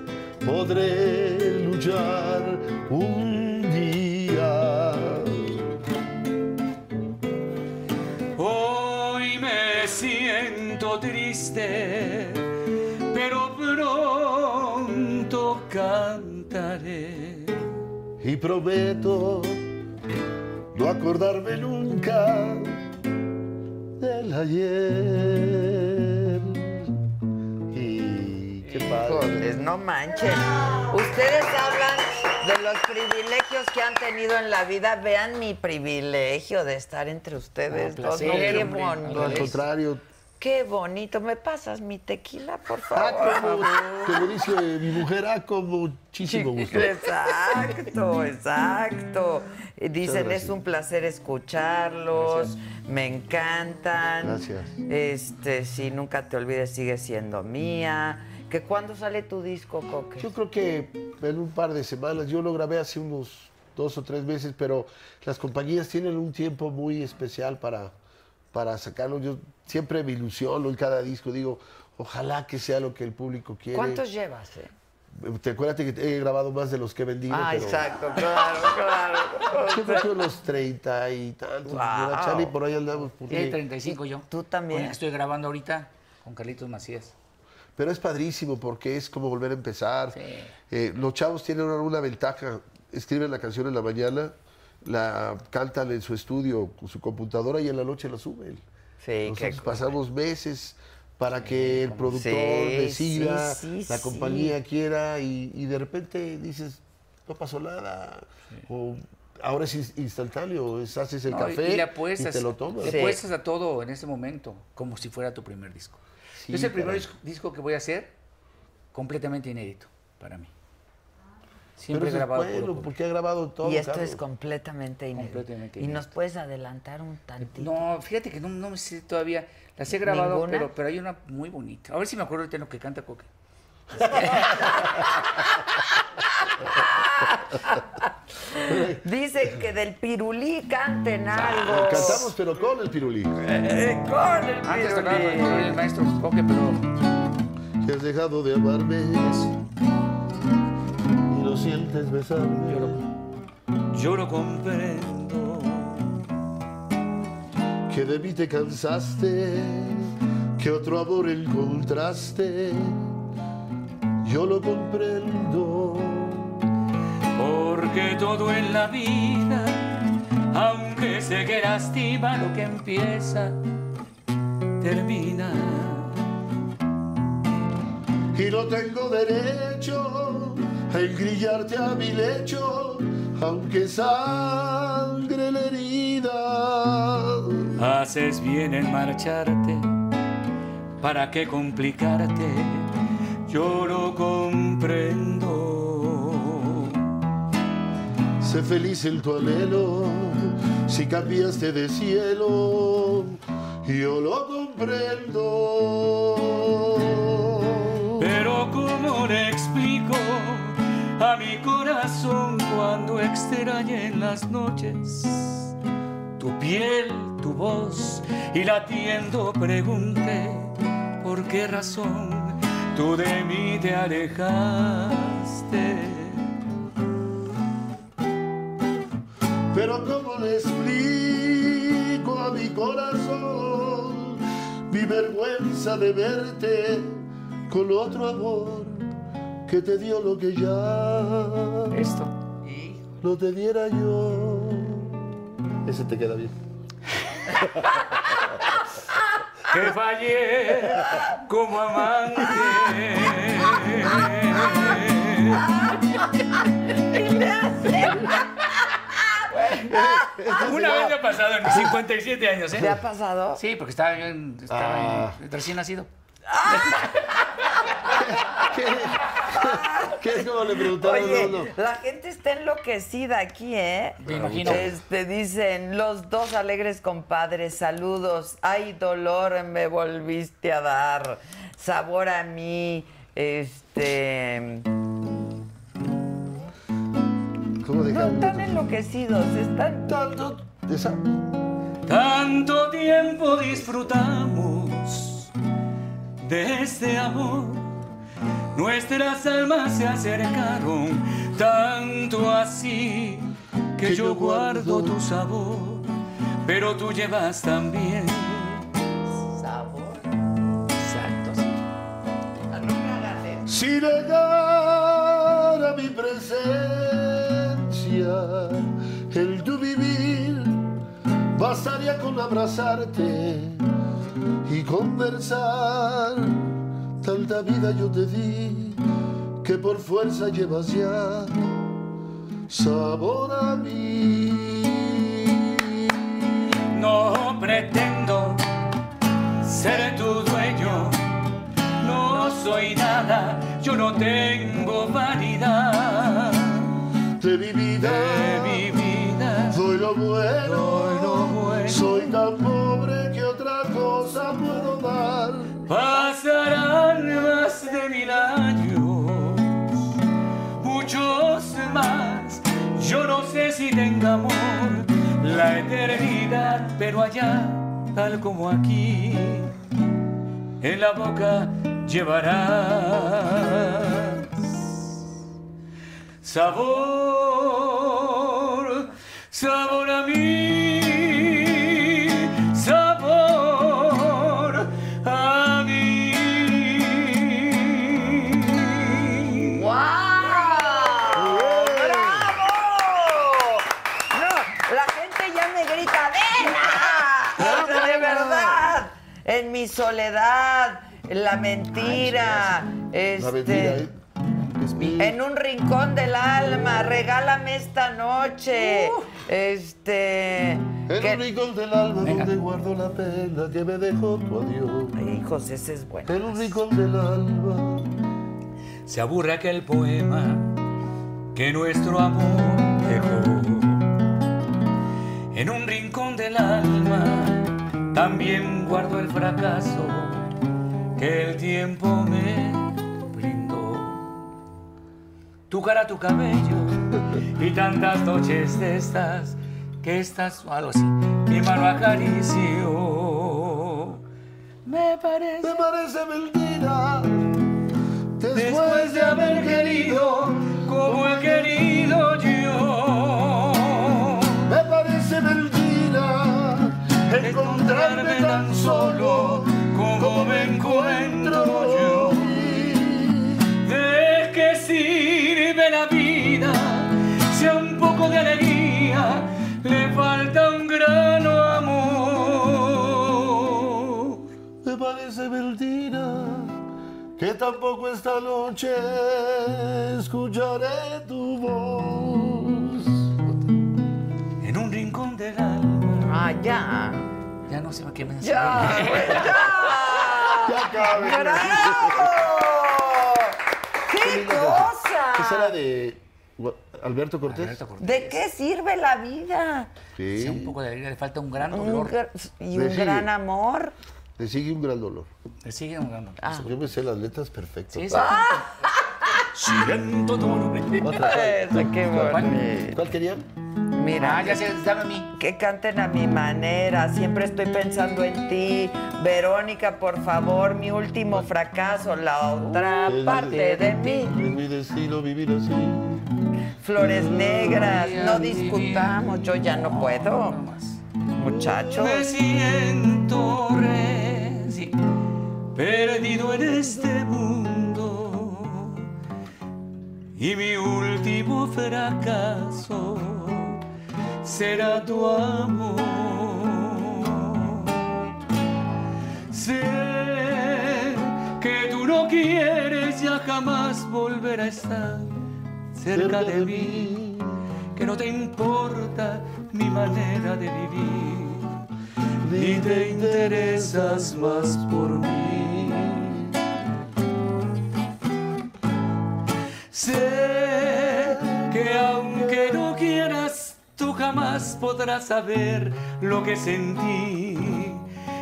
podré luchar un día.
Hoy me siento triste, pero pronto cantaré.
Y prometo no acordarme nunca del ayer. Y qué padre.
Híjoles, no manchen. Ustedes hablan de los privilegios que han tenido en la vida. Vean mi privilegio de estar entre ustedes
Ah,
dos.
placer,
No, qué
hombre.
bonito.
Al contrario,
Qué bonito. ¿Me pasas mi tequila, por
ah,
favor?
como, como dice mi mujer, ah, con muchísimo gusto.
Exacto, exacto. Eh, Dicen,
gracias.
es un placer escucharlos, me encantan.
Gracias.
Este, si nunca te olvides, sigue siendo mía. ¿Que cuándo sale tu disco, Coque?
Yo creo que en un par de semanas, yo lo grabé hace unos dos o tres meses, pero las compañías tienen un tiempo muy especial para, para sacarlo. Yo siempre me ilusiono en cada disco, digo, ojalá que sea lo que el público quiere.
¿Cuántos llevas, eh?
Te acuérdate que he grabado más de los que he vendido.
Ah,
pero
exacto, claro, claro.
Yo creo que unos treinta y tantos. mira, Charlie, por ahí andamos. por
Tiene
ahí.
35 yo.
Tú también.
Con la que estoy grabando ahorita con Carlitos Macías.
Pero es padrísimo porque es como volver a empezar.
Sí.
Eh, los chavos tienen una, una ventaja. Escriben la canción en la mañana, la cantan en su estudio con su computadora y en la noche la suben.
Sí, qué
Nosotros
cosa.
pasamos meses para que el productor
Sí,
decida,
sí, sí,
la
sí.
compañía quiera y, y de repente dices, no pasó nada. O ahora es ins- instantáneo, es, haces el
No, y-
café
y
y,
le apuestas,
te lo tomas.
le apuestas a todo en ese momento, como si fuera tu primer disco.
Sí,
Yo es el primer
caray.
disco, disco que voy a hacer completamente inédito para mí.
Pero
Siempre
eso es
grabado
bueno, pues.
puro cover.
porque ha grabado todo.
y esto
Carlos.
es completamente inédito.
Completamente
¿Y nos
inédito.
puedes adelantar un tantito?
No, fíjate que no, no me sé todavía. Las he grabado,
¿Ninguna?
pero, pero hay una muy bonita. A ver si me acuerdo ahorita lo que canta Coque.
Dicen que del pirulí
Mm,
canten
ah,
Eh,
algo.
Cantamos, pero con el pirulí.
Eh, con el
Antes
pirulí.
tocaba con el maestro Coque, pero
Que has dejado de amarme y lo sientes besarme.
yo lo-
Yo lo comprendo,
que de mí te cansaste, que otro amor encontraste, yo lo comprendo.
porque todo en la vida, aunque sé que lastima lo que empieza, termina.
Y no tengo derecho a engrillarte a mi lecho, aunque sangre la herida.
Haces bien en marcharte, ¿para qué complicarte? Yo lo comprendo.
Sé feliz en tu anhelo, si cambiaste de cielo, yo lo comprendo.
Pero ¿cómo le explico a mi corazón cuando extraña en las noches tu piel, tu voz y latiendo pregunte por qué razón tú de mí te alejaste?
Pero cómo le explico a mi corazón mi vergüenza de verte con otro amor que te dio lo que ya
esto.
no te diera yo. Ese te queda bien.
que fallé como amante. Una vez me ha pasado en mis 57 años,
¿Te
¿eh? Ah,
ha pasado?
Sí, porque estaba, yo en- estaba
Ah.
en- recién nacido.
¿Qué es como le preguntaron a uno?
Oye, la gente está enloquecida aquí, ¿eh?
Me imagino.
Este, dicen, los dos alegres compadres, saludos. Ay, dolor, me volviste a dar. Sabor a mí. Este.
¿Cómo
No,
dejaron?
están enloquecidos, están.
Tanto. Esa.
Tanto tiempo disfrutamos de este amor. Nuestras almas se acercaron tanto así que,
Que
yo
yo guardo.
guardo tu sabor, pero tú llevas también
Sabor.
Exacto. sí. Ah,
Si negar a mi presencia el tu vivir, bastaría con abrazarte y conversar. Tanta vida yo te di que por fuerza llevas ya sabor a mí.
No pretendo ser tu dueño, no soy nada, yo no tengo vanidad
De mi vida,
de mi vida.
soy lo bueno,
Doy lo bueno.
soy tan pobre que otra cosa puedo dar.
Pasarán más de mil años, muchos más. Yo no sé si tenga amor la eternidad, pero allá, tal como aquí, en la boca llevarás sabor, sabor a mí, sabor a mí.
¡Wow! ¡Bravo! No, la gente ya me grita, ¡Vena! O sea, de verdad. En mi soledad, en la mentira. este,
La mentira, ¿eh? es mi.
En un rincón del alma, regálame esta noche. Este.
Uh. En
que-
un rincón del alma donde guardo la pena que me dejó tu adiós.
Ay, hijos, ese es bueno.
En un rincón del alma.
se aburre aquel poema que nuestro amor dejó. En un rincón del alma también guardo el fracaso que el tiempo me brindó. Tu cara, tu cabello y tantas noches de estas que estás algo así. Mi mano acarició. Me parece.
Me parece mentira.
Después de haber querido como he querido yo,
Me parece mentira encontrarme tan solo
como me encuentro yo. ¿De qué sirve la vida si a un poco de alegría le falta un grano amor?
Me parece mentira que tampoco esta noche escucharé tu voz.
En un rincón del alma
Ah, ya.
Ya no sé a qué me
Ya, güey, ya.
Ya cabe.
¡Bravo!
Qué
¡Qué
linda canción. Esa era
cosa!
de Gua- Alberto Cortés.
Alberto Cortés.
¿De qué sirve la vida?
Sí.
Si a un poco de alegría le falta un gran
Un
dolor.
gr- y un
Decide.
gran amor.
Le sigue un gran dolor. Pues,
Le sigue un gran dolor.
Yo me sé las letras perfectas.
Sí, sí. Siento dolor.
Otra, ¿cuál,
Eso, qué bonito.
¿Cuál querían?
Mira,
Ah, ya se sabe a mí.
que canten a mi manera, siempre estoy pensando en ti. Verónica, por favor, mi último fracaso, la otra
Es mi
parte de mí.
Es mi destino vivir así.
Flores negras, no
Vivir.
discutamos, yo ya no puedo.
Me
Muchachos,
siento re- sí, perdido en este mundo y mi último fracaso será tu amor. Sé que tú no quieres ya jamás volver a estar cerca de mí que no te importa mi manera de vivir, ni te interesas más por mí. Sé que aunque no quieras, tú jamás podrás saber lo que sentí.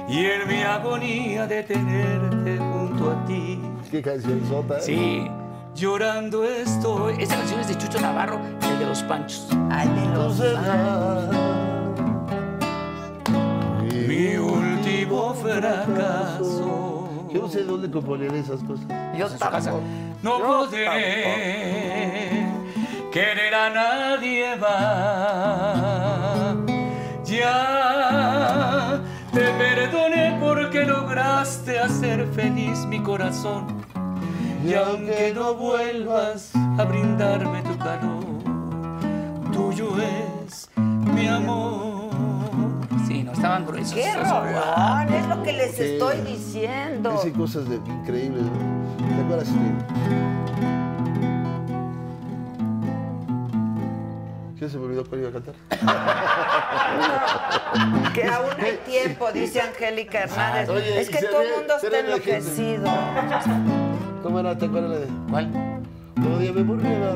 Y en mi agonía de tenerte junto a ti,
Qué canción sota, ¿eh?
sí, llorando estoy.
Esta canción es de Chucho Navarro, el de los panchos.
ay, de
No
los
sé nada.
Ah.
Mi último fracaso.
Yo no sé dónde componían esas cosas.
yo tampoco.
No podré querer a nadie más. Ya te perdoné porque lograste hacer feliz mi corazón. Y aunque no vuelvas a brindarme tu calor, tuyo es mi amor.
Sí, no, estaban gruesos.
¡Qué
Esos-
rolón! Es lo que les
Sí.
estoy diciendo.
Dice cosas de, increíbles, ¿no? ¿Te acuerdas? De... ¿Qué se me olvidó cuál iba a cantar?
Que aún hay tiempo, dice Angélica Hernández.
Ah, Oye,
es
y
que
se
todo el
ríe-
mundo
se
está
ríe la gente.
enloquecido.
¿Cómo era? ¿Te acuerdas la de?
¿Cuál?
Odíame por nada.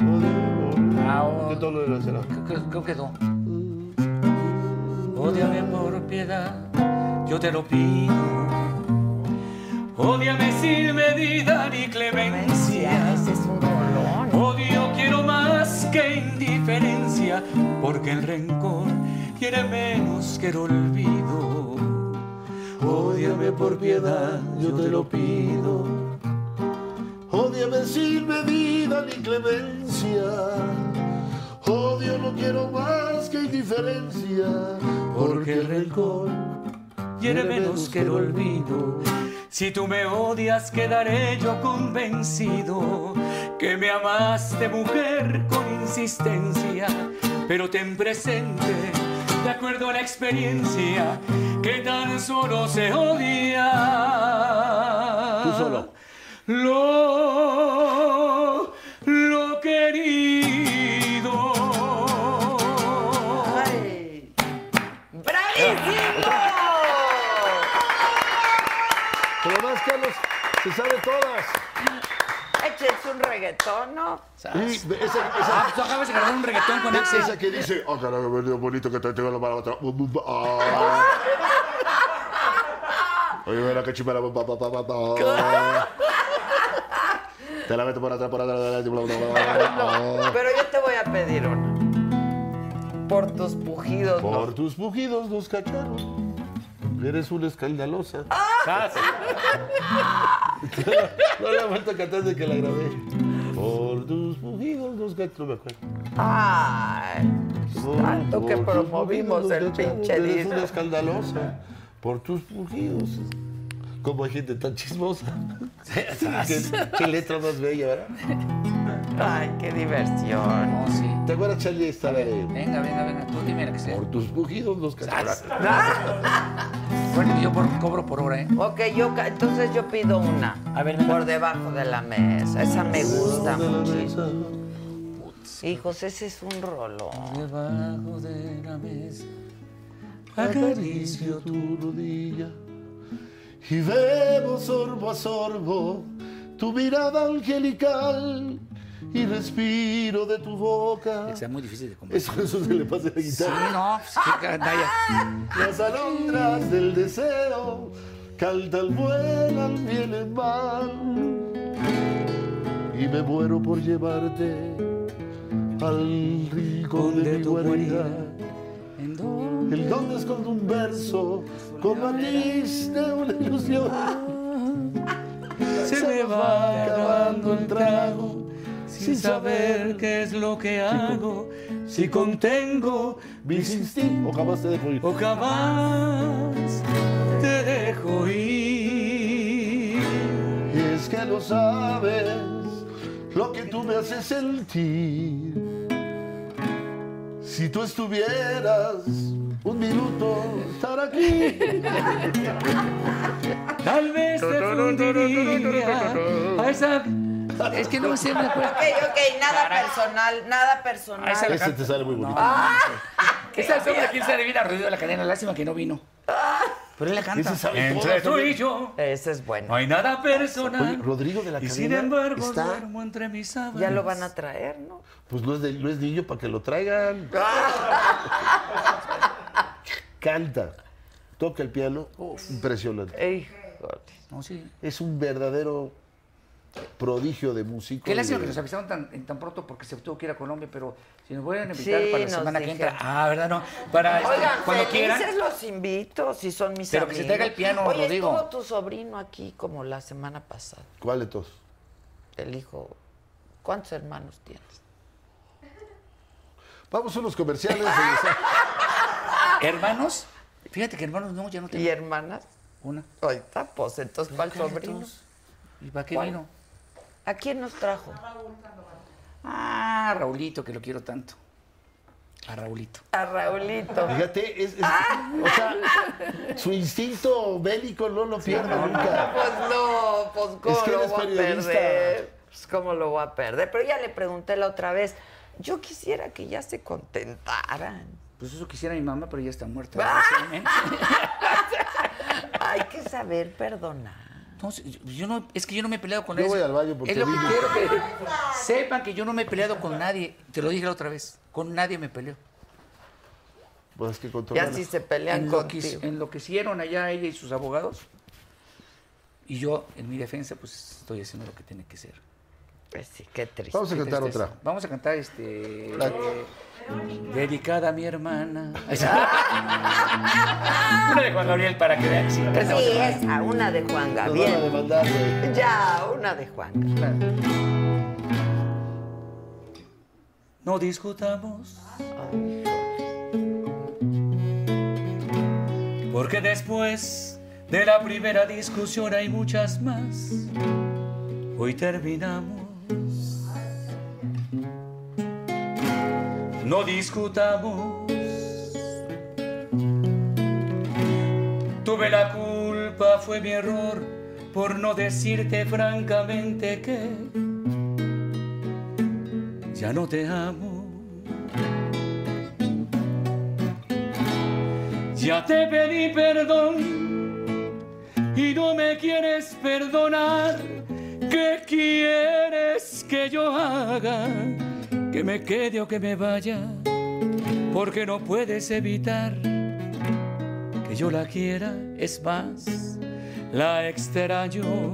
Odíame por
Ah,
nada.
oh.
¿Qué tono era? ¿Será?
Creo, creo- creo que no. Ódiame por piedad, yo te lo pido.
Ódiame sin medida ni clemencia.
Ese es un rolón.
Odio quiero más que indiferencia, porque el rencor quiere menos que el olvido. Ódiame por piedad, yo te lo pido.
Ódiame sin medida ni clemencia. Odio no quiero más que indiferencia.
porque el rencor hiere menos que el olvido. Si tú me odias, quedaré yo convencido que me amaste, mujer, con insistencia. Pero ten presente, de acuerdo a la experiencia, que tan solo se odia.
Tú solo.
Lo
querido.
Pero además, Carlos, se sabe todas.
Échense un reggaetón, ¿no?
Y esa, esa,
Ah, tú acabas de grabar un reggaetón con Axel.
esa que dice, oh, carajo, venido bonito que te tengo la mala otra. Bum, bum, ba- ah. Oye, verá que chimera. bum, ba- ba- ba- ba- ba. Te la meto por atrás, por atrás. por atrás, bla, bla, bla, bla, bla.
Pero yo te voy a pedir una. Por tus pujidos, no.
Por tus pujidos nos cacharon. Eres una escandalosa.
Ah,
No la he vuelto a cantar desde que la grabé. Por tus pujidos nos cacharon. No me acuerdo.
Ay, tanto
Por
que
tus
promovimos
pujidos
el
nos cacharon,
pinche
Eres una
disco.
escandalosa. Por tus pujidos. Como hay gente tan chismosa. qué, qué letra más bella, ¿verdad?
Ay, qué diversión.
No, sí.
¿Te acuerdas, Charlie? Esta la de...
Venga, venga, venga. Tú dime la que sea.
Por tus pujidos nos cacharon.
Bueno, yo por- cobro por hora, ¿eh?
Ok, yo, ca- entonces yo pido una.
A ver,
Por debajo de la mesa. Esa me gusta
De la
muchísimo.
mesa.
Hijos, ese es un rolo.
Debajo de la mesa.
acaricio tu rodilla y bebo sorbo a sorbo tu mirada angelical y respiro de tu boca.
Está muy difícil de comprar.
Eso, eso se le pasa a la
Sí,
guitarra.
no, pues, qué canalla.
Las alondras del deseo cantan, vuelan, vienen, van. Y me muero por llevarte al rincón de
De
mi
tu
guarida.
guarida. ¿En dónde?
El don esconde un verso, como anís de una ilusión.
Se me va acabando el trago sin saber qué es lo que hago, si contengo
Mis instintos, o jamás te dejo ir.
o jamás te dejo ir.
Y es que no sabes lo que tú me haces sentir. Si tú estuvieras un minuto, estar aquí.
Tal vez te fundiría a esa...
Es que no me sé, me acuerdo.
Ok, ok, nada personal, nada personal.
Ahí sale.
Ese te sale muy bonito.
Ah,
Esa es la quien se adivina, Rodrigo de la Cadena. Lástima que no vino. Pero él la canta.
Ese sabe
Entre
todas
tú y
también.
yo
Ese es
no
bueno.
hay nada
Oye,
personal.
Rodrigo de la
y sin
Cadena
embargo
está-
duermo entre mis sábanas.
Ya lo van a traer, ¿no?
Pues no es, de- no es niño para que lo traigan. Canta, toca el piano, impresionante.
Híjole.
No, sí.
es un verdadero prodigio de músico.
Qué
y
lástima
de-
que nos avisaron tan, en tan pronto porque se tuvo que ir a Colombia, pero si nos vuelven a invitar
Sí,
para la
nos
semana que entra.
dijeron.
Ah, ¿verdad? No. Para este,
Oigan,
cuando
felices
quieran.
los invito, si son mis
Pero que
amigos.
se traiga el piano,
Oye,
Rodrigo.
estuvo tu sobrino aquí como la semana pasada.
¿Cuál de todos?
El hijo, ¿cuántos hermanos tienes?
Vamos a unos comerciales. regresamos.
Hermanos. Fíjate que hermanos no, ya no
¿Y
tengo
hermanas?
una.
Ahorita, pues, entonces, ¿cuál sobrino?
Dos. ¿Y para qué
¿Cuál?
vino?
¿A quién nos trajo?
Ah, Raulito, que lo quiero tanto. A Raulito.
A Raulito.
Fíjate, es, es- o sea, su instinto bélico no lo pierde nunca.
Pues no, pues cómo
Es que
lo
eres
voy a
periodista.
perder. Pues cómo lo voy a perder. Pero ya le pregunté la otra vez. Yo quisiera que ya se contentaran.
Pues eso quisiera mi mamá, pero ya está muerta.
¡Ah!
eh? desgraciadamente.
Hay que saber perdonar.
Entonces, yo- yo no, es que yo no me he peleado con
Yo
nadie.
voy al baño porque
Es lo que
vine.
quiero que sepan que yo no me he peleado con nadie. Te lo dije la otra vez. Con nadie me peleo.
Pues es que
Ya
controlar.
si se pelean
Enloquis-
contigo.
enloquecieron allá ella y sus abogados. Y yo, en mi defensa, pues estoy haciendo lo que tiene que ser.
Pues sí, qué triste.
Vamos a
Qué
cantar
tristeza.
otra.
Vamos a cantar este.
La-
eh, dedicada a mi hermana. Una de Juan Gabriel para que vean. Sí,
Pues sí, es a una de Juan
Nos van a
Gabriel.
demandar. güey.
Ya, una de Juan Gabriel.
No discutamos.
Porque después de la primera discusión hay muchas más. Hoy terminamos. No discutamos. Tuve la culpa, fue mi error por no decirte francamente que ya no te amo. Ya te pedí perdón y no me quieres perdonar. ¿Qué quieres que yo haga? Que me quede o que me vaya, porque no puedes evitar que yo la quiera. Es más, la extraño.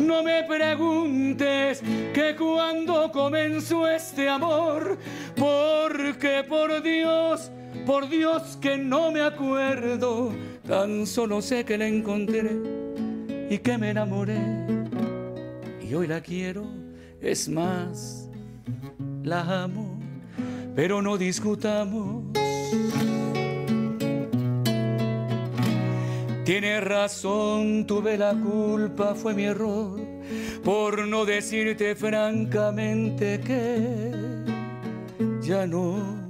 No me preguntes que cuando comenzó este amor, porque por Dios, por Dios que no me acuerdo, tan solo sé que la encontré y que me enamoré. Y hoy la quiero, es más, la amo, pero no discutamos. Tienes razón, tuve la culpa, fue mi error, por no decirte francamente que ya no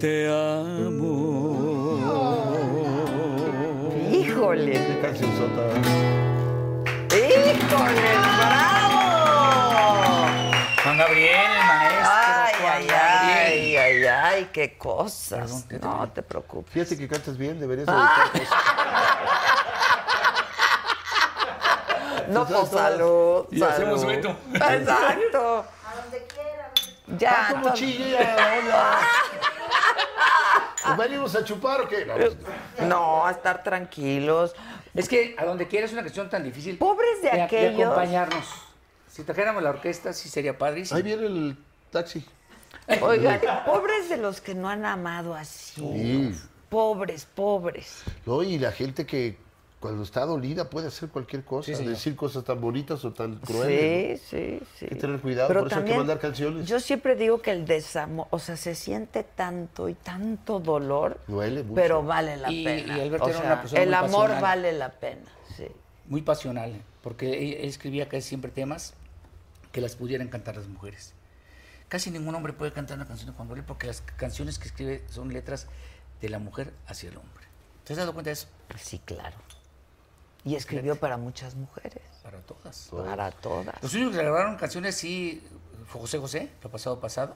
te amo.
Híjole.
Qué canción sota.
¡Híjoles, bravo!
Juan Gabriel, el maestro.
Ay,
Juan
ay,
Gabriel.
ay, ay, ay, qué cosas.
Perdón, ¿qué te
no te preocupes.
Fíjate que cantas bien, deberías
Ah.
dedicar cosas.
Ah,
No, pues salud.
Y hacemos
salud.
dueto.
Exacto. Ya,
Como
entonces-
chilla, hola. ¿Nos Pues ¿Venimos a chupar o qué? No, pues,
no, a estar tranquilos.
Es que a donde quieras es una canción tan difícil.
Pobres de
a-
aquellos.
De acompañarnos. Si trajéramos la orquesta, sí sería padrísimo.
Ahí viene el taxi.
Oigan, pobres de los que no han amado así. Pobres, pobres.
No, y la gente que cuando está dolida puede hacer cualquier cosa, decir cosas tan bonitas o tan crueles.
Sí, sí, sí.
que tener cuidado, por eso hay que mandar canciones.
Yo siempre digo que el desamor, o sea, se siente tanto y tanto dolor,
¿no? Duele mucho.
pero vale la
Y-
pena.
y Alberto
O
era
sea,
una persona
el
muy
amor
pasional.
vale la pena, sí.
Muy pasional, porque e, él escribía casi siempre temas que las pudieran cantar las mujeres. Casi ningún hombre puede cantar una canción de Juan Gabriel porque las canciones que escribe son letras de la mujer hacia el hombre. ¿Te has dado cuenta de eso?
Sí, claro. Y escribió para muchas mujeres,
Para todas.
para todas.
Los únicos que grabaron canciones sí fue José José, lo pasado pasado,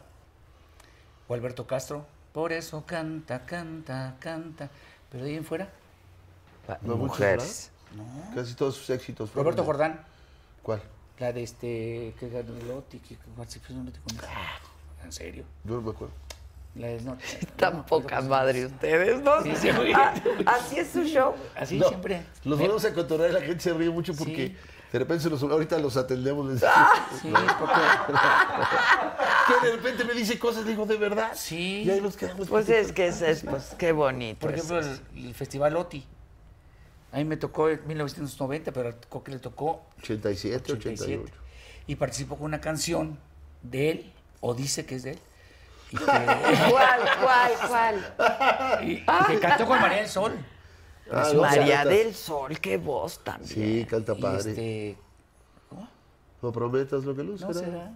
o Alberto Castro. Por eso canta, canta, canta. Pero de ahí en fuera,
No, muchos,
mujeres.
¿verdad? Casi todos sus éxitos. fueron
Roberto
de-
Jordán,
¿Cuál?
la de este, que ganó el Oti, que que participó en un Oti con- En serio.
Yo no me acuerdo.
La de no-
Tan
no,
poca
no,
madre ustedes, ¿no?
Sí, sí, oye.
Ah, así es su show.
Así
No,
siempre.
Los volvemos a controlar y la gente se ríe mucho porque
Sí. Ah,
de repente se los, ahorita los atendemos. les-
Sí, porque.
que de repente me dice cosas, digo, de verdad.
Sí.
Y ahí los quedamos.
Pues es que es, es, pues qué bonito.
Por
es
ejemplo, el, el Festival Oti. A mí me tocó en 1990, pero creo que le tocó
87,
87.
88.
Y participó con una canción de él, o dice que es de él, y que,
¿Cuál, cuál, cuál?
y- y que cantó con María del Sol.
Ah, no,
María
canta-
del Sol, qué voz también.
Sí, canta
Y
padre.
este, ¿cómo?
No prometas lo que luz
No
será.
será.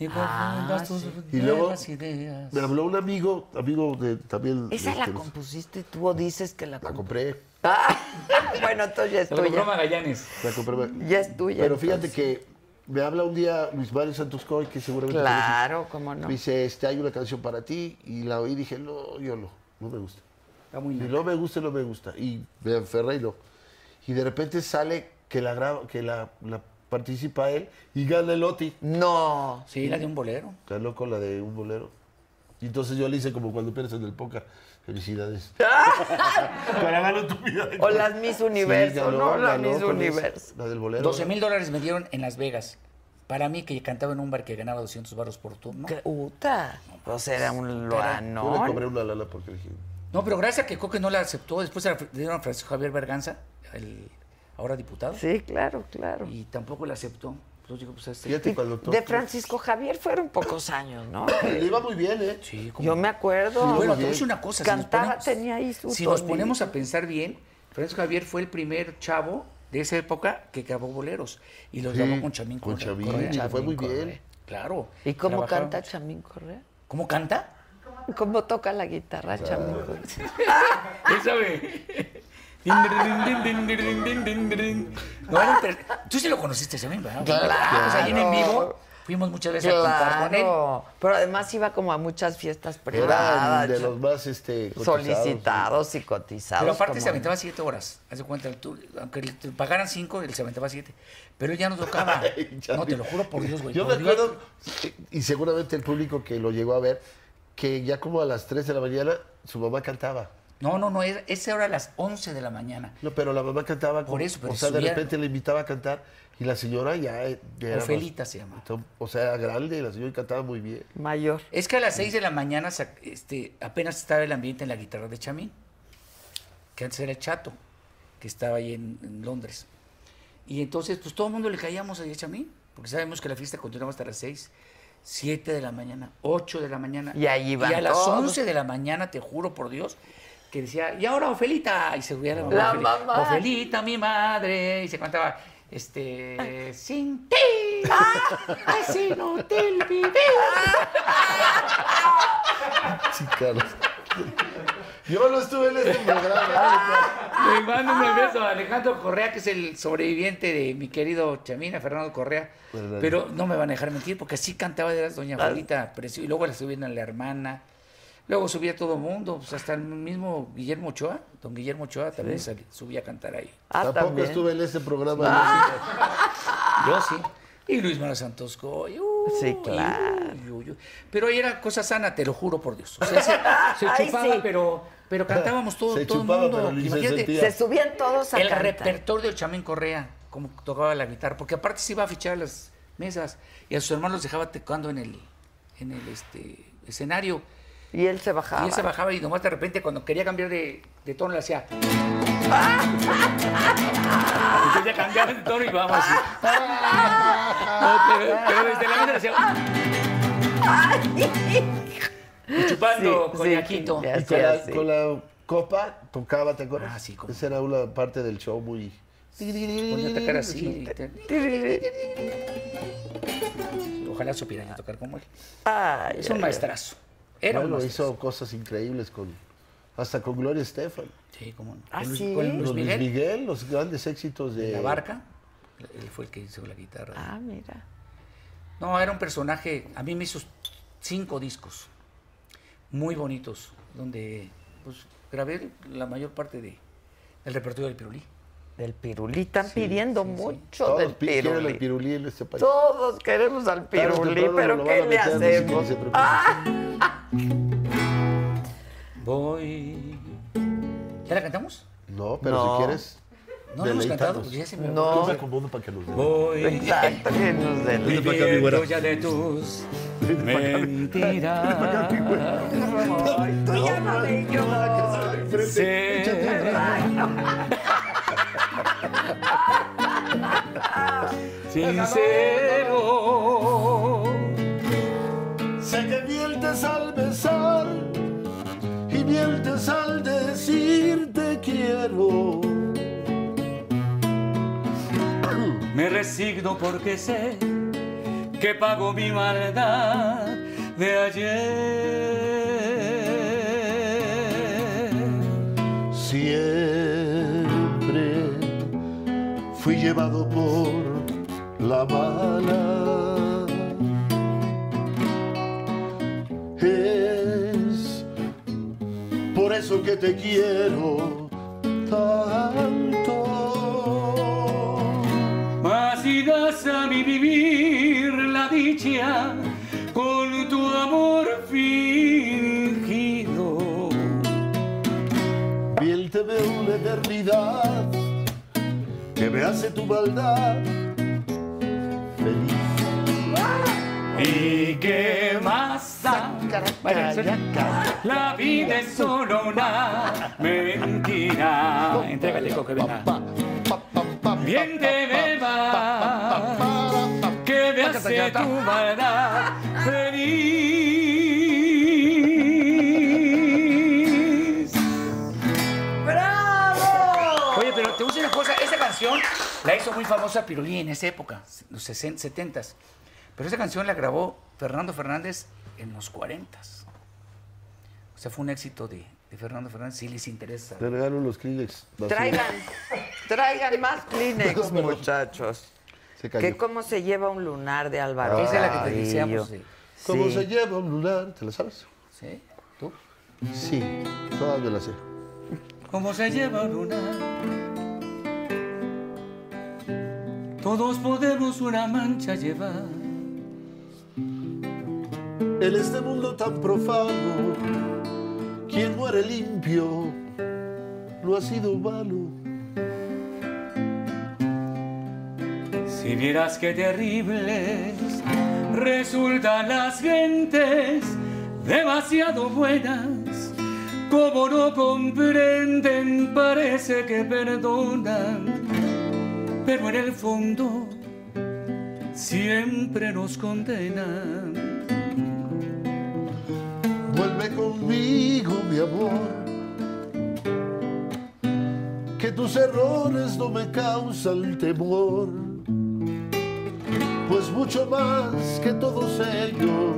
Y confundas tus
Y luego-
nuevas ideas.
Me habló un amigo, amigo de también.
¿Esa la
este,
compusiste tú o dices que la
la
compusiste?
compré.
bueno, entonces ya es
Se lo compró
tuya.
Magallanes.
La compré.
Mm, Ya es tuya.
Pero fíjate
entonces.
que me habla un día Luis Mario Santos Coy, que seguramente.
Claro, cómo
conoces.
no.
Me dice, este, hay una canción para ti. Y la oí y dije, no, yo no, no me gusta.
Está muy
Y
bien.
no me gusta, no me gusta. Y me aferré y no. Y de repente sale que la graba, que la, la participa él y gana el Oti.
No.
Sí, la de un bolero.
Ganó con la de un bolero. Y entonces yo le hice como cuando pierdes en el póker. Felicidades. Para ganó tu vida.
O las Miss Universo,
ganó,
¿no? Las
ganó
Miss
con esa,
Universo.
La del bolero.
12 mil dólares me dieron en Las Vegas. Para mí, que cantaba en un bar que ganaba 200 baros por turno.
Que- Uta. Pues era un
Yo le cobré
loanón.
una lana porque dije,
No, pero gracias a que Coque no la aceptó. Después se la dieron a Francisco Javier Berganza, el ahora diputado.
Sí, claro, claro.
Y tampoco la aceptó. Entonces digo, pues este-
fíjate cuando tú-
De Francisco Javier fueron pocos años, ¿no?
Le iba muy bien, ¿eh?
Sí, como-
Yo me acuerdo.
Bueno, te voy a decir una cosa. si nos
Cantaba,
ponemos-
tenía ahí su
Si nos
tonito.
ponemos a pensar bien, Francisco Javier fue el primer chavo de esa época que grabó boleros. Y los grabó con Chamín
con
Correa.
Chamín,
Correa.
y le fue muy
Chamín
bien.
Correa.
Claro.
¿Y cómo
Trabajaron-
canta Chamín Correa?
¿Cómo canta?
¿Cómo toca la guitarra Chamín Correa?
Él sabe. Din, din, din, din, din, din, din, din, din. No, era inter- Tú sí lo conociste, Chamín, ¿verdad? Claro. O sea, pues, ahí en vivo Fuimos muchas veces a cantar con él.
Claro, pero además iba como a muchas fiestas
Era
privadas,
de los más este, cotizados.
solicitados y cotizados.
Pero aparte
como-
se aventaba siete horas. Haz de cuenta, tú- aunque le pagaran cinco, él se aventaba siete. Pero él ya nos tocaba.
Ya
no,
vi.
te lo juro por Dios, güey.
Yo me
por Dios.
acuerdo, eh, y seguramente el público que lo llegó a ver, que ya como a las 3 de la mañana su mamá cantaba.
No, no, no, era- esa hora a las 11 de la mañana.
No, pero la mamá cantaba.
Por
con-
eso, pero
O sea, de
subía-
repente le invitaba a cantar y la señora ya, eh, ya era más-
Ofelita se llama.
Entonces, O sea, era grande y la señora cantaba muy bien.
Mayor.
Es que a las 6 de la mañana sa- este, apenas estaba el ambiente en la guitarra de Chamín, que antes era el Chato, que estaba ahí en, en Londres. Y entonces, pues todo el mundo le caíamos ahí a Chamín, porque sabemos que la fiesta continuaba hasta las 6, 7 de la mañana, 8 de la mañana.
Y ahí iban
Y a las
todos.
11 de la mañana, te juro por Dios, que decía, y ahora Ofelita, y se subía la mamá.
La
Ofelita,
mamá.
Ofelita, mi madre, y se cantaba,
Ah.
este, sin ti, ah, así no te olvidé.
Ah.
Sí, Carlos. Yo no estuve en este programa. ¿eh?
Le mando un beso a Alejandro Correa, que es el sobreviviente de mi querido Chamina, Fernando Correa.
Fernando.
Pero no me van a dejar mentir, porque así cantaba de las doña Juanita. preci- Y luego la subían a la hermana. Luego subía todo el mundo, pues hasta el mismo Guillermo Ochoa. Don Guillermo Ochoa también sal- subía a cantar ahí.
Ah,
Tampoco
también. Ah,
estuve en este programa.
Yo sí. Y Luis Manuel Santos Coy. uy,
Sí, claro.
uy, uy, uy. Pero ahí era cosa sana, te lo juro por Dios. O sea, se, se
Ay,
chupaba,
sí.
pero, pero cantábamos todo,
Se
todo
chupaba,
el mundo.
pero ni se sentía.
Se subían todos a
el
cantar.
repertorio del Chamín Correa, como tocaba la guitarra, porque aparte se iba a fichar a las mesas y a sus hermanos los dejaba tocando en el, en el este, escenario.
Y él se bajaba.
Y él se bajaba y nomás de repente cuando quería cambiar de, de tono le hacía. Entonces ya cambiaba de tono y vamos así. No, pero, pero desde la mesa le hacía. Y
Sí,
chupando
sí,
coñaquito.
ya.
Y con, la,
Sí, sí.
con la copa tocaba, ¿te acuerdas?
Ah, sí, cómo.
Esa era una parte del show muy.
Ponía a tocar así. y te- Ojalá supiera yo tocar como él.
Ay,
Es un maestranzo. Era un
Bueno,
maestranzo.
hizo cosas increíbles con hasta con Gloria Estefan.
Sí, cómo no.
¿Ah,
Con Luis-
sí?
Con Luis
Los Luis
Miguel.
Miguel, los grandes éxitos de
La barca. Él fue el que hizo la guitarra.
ah, mira.
No, era un personaje. A mí me hizo cinco discos muy bonitos, donde pues, grabé la mayor parte de, del repertorio del Pirulí.
Del pirulí. Están pidiendo mucho
Todos
del
pi- quieren
pirulí.
el pirulí en este país.
Todos queremos al
Tarde o
pirulí,
temprano
pero
lo van
¿qué
a
le
meter, no se- no
hacemos?
se preocupen.
Voy. ¿Ya la cantamos?
No, pero
No.
si quieres.
No la hemos
deleítanos.
cantado. porque ya se me
No.
Yo me acomodo para que los den.
Voy.
Exacto, que nos den.
Vente para acá, mi güera.
viviendo ya de tus
para acá, mi
mentiras.
Enfrente, échate atrás.
Sincero.
Sé que mientes al besar y mientes al decir te quiero.
Me resigno porque sé que pago mi maldad de ayer.
Siempre fui llevado por la mala. Es por eso que te quiero tanto.
Mas si das a mi vivir la dicha con tu amor fingido.
Piel te ve una eternidad que me hace tu maldad feliz.
Y que más da Vaya, suena. la vida es solo una mentira. Entrégate, Coco, venga. Bien te beba que me hace tu maldad feliz.
Oye, pero te gusta una cosa, esa canción la hizo muy famosa Pirulí en esa época, los 60, 70 Pero esa canción la grabó Fernando Fernández en los 40 O sea, fue un éxito de, de Fernando Fernández, si les interesa.
Te regalo los Kleenex. basura.
Traigan, traigan más Kleenex,
Perdón, perdón.
muchachos.
Se
¿Qué,
cayó.
¿Cómo se lleva un lunar de Álvaro?
Esa es la que te
Carrillo?
deseamos, sí.
¿Cómo
Sí.
se lleva un lunar? ¿Te la sabes?
¿Sí? ¿Tú?
Sí, todavía la sé.
como se lleva una. Todos podemos una mancha llevar.
En este mundo tan profano, quien muere limpio no ha sido malo.
Si vieras qué terribles resultan las gentes, demasiado buenas, como no comprenden, parece que perdonan, pero en el fondo siempre nos condenan.
Vuelve conmigo, mi amor, que tus errores no me causan temor, pues mucho más que todos ellos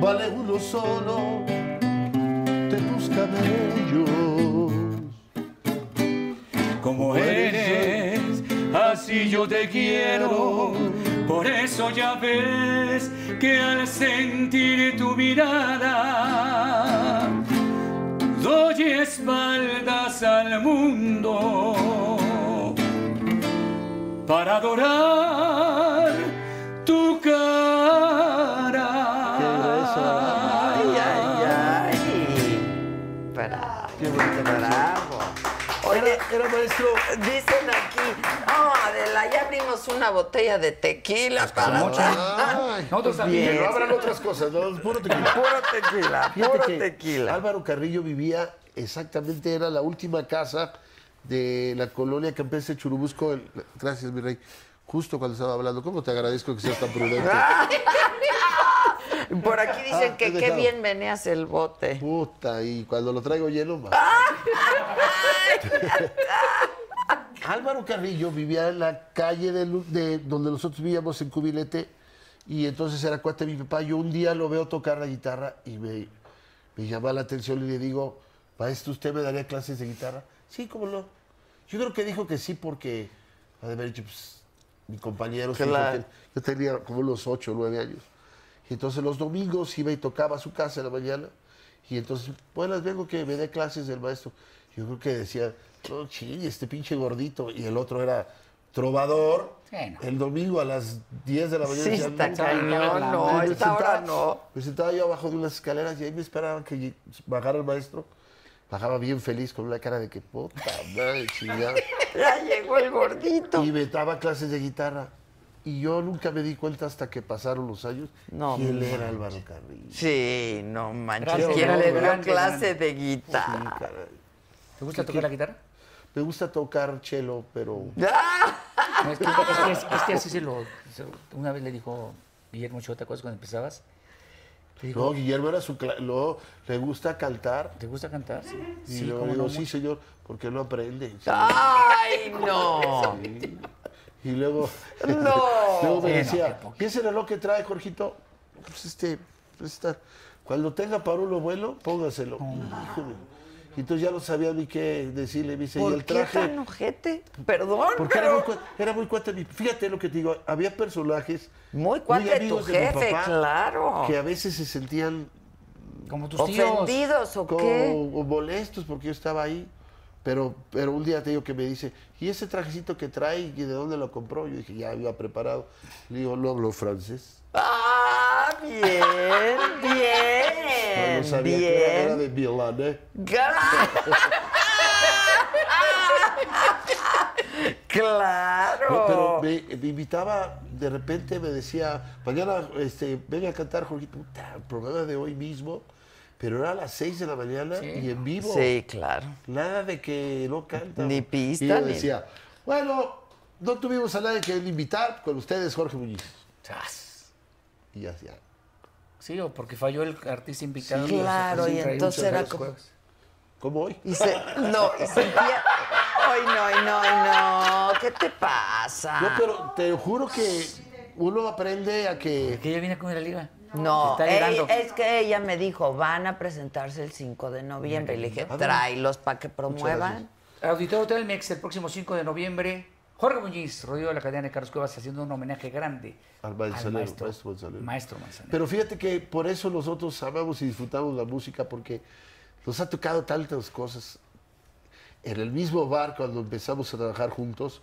vale uno solo de tus cabellos.
Como eres, así yo te quiero. Por eso ya ves que al sentir tu mirada, doy espaldas al mundo para adorar tu cara.
Ay, ay, ay. Bravo. Bravo. Oye,
Era maestro.
dicen aquí, no, Adela, ya abrimos una botella de tequila para
Ay,
Nosotros también.
que no habrán otras cosas, no, puro tequila.
Puro tequila,
Fíjate
puro
que
tequila.
Álvaro Carrillo vivía exactamente, era la última casa de la colonia campestre Churubusco. el- gracias, mi rey. Justo cuando estaba hablando, ¿cómo te agradezco que seas tan prudente?
Por aquí dicen
Ah,
que
he
qué
dejado.
bien meneas el bote.
Puta, y cuando lo traigo lleno más. Álvaro Carrillo vivía en la calle de, Lu- de donde nosotros vivíamos en Cubilete y entonces era cuate de mi papá. Yo un día lo veo tocar la guitarra y me, me llama la atención y le digo, maestro, ¿usted me daría clases de guitarra? Sí, cómo no. Yo creo que dijo que sí porque, ha de haber dicho, pues, mi compañero, su hijo,
Claro.
que- yo tenía como unos ocho o 9 años. Y entonces los domingos iba y tocaba a su casa en la mañana. Y entonces, buenas, vengo que me dé clases del maestro. Yo creo que decía, no, chingue, este pinche gordito. Y el otro era trovador.
Bueno.
El domingo a las 10 de la mañana.
Sí,
decía,
está
"No,
cañón,
no,
no,
me
a esta hora
sentaba-
no.
Me sentaba yo abajo de unas escaleras y ahí me esperaban que lleg- bajara el maestro. Bajaba bien feliz con una cara de que puta madre chingada.
Ya llegó el gordito.
Y me daba clases de guitarra. Y yo nunca me di cuenta hasta que pasaron los años
No,
quién
manches.
era Álvaro Carrillo.
Sí, no manches.
Gracias,
¿Quién
no,
le dio
grande,
clase
grande.
de
Sí,
guitarra?
caray.
¿Te gusta tocar la guitarra?
Me gusta tocar chelo, pero
¡Ah!
No, es, que, es que- es que así se lo. se- una vez le dijo Guillermo Ochoa, ¿te acuerdas cuando empezabas? Le dijo,
no, Guillermo era su cla- no, le gusta cantar.
¿te gusta cantar? Sí,
Y
sí,
luego
cómo
digo,
no,
sí, señor, porque no aprende. Sí.
Ah. ¡Ay, no!
Y luego,
No.
luego me
Bueno,
decía,
qué poquito.
¿qué es el reloj que trae, Jorgito? Pues este, pues está. Cuando tenga para uno bueno, póngaselo. Híjole. Y entonces ya no sabía ni qué decirle. Me dice, y
¿Por
el
qué
traje.
tan ojete? Perdón,
Porque era muy,
pero...
cua- era muy cuate. de mi- Fíjate lo que te digo, había personajes
Muy cuate de tu
amigos mi
jefe, claro.
Que a veces se sentían
Como tus tíos.
¿Ofendidos o
co-
qué?
o molestos porque yo estaba ahí. Pero, pero un día te digo que me dice, ¿y ese trajecito que trae y de dónde lo compró? Yo dije, ya iba preparado. Le digo, no hablo francés.
¡Ah, bien,
No,
bien!
no sabía que era, era
bien.
de Milán, ¿eh?
¡Claro!
No, pero me, me invitaba, de repente me decía, mañana este, venga a cantar, Jorgito, puta, el programa de hoy mismo, pero era a las 6 de la mañana y en vivo.
Sí, claro.
Nada de que no canta.
Ni
güey.
pista,
Y yo
ni-
decía, bueno, no tuvimos a nadie que invitar, con ustedes Jorge Muñiz.
Chas.
Y ah, ya, ya.
Sí, o porque falló el artista invitado.
Sí, claro,
Así
y
traía
entonces
muchos
era
los
como-
jueves.
¿Cómo hoy?
Y se, no, y sentía. Ay, no, ay, no, ay, no. ¿Qué te pasa?
No, pero te juro que uno aprende a que...
Que ella viene con la liga.
No, eh,
Está
ey,
llorando.
es que ella me dijo, van a presentarse el 5 de noviembre. Y le dije, tráelos para que promuevan.
Auditorio Telmex el próximo 5 de noviembre. Jorge Muñiz, Rodrigo de la Cadena de Carlos Cuevas, haciendo un homenaje grande
Al Manzanero,
maestro,
maestro Manzanero.
maestro Manzanero.
Pero fíjate que por eso nosotros amamos y disfrutamos la música, porque nos ha tocado tantas cosas. En el mismo bar, cuando empezamos a trabajar juntos,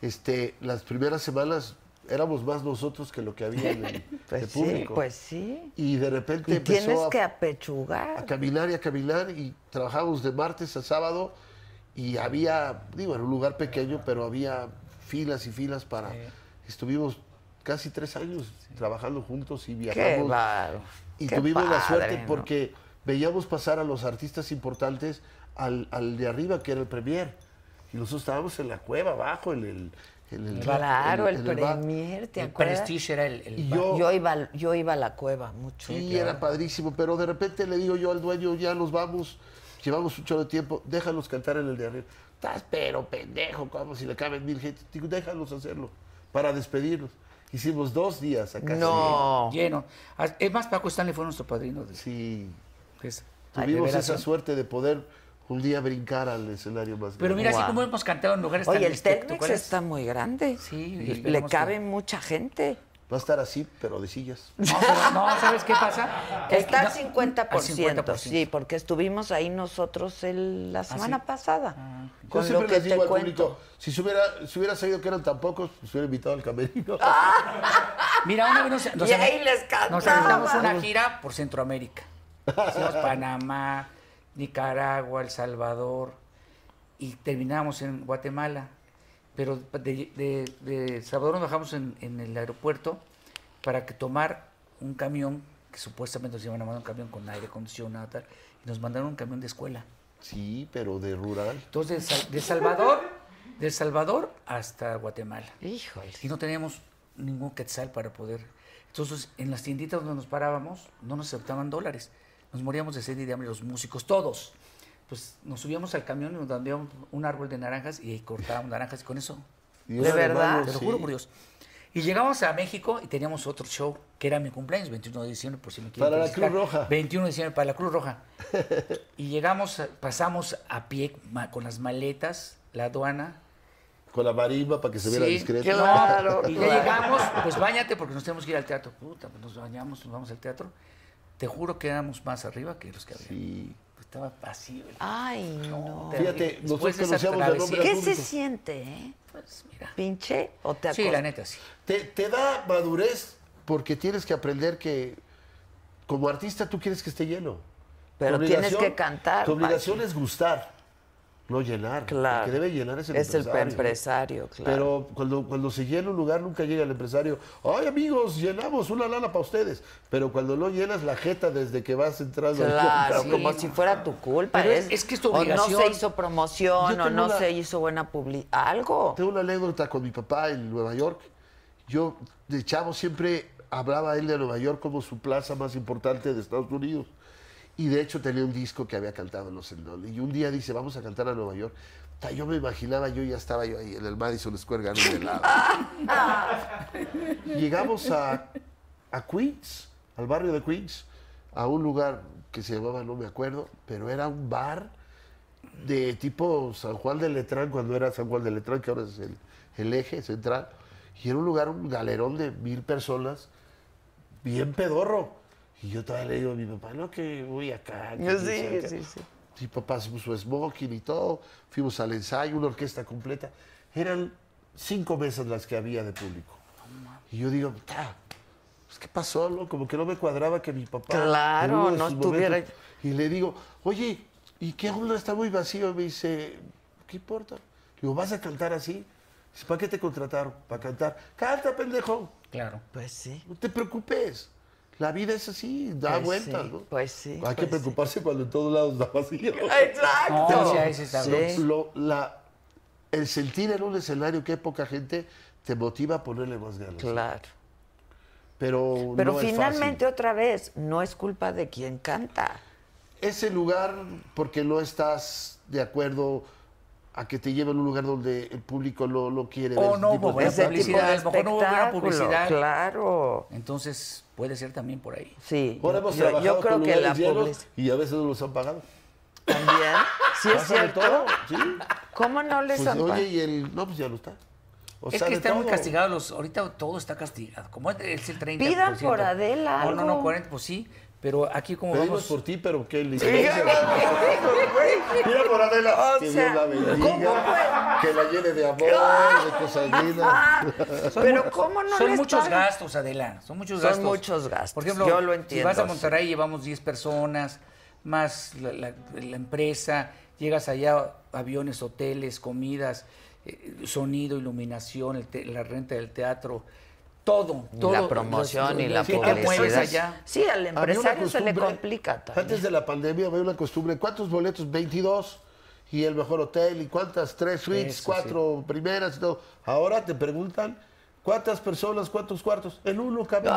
este, las primeras semanas éramos más nosotros que lo que había en el, de
Pues sí,
público.
pues sí.
Y de repente
Y tienes
empezó a,
que
a
apechugar.
caminar y a caminar y trabajamos de martes a sábado y había, digo, era un lugar pequeño, pero había filas y filas para... Estuvimos casi tres años trabajando juntos y
Qué
viajamos.
bárbaro.
Y
Qué
tuvimos la suerte
padre, ¿no?
porque veíamos pasar a los artistas importantes al, al de arriba, que era el premier. Y nosotros estábamos en la cueva, abajo, en el... en el-
Claro,
en-
el,
en bar.
premier, ¿te
el
acuerdas?
Prestige era el, el
Y
bar.
yo-
Yo iba, al- yo iba a la cueva mucho.
Sí,
claro.
era padrísimo, pero de repente le digo yo al dueño, ya nos vamos, llevamos un chorro de tiempo, déjalos cantar en el de arriba. Estás pero pendejo, como si le caben mil gente. Digo, déjalos hacerlo, para despedirnos. Hicimos dos días acá.
No.
lleno. Ah, Es más, Paco Stanley fue nuestro padrino. De,
Sí,
de esa-
tuvimos
revelación.
esa suerte de poder un día brincar al escenario más
Pero mira, así
Guau.
como hemos cantado en lugares
Oye,
tan
el Telmex
espectaculares.
está muy grande.
Sí, y
Y le
esperemos que-
cabe mucha gente.
Va a estar así, pero de sillas.
No, pero no, ¿sabes qué pasa? Que-
Está
no,
al 50%,
al 50%.
sí, porque estuvimos ahí nosotros el- la semana
¿Ah, sí? Ah,
pasada.
Yo
con lo
siempre
que
les
te
digo al
cuento.
público, si se hubiera, si hubiera sabido que eran tan pocos, pues hubiera invitado al camerino.
Mira, una vez nos, nos,
Y ahí les
nos
cantaba.
aventamos una gira por Centroamérica. Hicimos Panamá, Nicaragua, El Salvador y terminamos en Guatemala. Pero de, de- de Salvador nos bajamos en, en el aeropuerto para que tomar un camión, que supuestamente nos iban a mandar un camión con aire acondicionado, tal, y nos mandaron un camión de escuela.
Sí, pero de rural.
Entonces, de Sal- de Salvador, de Salvador hasta Guatemala.
Híjole.
Y Pues, no teníamos ningún quetzal para poder. Entonces, en las tienditas donde nos parábamos, no nos aceptaban dólares. Nos moríamos de sed y de hambre, los músicos, todos. Pues nos subíamos al camión y nos dábamos un árbol de naranjas y ahí cortábamos naranjas y con eso.
Y
¿De
eran
verdad?
hermanos,
Te lo
sí.
juro por Dios. Y llegamos a México y teníamos otro show, que era mi cumpleaños, 21 de diciembre, por si me quieren
Para la
felicitar.
Cruz Roja.
21 de diciembre, para la Cruz Roja. y llegamos, a- pasamos a pie ma- con las maletas, la aduana,
Con la marimba para que se viera
Sí,
discreto.
Claro,
y ya
claro.
llegamos, pues bañate porque nos tenemos que ir al teatro. Puta, pues nos bañamos, nos vamos al teatro. Te juro que éramos más arriba que los que había. Pues,
Sí.
Estaba vacío.
Ay, no.
Fíjate, nosotros
Después de esa
conocíamos de nombre
travesía-
¿Qué
al
se
público.
siente, eh?
Pues mira.
¿Pinche o te
Sí,
acost-
la neta, sí.
Te, te da madurez porque tienes que aprender que como artista tú quieres que esté lleno.
Pero
Tu
tienes
obligación-
que cantar,
Tu obligación es gustar, no llenar.
Claro.
El que debe llenar es el empresario.
empresario, claro.
Pero cuando, cuando se llena un lugar nunca llega el empresario. Ay amigos, llenamos una lana para ustedes. Pero cuando no llenas la jeta desde que vas entrando. al
Claro,
lugar,
como
no,
si
no.
fuera tu culpa.
Pero es- es que es tu
O no se
obligación.
hizo
Yo
promoción, o
tengo
no
una-
se hizo buena publicidad. Algo.
Tengo una anécdota con mi papá en Nueva York. Yo, de chavo, siempre hablaba él de Nueva York como su plaza más importante de Estados Unidos. Y de hecho tenía un disco que había cantado en los Endones. Y un día dice, vamos a cantar a Nueva York. Ta, Yo me imaginaba, yo ya estaba yo ahí en el Madison Square Garden de lado. Llegamos a, a Queens, al barrio de Queens, a un lugar que se llamaba, no me acuerdo, pero era un bar de tipo San Juan de Letrán, cuando era San Juan de Letrán, que ahora es el, el eje central, y era un lugar, un galerón de mil personas, bien pedorro. Y yo todavía le digo a mi papá, no, que voy acá. que
Sí,
voy acá".
sí, sí.
Mi papá se puso smoking y todo, fuimos al ensayo, una orquesta completa. Eran cinco mesas las que había de público. Y yo digo, "Ta, pues, ¿qué pasó? no? Como que no me cuadraba que mi papá.
Claro,
en uno de
no
sus
estuviera
momentos- Y le digo, oye, ¿y qué onda? Está muy vacío. Me dice, ¿qué importa? Digo, ¿vas a cantar así? Dice, ¿para qué te contrataron? Para cantar. Canta, pendejo.
Claro.
Pues sí.
No te preocupes. La vida es así, da
Pues
vueltas,
sí,
¿no?
pues sí,
Hay
pues
que
sí.
preocuparse cuando en todos lados da vacío.
Exacto.
No, sí, ahí sí está.
Sí.
Lo- la- el sentir en un escenario que hay poca gente te motiva a ponerle más ganas.
Claro.
Pero,
Pero
no es
finalmente,
fácil.
otra vez, no es culpa de quien canta.
Ese lugar, porque no estás de acuerdo a que te lleven a un lugar donde el público no lo quiere.
O
Oh,
ver ese
no
tipo
hubo
de
buena
Ese tipo de
cosas.
publicidad, a lo mejor no hubo buena
espectáculo,
publicidad.
Claro.
Entonces, puede ser también por ahí.
Sí.
Ahora
yo-
hemos
yo, yo
trabajado
creo
con
que la
lugares llenos
publicidad.
Y a veces no los han pagado.
También. Sí, es
Pasa de
cierto.
todo, sí.
¿Cómo no les
Pues,
han
oye,
pagado?
y el... No, pues ya no está. O
es
sea,
que
de
están muy
todo.
castigados los, ahorita todo está castigado. Como es el 30%.
Pidan por Adela
No, no, no,
algo.
40, pues sí, pero aquí como
Pedimos
vemos
por ti, pero qué le
Mira
Mira por Adela.
O
que
sea,
Dios la
¿cómo
bendiga.
puede?
Que la llene de amor, de cosas lindas.
Ah, Pero ¿cómo no
son
les
muchos
pagan?
gastos, Adela. Son muchos
Son
gastos.
muchos gastos,
Por ejemplo,
yo lo
si
entiendo,
vas a
sí.
Monterrey llevamos 10 personas, más la, la- la empresa, llegas allá, aviones, hoteles, comidas, eh, sonido, iluminación, el te- la renta del teatro, todo.
Y
todo
la promoción y la
Sí, te mueves
publicidad.
allá. Ah,
Sí, al
Había una
empresario se le
costumbre,
complica también.
Antes de la pandemia había una costumbre. ¿Cuántos boletos? 22. Y el mejor hotel. ¿Y cuántas? Tres suites,
Eso,
cuatro primeras. y todo. Ahora te preguntan, ¿cuántas personas? ¿Cuántos cuartos? En uno, cabrón.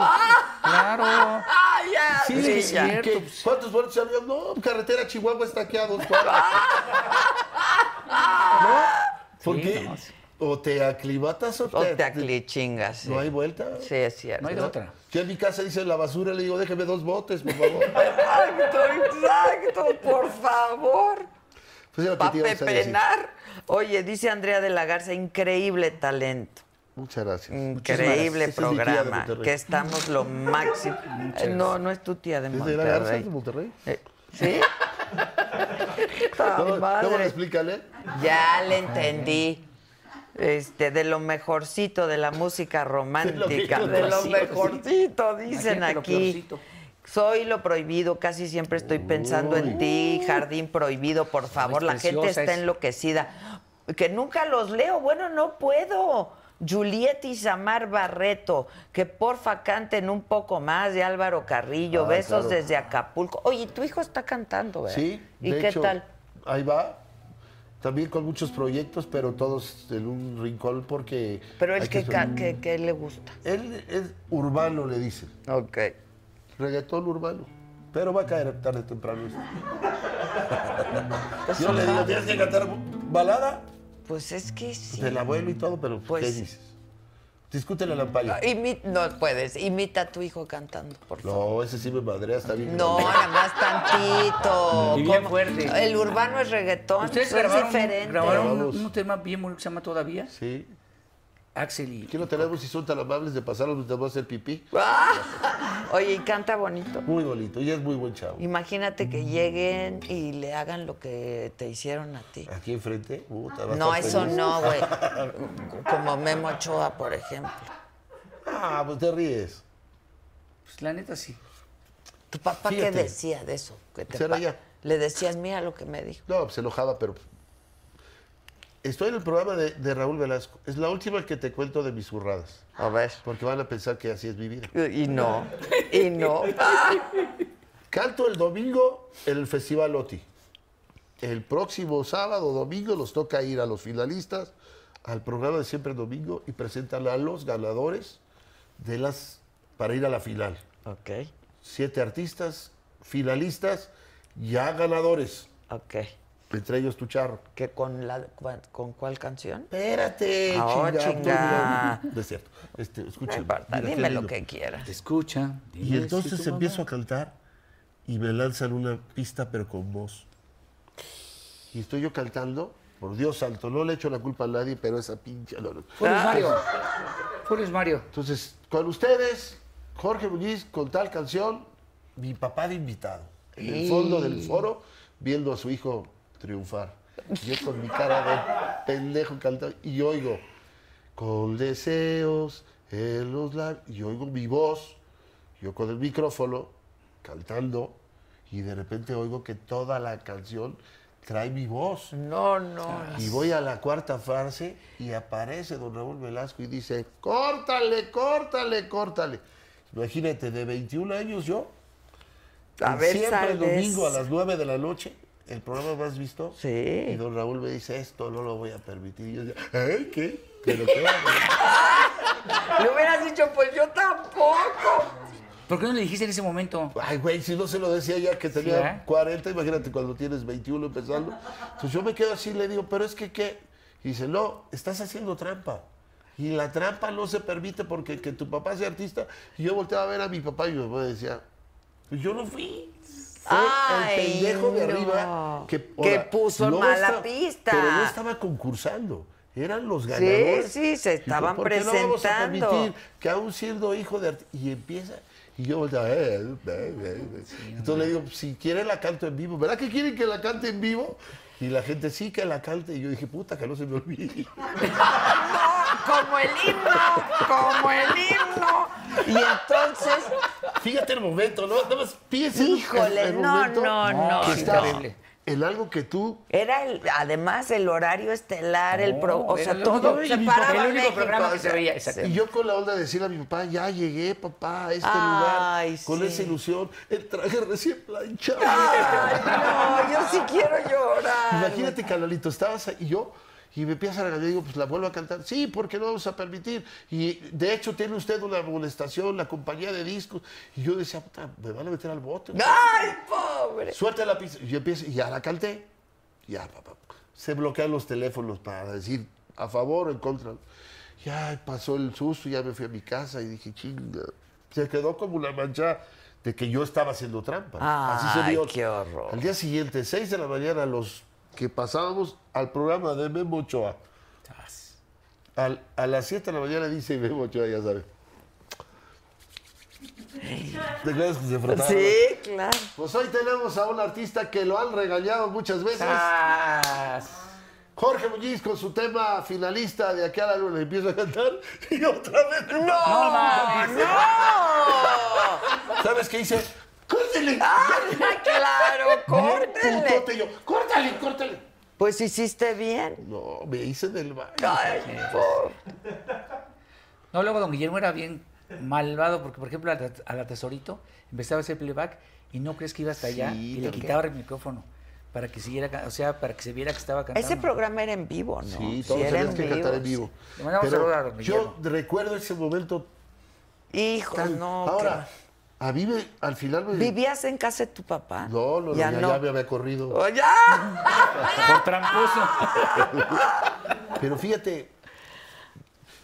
Claro.
Ah, ya,
Sí,
sí,
sí,
es cierto,
¿qué?
pues.
¿Cuántos boletos había? No, carretera a Chihuahua está aquí a dos cuadras. ¿No? Porque
no,
o te aclimatas o te,
O te aclichingas. sí.
No hay vuelta.
Sí, es cierto.
No hay de otra.
Yo en mi casa dice la basura, le digo, déjeme dos botes, por favor.
Exacto, exacto, por favor.
Pues era lo que
Para
te iba a decir.
pepenar. Oye, dice Andrea de la Garza, increíble talento.
Muchas gracias.
Mm, Increíble
Muchísimas gracias. Esa es mi tía de
programa.
Monterrey.
Que estamos lo máximo. Eh, No, no es tu tía de
¿Es de la Garza,
Monterrey.
de Monterrey?
Eh, ¿Sí? Ta
Luego- Luego le
madre.
explícale.
Ya le entendí. Este, de lo mejorcito de la música romántica.
De lo
De lo
mejorcito.
mejorcito, dicen
Imagínate lo
aquí.
peorcito.
Soy lo prohibido, casi siempre estoy pensando en ti, jardín prohibido, por favor.
es
La gente
preciosa
está
esa.
enloquecida. Que nunca los leo, bueno, no puedo. Juliet Isamar Barreto, que porfa canten un poco más de Álvaro Carrillo,
Ah,
besos
claro.
desde Acapulco. Oye, tu hijo está cantando, ¿verdad?
Sí.
¿Y
de
qué
hecho,
tal?
Ahí va. También con muchos proyectos, pero todos en un rincón porque...
Pero
hay
es que,
ser-
ca- que, que le gusta.
Él es urbano, le dicen.
Ok.
Reggaetón urbano. Pero va a caer tarde o temprano. Yo le digo, tienes que cantar balada
Pues es que sí.
del abuelo y todo, pero
Pues
¿qué
sí.
dices? Discútele a la ampalla.
Imi- no puedes, imita a tu hijo cantando, por favor.
No, ese sí me madrea, está bien.
No, nada más tantito.
Y bien
¿Cómo?
fuerte.
El urbano es reggaetón,
Ustedes
eso es
grabaron,
diferente.
grabaron un,
Grabamos.
un tema bien bonito que se llama Todavía.
Sí.
Axel y...
Quiero tenemos si son tan amables de pasar los voy a hacer pipí.
Ah, Oye, y canta bonito.
Muy bonito, y es muy buen chavo.
Imagínate que lleguen y le hagan lo que te hicieron a ti.
Aquí enfrente, puta, va a
No,
estar
eso
feliz.
no, güey. Como Memo Ochoa, por ejemplo.
Ah, pues te ríes.
Pues la neta sí.
¿Tu papá qué
Fíjate.
decía de eso? Que te
Será
pa-
ya.
Le decías, mira lo que me dijo.
No, pues se enojaba, pero. Estoy en el programa de, de Raúl Velasco. Es la última que te cuento de mis burradas.
A ver.
Porque van a pensar que así es mi vida.
Y no, y no.
Canto el domingo en el Festival OTI. El próximo sábado, domingo, nos toca ir a los finalistas, al programa de siempre domingo y presentan a los ganadores de las para ir a la final.
Ok,
Siete artistas, finalistas, ya ganadores.
ok.
Entre ellos tu charro.
¿Que con, la, cua- ¿Con cuál canción?
Espérate,
Ah,
chinga,
chinga.
tú no. No es cierto. Este, escucha,
No importa,
mira qué
dime lo
lindo.
que quieras.
Escucha.
Y entonces empiezo a cantar y me lanzan una pista, pero con voz. Y estoy yo cantando, por Dios santo, no le echo la culpa a nadie, pero esa pinche. no, no.
Funes Mario. Funes Mario.
Entonces, con ustedes, Jorge Muñiz, con tal canción, mi papá de invitado, en el fondo del foro, viendo a su hijo triunfar. Yo con mi cara de pendejo cantando, y oigo, con deseos en los labios, y oigo mi voz, yo con el micrófono, cantando, y de repente oigo que toda la canción trae mi voz.
No, no.
Y voy a la cuarta frase y aparece don Raúl Velasco y dice, córtale, córtale, córtale. Imagínate, de 21 años yo,
A
y
ver,
siempre
sales.
el domingo a las 9 de la noche, el programa más visto.
Sí.
Y don Raúl me dice, esto no lo voy a permitir. Y yo decía, ¿eh? ¿Qué? ¿Pero qué? hago?".
Le hubieras dicho, pues yo tampoco.
¿Por qué no le dijiste en ese momento?
Ay, güey, si no se lo decía ya que tenía
¿eh?
40, imagínate cuando tienes 21 empezando. Entonces yo me quedo así y le digo, pero es que qué. Y dice, no, estás haciendo trampa. Y la trampa no se permite porque que tu papá sea artista. Y yo volteaba a ver a mi papá y mi papá decía, pues yo no fui. Fue
Ay,
el pendejo de
no.
arriba que,
Que puso mala pista.
Pero no estaba concursando. eran los
Sí,
ganadores.
sí, se
Y yo,
estaban
¿por qué no vamos a
presentando?
permitir que aún siendo hijo de arti- y empieza y yo volteaba, eh, eh, eh, eh. entonces le digo si quiere la canto en vivo verdad que quieren que la cante en vivo y la gente sí que la cante y yo dije puta que no se me olvide
Como el himno, como el himno. Y entonces,
fíjate el momento no nada más piensa
Híjole,
el, el
no,
momento
no, no,
que
no.
estás en algo que tú
era el, además el horario estelar, el pro, o
era
sea,
el
todo
único-
se
el único-
paraba
el único
México.
programa que se veía,
Sí.
exacto.
Y yo con la onda de decirle a mi papá, ya llegué, papá, a este
Ay,
lugar, con
sí.
esa ilusión, el traje recién planchado.
Ay, no, yo sí quiero llorar.
Imagínate, Canalito, estabas ahí y yo, y me empieza a regañar, digo, pues la vuelvo a cantar. Sí, porque no vamos a permitir. Y de hecho, tiene usted una molestación, la compañía de discos. Y yo decía, puta, me van a meter al bote.
Ay, pobre.
Suelta la pista. Y yo empiezo, y ya la canté. Ya, papá. Se bloquean los teléfonos para decir a favor o en contra. Ya pasó el susto, ya me fui a mi casa y dije, chinga. Se quedó como una mancha de que yo estaba haciendo trampa. Así se
Ay,
vio.
qué horror.
Al día siguiente, 6 de la mañana, los que pasábamos al programa de Memo Ochoa. Al- a las 7 de la mañana dice Memo Ochoa, ya sabes. ¿Te acuerdas que se frotaba?
Sí, claro.
Pues hoy tenemos a un artista que lo han regañado muchas veces.
Ah.
Jorge Muñiz con su tema finalista de aquí a la luna empieza a cantar y otra vez. ¡No! ¡No! ¿Sabes qué hice? ¡Córtele!
Ah, claro,
Bien
córtenle.
putote yo, ¡Córtale, córtale!
Pues hiciste bien.
No, me hice del baño.
Ay, pobre.
No, luego don Guillermo era bien malvado porque, por ejemplo, a la, a la tesorito empezaba a hacer playback y no crees que iba hasta allá
Sí,
y le
porque-
quitaba el micrófono para que siguiera, ca- o sea, para que se viera que estaba cantando.
Ese programa era en vivo, ¿no?
Sí, todos
era
tenías que cantar en vivo.
Le mandamos
Pero
saludo a don
yo
Guillermo.
recuerdo ese momento
Hijo,
tan...
no.
Ahora, a mí me- al final me...
que- ¿Vivías en casa de tu papá?
No, no, no, ya, ya me había corrido.
¡Oh, ya!
Por tramposo.
Pero fíjate,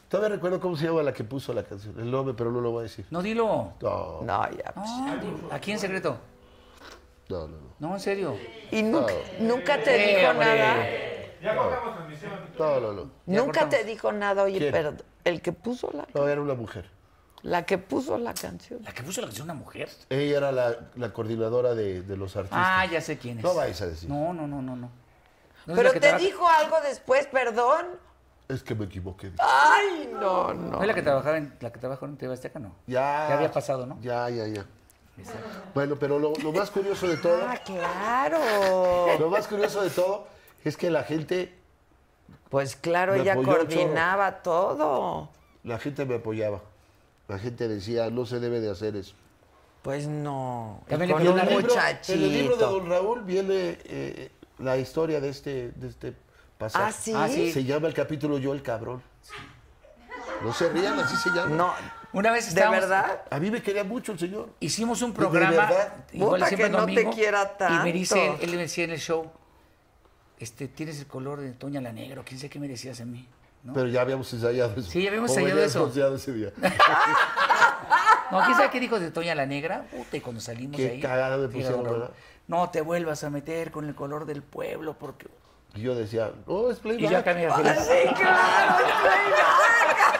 todavía recuerdo cómo se llama la que puso la canción. El nombre, pero no lo voy a decir.
No, dilo.
No,
No, ya. pues.
No, dilo. aquí en secreto.
no, no. no.
No, en serio.
¿Y nunca, nunca te
Sí,
dijo
Eh, hombre.
nada?
No, no, no.
Nunca
cortamos.
te dijo nada, oye,
¿Quién?
perdón. El que puso la,
No, era una mujer.
la que puso la canción.
La que puso la canción una mujer.
Ella era la, la coordinadora de, de los artistas.
Ah, ya sé quién es.
No vais a decir.
No, no, no, no, no. No es la
Pero
que
te
traba-
dijo algo después, perdón.
Es que me equivoqué.
Ay, no, no.
No es la que trabajaba en la que trabajó en TV Azteca, no.
Ya.
Ya había pasado, ¿no?
Ya, ya, ya. Bueno, pero lo, lo más curioso de todo,
Ah, claro.
lo más curioso de todo es que la gente,
Pues claro,
Me
ella
apoyó un
coordinaba todo.
la gente me apoyaba. La gente decía, no se debe de hacer eso.
Pues no.
También
Y
le
con
pidió
un
una-
libro-
muchachito.
en el libro de Don Raúl viene eh, la historia de este, de este pasaje.
¿Ah, sí?
Ah, sí.
Se llama el capítulo Yo el cabrón. No se rían, así se llama.
No,
Una vez
¿de
estábamos,
verdad?
A mí me quería mucho el señor.
Hicimos un
¿De
programa,
verdad?
igual
Puta,
siempre
que no te
domingo,
quiera
Y me dice,
tanto.
él me decía en el show, este, tienes el color de Toña la Negra, quién sé qué me decías a mí, ¿no?
Pero ya habíamos ensayado eso.
Sí, ya habíamos
O
ensayado
venías
eso.
bronceado ese día.
No, quién sabe qué dijo de Toña la Negra, puta, y cuando salimos
Qué
ahí.
cagada me
mira, don
pusieron,
Raúl,
¿verdad?
No te vuelvas a meter con el color del pueblo, porque...
Y yo decía, no, es
Y yo acá
playback.
mira, feliz.
Sí, claro, es playback.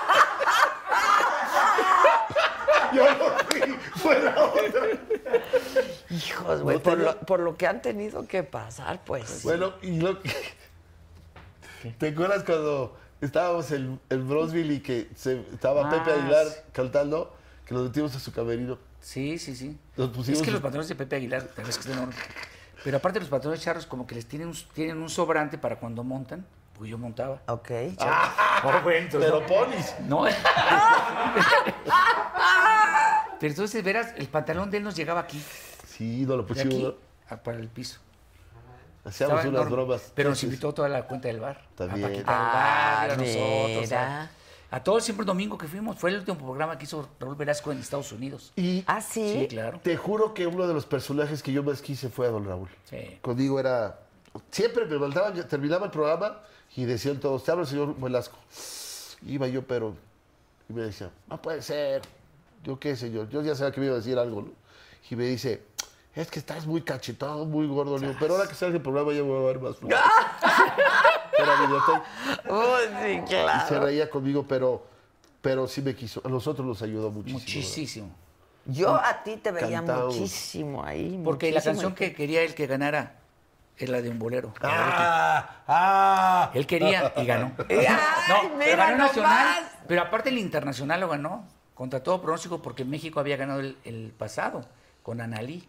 Yo no fui, fue la otra.
Hijos, güey,
No
por,
tenía-
lo, por lo que han tenido que pasar, pues.
Bueno, y lo que... ¿Te acuerdas cuando estábamos en, en Brosville y que se- estaba
Ah,
Pepe Aguilar
sí.
cantando, que nos metimos a su camerino?
Sí, sí, sí.
Los pusimos-
Es que los patrones de Pepe Aguilar, tal vez que estén enormes. Pero aparte los patrones charros como que les tienen un, tienen un sobrante para cuando montan, porque yo montaba.
Ok.
Pero ponis.
No. Pero entonces, verás, el pantalón de él nos llegaba aquí,
Pues Sí, no lo
de
pusimos.
aquí
¿no?
a- para el piso.
Hacíamos
Estaba
unas
enorme.
bromas.
Pero nos invitó toda la cuenta del bar.
Está
a
bien.
Paquita del
Ah,
Barrio, a nosotros.
mira.
A, a todos siempre el domingo que fuimos. Fue el último programa que hizo Raúl Velasco en Estados Unidos.
Y
¿Ah, sí?
Sí, claro.
te juro que uno de los personajes que yo más quise fue a Don Raúl.
Sí.
Conmigo era... Siempre me mandaban, yo terminaba el programa y decían todos, te habla el señor Velasco. Iba yo, pero... Y me decía, no puede ser. Yo qué, señor. Yo ya sabía que me iba a decir algo, ¿no? Y me dice, es que estás muy cachetado, muy gordo. Le digo, pero ahora que salga el programa ya me voy a ver más flaco". Era videotape.
sí,
Y se reía conmigo, pero, pero sí me quiso. A nosotros nos ayudó muchísimo.
Muchísimo.
Yo a ti te veía
Cantamos.
muchísimo ahí.
Porque la
muchísimo.
canción que quería él que ganara es la de un bolero.
¡Ah! ¡Ah!
Él quería y ganó.
¡Ay,
No, pero
mira
ganó nacional,
nomás!
pero aparte el internacional lo ganó contra todo pronóstico porque México había ganado el, el pasado con Analí.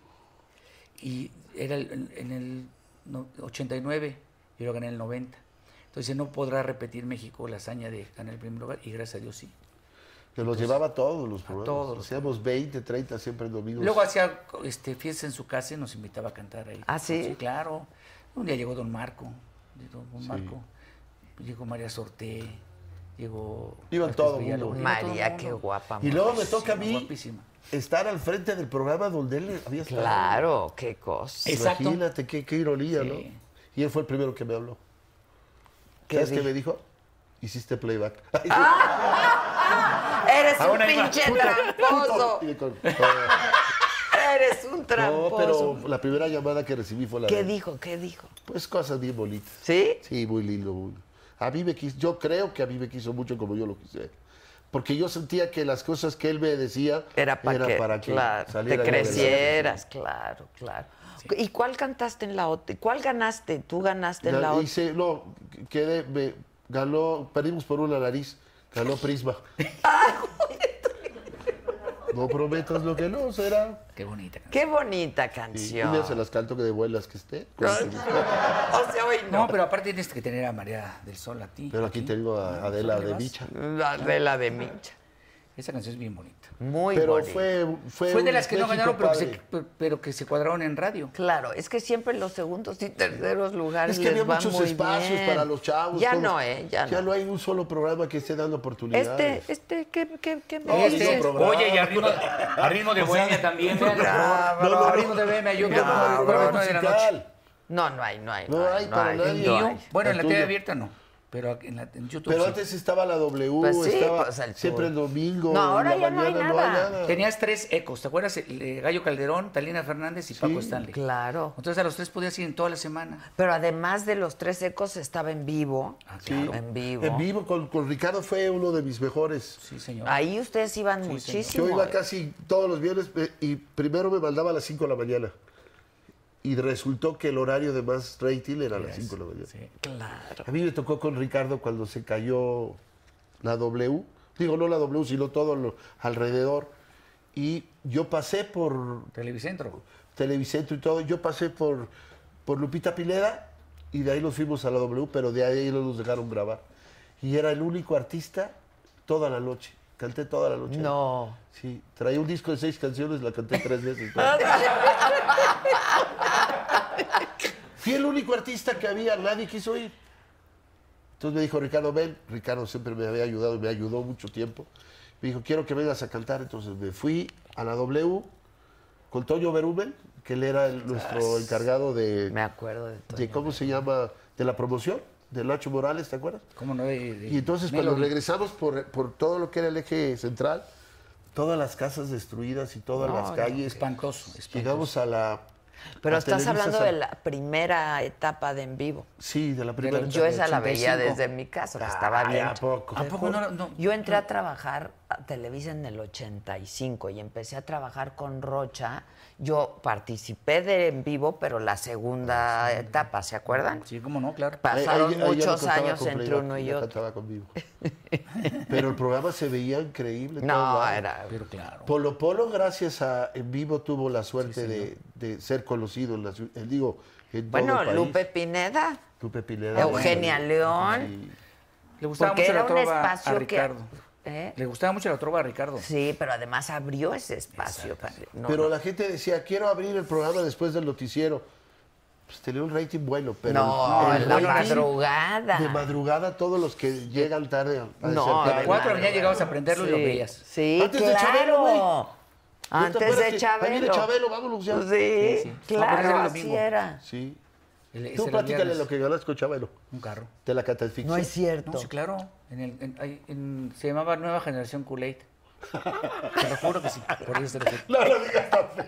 Y era el- en el no- 89, yo lo gané en el 90. Entonces no podrá repetir México la hazaña de ganar el primer lugar y gracias a Dios sí.
Que nos llevaba a todos los programas.
todos los
Hacíamos 20, 30 siempre en domingos.
Luego hacía este, fiesta en su casa y nos invitaba a cantar ahí.
¿Ah, sí?
claro. Un día llegó Don Marco. Llegó Don Marco. Llegó María Sorté. Llegó.
Iban
Vázquez
todo
Villalobos,
mundo.
iba todo
María,
mundo.
qué guapa.
y
mujer.
luego me toca a mí
guapísima.
estar al frente del programa donde él había estado.
Claro, qué cosa.
Es- Exacto.
Imagínate qué, qué ironía,
Sí.
¿no? Y él fue el primero que me habló.
¿Qué
¿Sabes
dijo?
qué me dijo? Hiciste playback.
Eres
A
un
una imagen.
pinche
Puto,
tramposo.
puto. Y con- eh,
Eres un
No,
tramposo.
pero la primera llamada que recibí fue la
¿Qué
de-
dijo? ¿Qué dijo?
Pues cosas bien bonitas.
¿Sí?
Sí, muy lindo. muy- A mí me quiso, yo creo que a mí me quiso mucho como yo lo quise. Porque yo sentía que las cosas que él me decía
Era para que, claro,
saliera
te
yo adelante.
crecieras, claro, claro. ¿Y cuál cantaste en la otra? ¿Cuál ganaste? ¿Tú ganaste en la
Gan-
otra?
hice- no, quedé, me ganó, perdimos por una nariz, ganó Prisma. no prometas lo que no será.
Qué bonita.
Qué bonita
Y
canción.
ya se las canto que de buenas que esté.
o sea, hoy
No,
no.
pero aparte tienes que tener a María del Sol a ti. Ah,
Pero aquí tengo a Adela
¿Dónde
de
vas?
Bicha.
La Ah, de la de Mincha.
Esa canción es bien bonita.
Muy
Pero
bonita.
fue, fue.
Fue, de
un
las que no
México
ganaron, pero que, se,
padre.
per- pero que se cuadraron en radio.
Claro, es que siempre los segundos y terceros lugares
Es que había
les va
muchos
muy
espacios
bien.
para los chavos.
Ya
todos.
no, ¿eh? Ya, no.
hay un solo programa que esté dando oportunidades.
Este, este, ¿qué, qué, qué me
No,
Este
dices?
digo, programa.
Oye, y a ritmo, a ritmo de Bohemia también. vean, por
programa.
favor.
No, no,
A
no.
ritmo de Bohemia, yo creo que
Programa
fue a las nueve de la noche.
musical.
No, no hay, no hay.
No hay para nadie.
Y
no
yo-
hay.
bueno, en la
El
TV
tuyo.
abierta no, pero en, la, en YouTube
Pero
sí.
antes estaba la W,
Pues sí,
estaba
pues, el
siempre el
tour.
domingo.
No,
en
ahora
la
ya no hay
mañana,
nada.
Tenías tres ecos, ¿te acuerdas? El- eh, Gallo Calderón, Talina Fernández y Paco Stanley.
Claro.
Entonces a los tres podías ir en toda la semana.
Pero además de los tres ecos estaba en vivo.
Ah, claro.
En vivo.
En vivo con, con Ricardo fue uno de mis mejores.
Sí, señor.
Ahí ustedes iban muchísimo.
Yo iba casi todos los viernes eh, y primero me mandaba a las 5 de la mañana. Y resultó que el horario de más rating era a las 5 de la mañana.
Sí.
A mí me tocó con Ricardo cuando se cayó la W. Digo, no la W, sino todo lo alrededor. Y yo pasé por
Televicentro.
Televicentro y todo. Yo pasé por, por Lupita Pineda y de ahí nos fuimos a la W, pero de ahí no nos dejaron grabar. Y era el único artista toda la noche. Canté toda la noche.
¿eh? No.
Sí, traía un disco de seis canciones, la canté tres veces. ¿no? Fui el único artista que había, nadie quiso ir. Entonces me dijo Ricardo, ven. Ricardo siempre me había ayudado y me ayudó mucho tiempo. Me dijo, quiero que vengas a cantar. Entonces me fui a la W con Toño Berumen, que él era el- nuestro encargado de,
Me acuerdo de todo.
de ¿cómo se llama? De la promoción, de Nacho Morales, ¿te acuerdas?
¿Cómo no? De- de-
Y entonces cuando
Melody.
regresamos por, por todo lo que era el eje central, todas las casas destruidas y todas las calles.
Espantoso, espantoso.
Llegamos a la...
Pero
a
estás
Televisa
hablando
San-
de la primera etapa de en vivo.
Sí, de la primera.
Pero
Yo esa la veía
85.
desde mi casa, que estaba
Ay,
bien.
¿a poco?
¿A poco no la- no?
Yo entré a trabajar a Televisa en el 85 y empecé a trabajar con Rocha. Yo participé de en vivo, pero la
Ah,
segunda etapa, ¿se acuerdan?
Sí, cómo no, claro.
Pasaron
Ella- ella no
muchos
cantaba
años
con
entre
playback,
uno y
ella
otro.
cantaba conmigo. Pero el programa se veía increíble. todo
No,
lado.
era
Pero claro.
Polo Polo, gracias a En Vivo, tuvo la suerte de, de ser conocido en la ciu- eh, digo, en todo el
Bueno,
país. Ah,
Lupe Pineda,
Lupe Pineda.
Eugenia
Sí.
León.
Le gustaba
Porque
mucho
era
la
un
trova a
espacio que-
Ricardo.
¿Eh?
Le gustaba mucho la trova a Ricardo.
Sí, pero además abrió ese espacio. para- no,
pero
no.
la gente decía, quiero abrir el programa después del noticiero. Pues tenía un rating bueno, pero...
No,
el
en la
rating
madrugada.
De madrugada todos los que llegan tarde a
No,
desertar.
de
A las cuatro de la mañana
Claro.
llegabas a prenderlo y lo
Sí,
veías.
Sí,
Antes de
claro.
Chabelo, güey. ¿No te
Antes de
acuerdas que-
Chabelo.
ahí viene Chabelo, vámonos ya.
Sí,
sí. Ah, pero
claro,
era lo
así
mismo.
era.
Sí.
El- ese
Tú
era
platícale
viernes.
lo que ganas con Chabelo.
Un carro.
Te la catafixia.
No es cierto.
No, sí, claro. En el- en- ahí- en- se llamaba Nueva Generación Kool-Aid. Te lo juro que sí. Por Dios te lo juro.
No, no digas tan feo.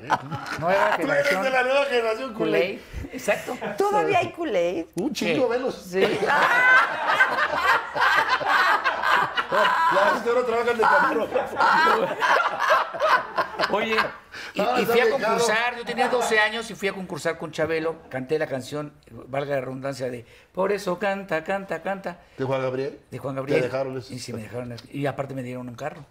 Nueva
Ah, Tú eres de
Generación
la nueva generación, culé.
Kool-Aid. Exacto.
¿Todavía hay Kool-Aid?
Un chingo, velos.
Sí.
Las ahora trabajan de camarógrafo.
Oye, y,
Ah,
y fui a
está bien,
concursar,
claro.
yo tenía 12 años y fui a concursar con Chabelo, canté la canción, valga la redundancia, de Por eso canta, canta, canta,
¿De Juan Gabriel?
de Juan Gabriel.
Te dejaron eso.
Y sí, me dejaron eso. Y aparte me dieron un carro.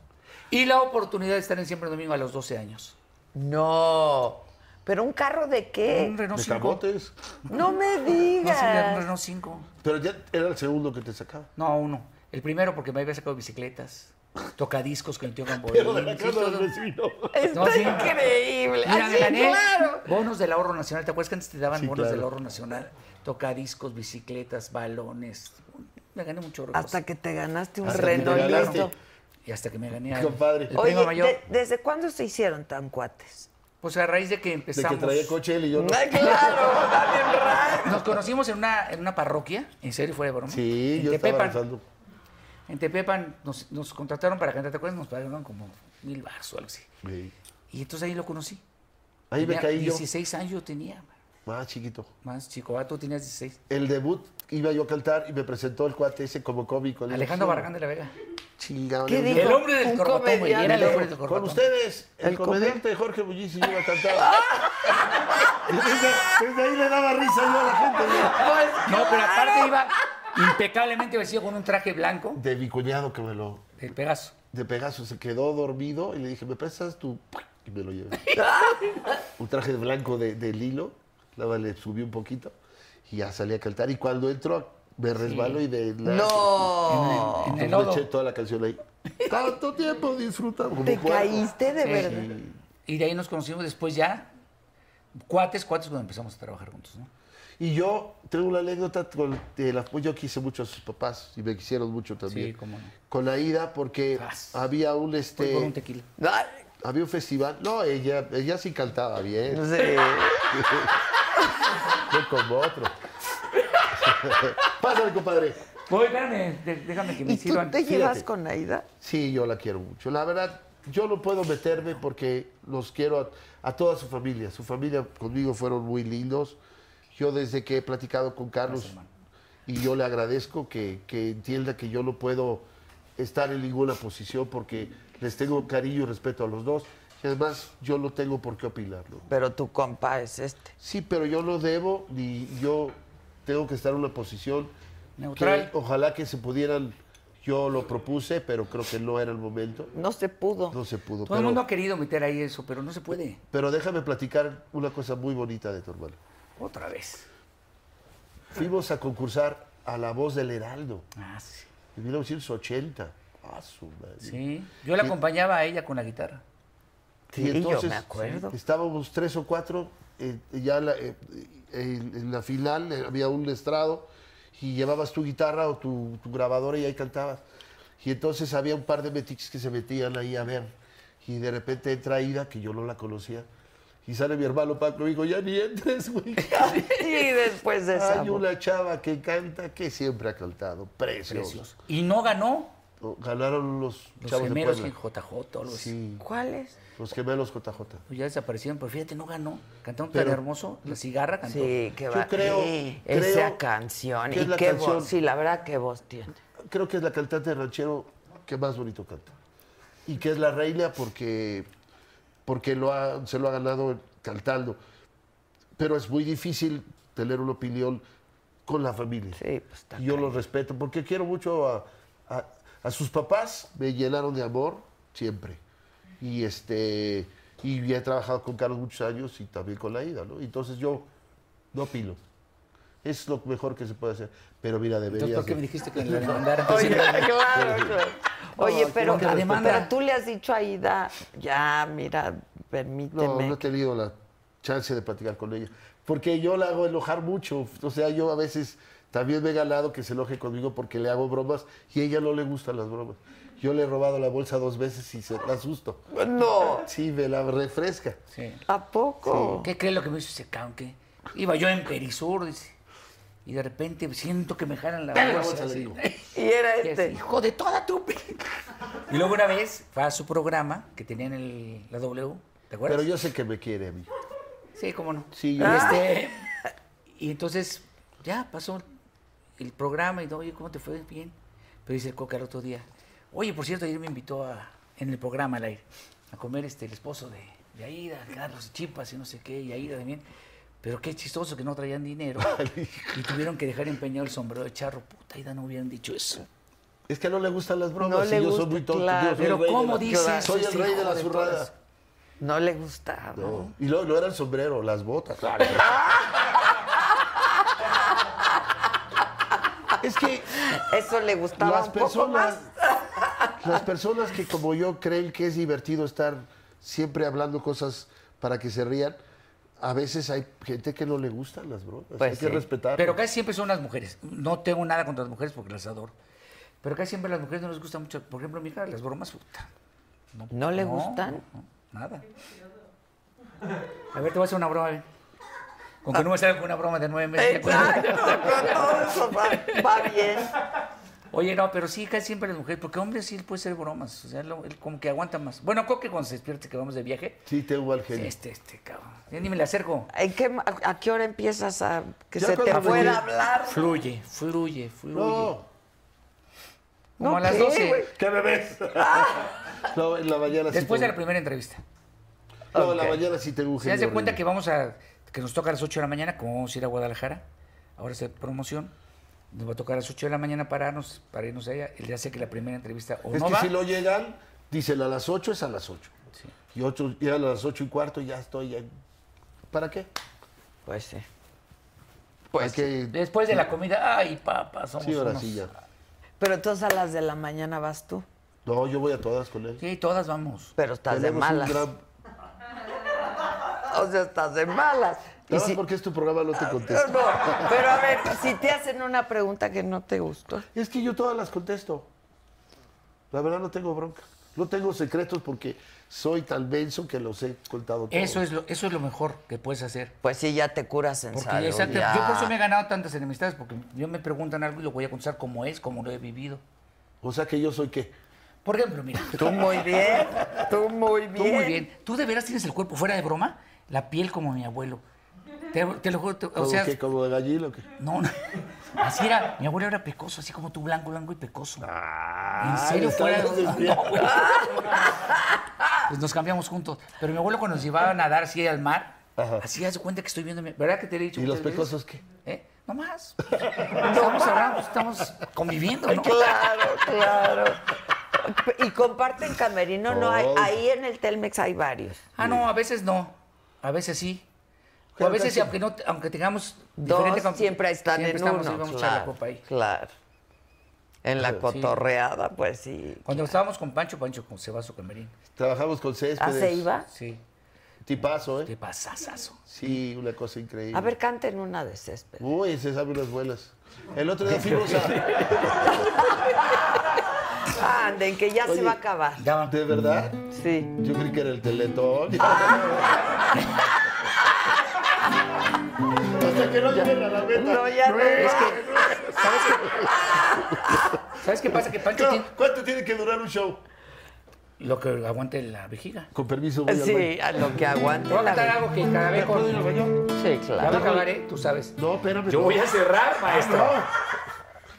Y la oportunidad de estar en Siempre Domingo a los 12 años.
No. ¿Pero un carro de
Un
Eh,
qué?
Renault
De
5.
camotes.
No me
No, sí, un
digas.
Renault 5.
Pero ya era el segundo que te sacaba.
No, uno. El primero porque me había sacado bicicletas, tocadiscos con el tío Gamboín.
Pero de la
sí,
casa
todo.
del vecino.
Está
No, sí.
increíble.
Mira,
Así,
me gané
claro.
bonos del ahorro nacional. ¿Te acuerdas que antes te daban
Sí,
bonos del
claro.
ahorro nacional? Tocadiscos, bicicletas, balones. Me gané mucho chorro. de
Hasta
cosas.
que te ganaste un
Hasta que te
Renault y
ganaste.
esto.
Y hasta que me gané al,
Compadre.
el
Oye,
primo mayor.
¿de- ¿desde cuándo se hicieron tan cuates?
Pues a raíz de que
De que
empezamos.
traía coche él y yo no.
Ay, claro, también raro.
Nos conocimos en una, en una parroquia, en serio, fuera de broma.
Sí,
en
yo estaba
Tepepan.
lanzando.
En Tepepan nos, nos contrataron para cantar, ¿te acuerdas? Nos pagaron como mil bars o algo así.
Sí.
Y entonces ahí lo conocí.
Ahí me
Tenía
caí yo.
16 años yo tenía,
Más chiquito.
más chico. Ah, tú tenías 16.
El debut iba yo a cantar y me presentó el cuate ese como cómico. Le dije,
Alejandro
"Sí,
Barragán de la Vega.
Chingado.
¿Qué
le
dijo?
dije,
El hombre del
Un
corbatón, güey. Era el
comediante.
hombre del
Con
corbatón.
ustedes, el,
El
comediante Jorge Bullici iba a cantar. Y desde, desde ahí le daba risa yo a la gente. mira.
Pues, No, pero aparte iba impecablemente vestido con un traje blanco
De mi cuñado que me lo.
del Pegaso.
De Pegaso se quedó dormido y le dije, ¿me prestas tu.? Y me lo llevé. un traje de blanco de, de lilo. Nada más le subí un poquito y ya salí a cantar. Y cuando entró, me resbalo y de la.
No.
En el
Entonces me eché
lodo.
toda la canción ahí. Tanto tiempo disfrutando. como
¿Te
puerco.
caíste de
Sí.
verdad?
Eh, Y de ahí nos conocimos después ya. Cuates, cuates, cuando empezamos a trabajar juntos, ¿no?
Y yo tengo una anécdota con el apoyo. Yo quise mucho a sus papás y me quisieron mucho también. Este,
Sí, cómo no.
Con la ida porque
Zas.
había un este.
Fue por un tequila.
Ay,
Había un festival. No, ella, ella sí cantaba bien.
No sé.
No como otro. Pásale, compadre.
Voy, espérame, de- déjame que me
¿Y tú
sirvan.
te llevas
fíjate.
con Aida?
Sí, yo la quiero mucho. La verdad, yo no puedo meterme porque los quiero a, a toda su familia. Su familia conmigo fueron muy lindos. Yo desde que he platicado con Carlos y yo le agradezco que, que entienda que yo no puedo estar en ninguna posición porque les tengo cariño y respeto a los dos. Y además, yo no tengo por qué opinarlo.
Pero tu compa es este.
Sí, pero yo no debo ni yo tengo que estar en una posición
Neutral.
que ojalá que se pudieran. Yo lo propuse, pero creo que no era el momento.
No se pudo.
No se pudo.
Todo el
pero,
mundo ha querido meter ahí eso, pero no se puede.
pero déjame platicar una cosa muy bonita de tu hermano.
Otra vez.
Fuimos a concursar a La Voz del Heraldo
Ah, sí.
en 1980. Ah, su madre.
Sí. Yo la
Y-
acompañaba a ella con la guitarra.
Sí, yo me acuerdo.
Estábamos tres o cuatro, eh, ya la- eh, en, en la final eh, había un estrado y llevabas tu guitarra o tu, tu grabadora y ahí cantabas. Y entonces había un par de metiches que se metían ahí a ver. Y de repente entra Ida, que yo no la conocía, y sale mi hermano Paco y digo, ya ni entres, güey.
Y después de esa.
Hay una chava que canta, que siempre ha cantado, precioso.
Precioso. Y no ganó
Ganaron los,
los
chavos de
gemelos
Puebla.
en JJ o algo así.
Sí,
¿Cuál es?
los gemelos JJ.
Pues ya desaparecieron, pero fíjate, no ganó. Cantaron
Pero-
tan hermoso, la cigarra cantó.
Sí, qué
Yo
va.
creo-
Sí,
creo
esa canción.
que es
y
la
qué
canción-
voz. Sí, la verdad, qué voz tiene.
Creo que es la cantante ranchero que más bonito canta. Y que es la reina porque, porque lo ha- se lo ha ganado cantando. Pero es muy difícil tener una opinión con la familia.
Sí, pues está.
Y yo los respeto porque quiero mucho a, a- a sus papás, me llenaron de amor siempre. Y este y he trabajado con Carlos muchos años y también con la ida, ¿no? Entonces yo no opino. Es lo mejor que se puede hacer. Pero mira,
Entonces,
deberías.
¿por qué
de-
me dijiste que la demandara?
Oye,
Entonces,
claro, claro. Oye, pero,
bonita demanda.
pero tú le has dicho a Aida, ya, mira, permíteme.
No, no he tenido la chance de platicar con ella. Porque yo la hago enojar mucho. O sea, yo a veces también me he ganado que se enoje conmigo porque le hago bromas y a ella no le gustan las bromas. Yo le he robado la bolsa dos veces y se la asusto.
No.
Sí, me la refresca.
sí.
¿A poco?
¿Qué crees lo que me hizo ese caón? ¿Qué? Iba yo en Perisur, dice. Y de repente siento que me jalan la
la
bolsa.
bolsa, le
así.
digo.
Y era
Y
este.
así, Hijo de toda tu... pi-". Y luego una vez fue a su programa que tenía en el, la W, ¿te acuerdas?
Pero yo sé que me quiere a mí. Ah.
Ah.
Sí, cómo no.
Sí,
Y
yo-
este, Y entonces, ya pasó el programa y todo, oye, ¿cómo te fue? Bien. Pero dice el Coca el otro día, oye, por cierto, ayer me invitó a, en el programa al aire a comer este, el esposo de, de Aida, Carlos Chipas y no sé qué, y Aida también. Pero qué chistoso que no traían dinero y tuvieron que dejar empeñado el sombrero de charro. Puta, Aida, no hubieran dicho eso.
Es que no le gustan las bromas.
No
y
le
yo
gusta,
soy muy tonto.
claro.
yo soy el
Pero
rey de
¿cómo
la-
dices
Soy el
ese
rey de
hijo
la
de Ah.
zurrada.
No le gustaba.
No. Y luego no era el sombrero, las botas. es que
Eso le gustaba
las
un poco
personas,
más.
las personas que como yo creen que es divertido estar siempre hablando cosas para que se rían, a veces hay gente que no le gustan las bromas.
Pues
hay
sí.
que respetar.
Pero casi siempre son las mujeres. No tengo nada contra las mujeres porque las adoro. Pero casi siempre a las mujeres no les gusta mucho. Por ejemplo, a mi hija, las bromas, puta.
¿No le gustan?
no, nada. A ver, te voy a hacer una broma. a ver. Con que no me salga con una broma de nueve meses.
Exacto, con todo eso va, va bien.
Oye, no, pero sí, casi siempre las mujeres, porque hombres sí puede ser bromas. O sea, lo- él como que aguanta más. Bueno, Coque cuando se despierte que vamos de viaje.
Sí, tengo al genio.
Este, este, cabrón. Ya ni me le acerco.
¿En qué ma- ¿A qué hora empiezas a que
Ya
se te
cuando
pueda
llegue-
hablar?
Fluye, fluye, fluye.
No,
Como
No,
a las
¿qué,
12.
güey?
¿qué me ves? no, en la mañana sí
Después de la
tengo-
primera entrevista.
No, en la mañana sí tengo un
Se
genio.
hace Pues cuenta que
horrible.
vamos a. que nos toca a las 8 de la mañana, como vamos a ir a Guadalajara. Ahora es promoción. Nos va a tocar a las 8 de la mañana pararnos, para irnos allá. Él ya sé que la primera entrevista o
Es
no
que
va.
si no llegan, dicen a las 8 es a las 8.
Sí.
Y ocho, ya a las 8 y cuarto ya estoy. ya- ¿Para qué?
Pues sí.
Pues que.
Después de la comida, ay, papá, somos
Sí, ahora
unos-
sí ya.
Pero entonces a las de la mañana vas tú.
No, yo voy a todas con él.
Sí, todas vamos.
Pero estás de
Tenemos un
malas.
gran-
O sea, estás de malas. Y
Nada más
si-
porque es tu programa, no te
No,
contesto.
no, pero a ver, si te hacen una pregunta que no te gustó.
Es que yo todas las contesto. La verdad no tengo bronca. No tengo secretos porque soy tan benzo que los he contado todos.
Eso es, lo, eso es lo mejor que puedes hacer.
Pues sí, ya te curas en
Porque
salud.
exacto,
ya.
yo por
ah.
eso me he ganado tantas enemistades, porque yo me preguntan algo y lo voy a contestar como es, como lo he vivido.
O sea que yo soy qué.
Por ejemplo, mira,
Tú muy bien, tú muy bien.
tú muy bien, tú de veras tienes el cuerpo fuera de broma, la piel como mi abuelo. Te, te lo juro, te- o
¿Como,
sea,
qué? ¿Como de gallina o qué?
no, no, así era, mi abuelo era pecoso, así como tú, blanco, blanco y pecoso.
Ah,
en serio,
le
fuera de
estamos
broma.
desviando.
No, güey. Pues nos cambiamos juntos. Pero mi abuelo cuando nos llevaba a nadar así al mar,
Ajá.
así hace cuenta que estoy viendo, mi- ¿verdad que te he dicho?
¿Y los
muchas veces?
pecosos qué?
¿Eh? No más. Estamos hablando, estamos conviviendo, ¿no?
Claro, claro. Y comparten camerino, no hay.
Ay.
Ahí en el Telmex hay varios.
Ah, no, a veces no. A veces sí. O a
Pero
veces,
casi-
sí, aunque, no, aunque tengamos
Dos
diferente com-
siempre están
siempre
en
estamos,
uno.
sí, vamos a echar la
claro,
copa ahí.
claro. En la cotorreada, pues sí.
Cuando estábamos con Pancho, Pancho con- se va a su camerín.
Trabajamos con
¿Ah,
céspedes.
se iba?
Sí.
Tipazo,
Te
¿eh?
pasasazo.
Sí, una cosa increíble.
A ver, canten una de césped.
Uy, se sabe unas buenas. El otro día fuimos a...
Anden, que ya se
Oye.
va a acabar.
¿De verdad?
Sí.
Yo creí que era el teletón. Hasta que no lleguen a la meta.
No, ya no.
Es que, ¿sabes qué? ¿Sabes qué pasa? Que Pancho
Claro,
tiene
¿Cuánto tiene que durar un show?
lo que aguante la vejiga.
Con permiso, voy al
Sí, a lo que aguante.
Te voy a
la
contar
vida.
algo que cada vez con...
baño.
Ya
Sí,
va a
claro.
acabar, ¿eh? Tú sabes.
No, espérame.
Yo
no. Ah,
voy a cerrar, maestro.
No.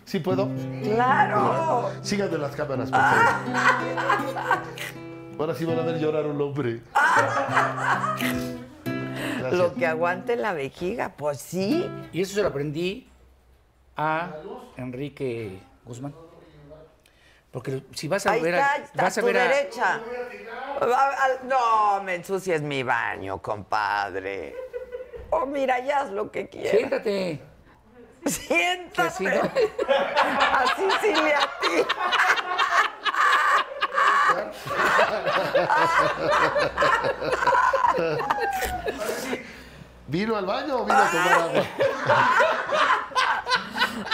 ¿Sí puedo?
Claro.
Síganme las cámaras, por favor. Ahora sí van a ver llorar a un hombre. Gracias.
Lo que aguante la vejiga, pues sí.
Y eso se lo aprendí a Enrique Guzmán. Porque si vas a
Ahí
ver
está,
a,
está
vas
a
a
tu
ver a-
derecha. A- a- No, me ensucies mi baño, compadre. Oh, mira, ya haz lo que quieras.
siéntate.
Siéntate.
Así, ¿no?
Así sí le a ti.
¿Vino al baño o vino a tomar agua?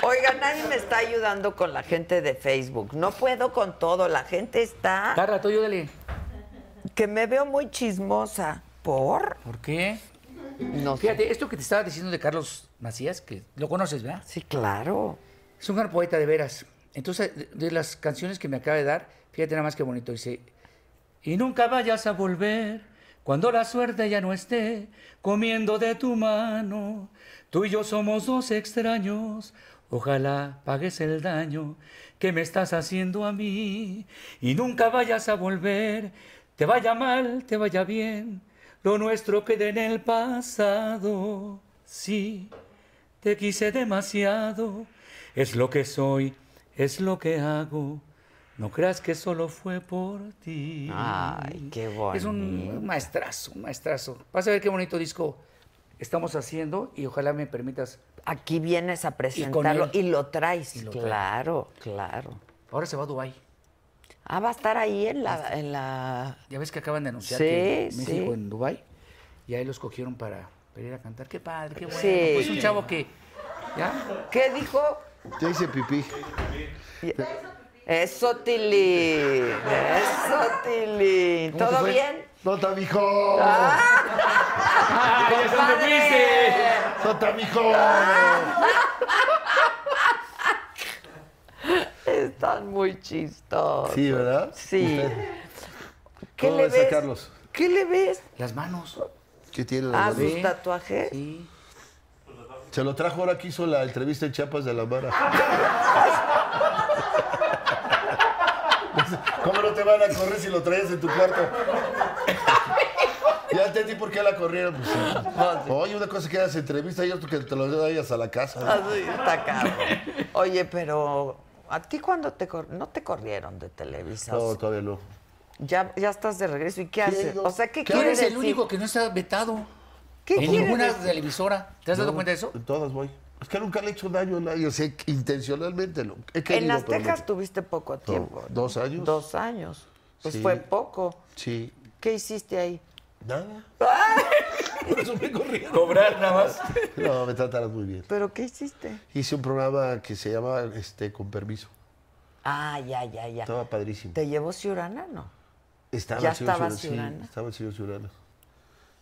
Oiga, nadie me está ayudando con la gente de Facebook. No puedo con todo. La gente está
Carla, tú ayúdale.
que me veo muy chismosa. ¿Por?
¿Por qué?
No sé.
Fíjate, esto que te estaba diciendo de Carlos Macías, que lo conoces, ¿verdad?
Sí, claro.
Es un gran poeta de veras. Entonces, de, de las canciones que me acaba de dar, fíjate nada más qué bonito. Dice, y nunca vayas a volver Cuando la suerte ya no esté comiendo de tu mano, tú y yo somos dos extraños. Ojalá pagues el daño que me estás haciendo a mí y nunca vayas a volver. Te vaya mal, te vaya bien, lo nuestro quede en el pasado. Sí, te quise demasiado. Es lo que soy, es lo que hago. No creas que solo fue por ti.
Ay, qué bonito.
Es un maestrazo, un maestrazo. Vas a ver qué bonito disco estamos haciendo y ojalá me permitas.
Aquí vienes a presentarlo
él.
y, lo traes.
Y lo traigo.
claro, claro.
Ahora se va a Dubái.
Ah, va a estar ahí en la, en la.
Ya ves que acaban de anunciar
Sí,
que
sí.
México en Dubái y ahí los cogieron para, para ir a cantar. Qué padre, qué bueno.
Sí.
Pues un chavo que ya
¿Qué dijo?
Ya hice pipí.
Eso, Tilín. Eso, Tilín.
¿Cómo te
¿Todo
fue?
bien? Ah.
¡Nota, mijo!
¡Ay, es donde
Padre.
fuiste!
¡Nota, mijo!
Ah. Están muy chistosos.
Sí, ¿verdad?
Sí. ¿Qué
¿Cómo
le
ves a
ves?
Carlos?
¿Qué le ves?
las manos.
¿Qué tiene la
Ah,
mano?
sus tatuajes.
Sí.
Se lo trajo ahora que hizo la entrevista en Chiapas de la Mara. ¿Cómo no te van a correr si lo traías en tu cuarto? Ya entendí por qué la corrieron. pues, sí. Oye, una cosa que hagas entrevista y otro que te lo vayas a la
Ah,
casa.
Así está cabrón. Oye, pero ¿a ti cuando te cor- no te corrieron de Televisa?
No, todavía no.
ya, ya estás de regreso. ¿Y qué haces?
digo,
O sea, ¿qué
¿qué
quieres
Eres
decir?
el único que no está vetado
¿Qué
en
quieres
ninguna
decir?
televisora. ¿Te has dado cuenta de eso?
En todas voy. Es que nunca le he hecho daño a nadie. O sea, que intencionalmente lo he querido,
En
pero
Aztecas
no.
tuviste poco tiempo. ¿no?
dos años.
Dos años. Pues
Sí.
fue poco.
Sí.
¿Qué hiciste ahí?
Nada. Por eso me corrieron.
Cobrar nada más.
No, me trataron muy bien.
¿Pero qué hiciste?
Hice un programa que se llamaba este, Con Permiso.
Ah, ya, ya, ya.
Estaba padrísimo.
¿Te llevó Ciurana? No.
Estaba
¿Ya
el señor
estaba
Ciurana, sí,
Ciurana?
estaba el señor Ciurana.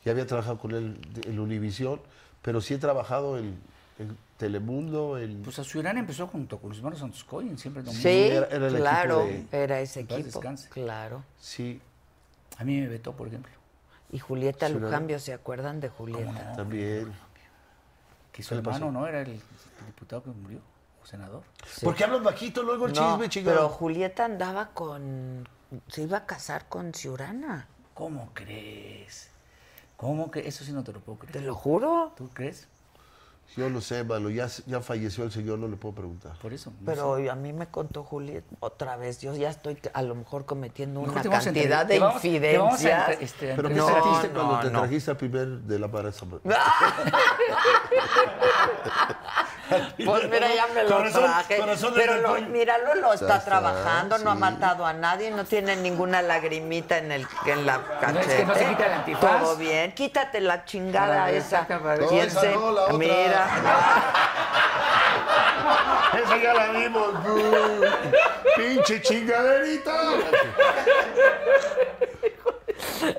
Ya había trabajado con él de- en Univisión, pero sí he trabajado en, en Telemundo, en...
Pues a Ciurana empezó junto con los hermanos Santos Coyen, siempre domingo.
Sí,
era- era el
claro.
equipo
Era ese
Paz
equipo.
descanse.
Claro.
sí,
A mí me vetó, por ejemplo.
Y Julieta
Ciurana.
Lujambio, ¿se acuerdan de Julieta?
también.
Que su hermano, ¿no? Era el diputado que murió, o senador.
¿Por qué hablan bajito luego el
No,
chisme,
pero
chingado?
Julieta andaba con... Se iba a casar con Ciurana.
¿Cómo crees? ¿Cómo que Eso sí no te lo puedo creer.
Te lo juro.
¿Tú crees?
Yo no sé, mano, ya, ya falleció el señor, no le puedo preguntar.
Por eso. no sé.
Pero a mí me contó Julieta otra vez. Yo ya estoy a lo mejor cometiendo
Mejor
una
te vamos a entrev-
cantidad de
te vamos- te vamos a
infidencias.
entre- este,
¿Pero qué
entrevistar.
No,
sentiste cuando
no, Ah,
te
no.
trajiste a primer de la Mara Zambrano?
Pues mira, ya me lo
Corazón-
traje.
corazón de
pero lo-
tacón.
míralo, lo está,
Está,
trabajando, no ha
sí.
matado a nadie, no tiene ninguna lagrimita en, el, en la cachete.
No, es que no se quita el antifaz. Ah,
Todo bien, quítate la chingada
Para ver,
esa.
saca para ver.
No,
Y
esa
ese-
no, la otra.
Mira,
Esa ya la vimos. bu. Pinche chingaderita.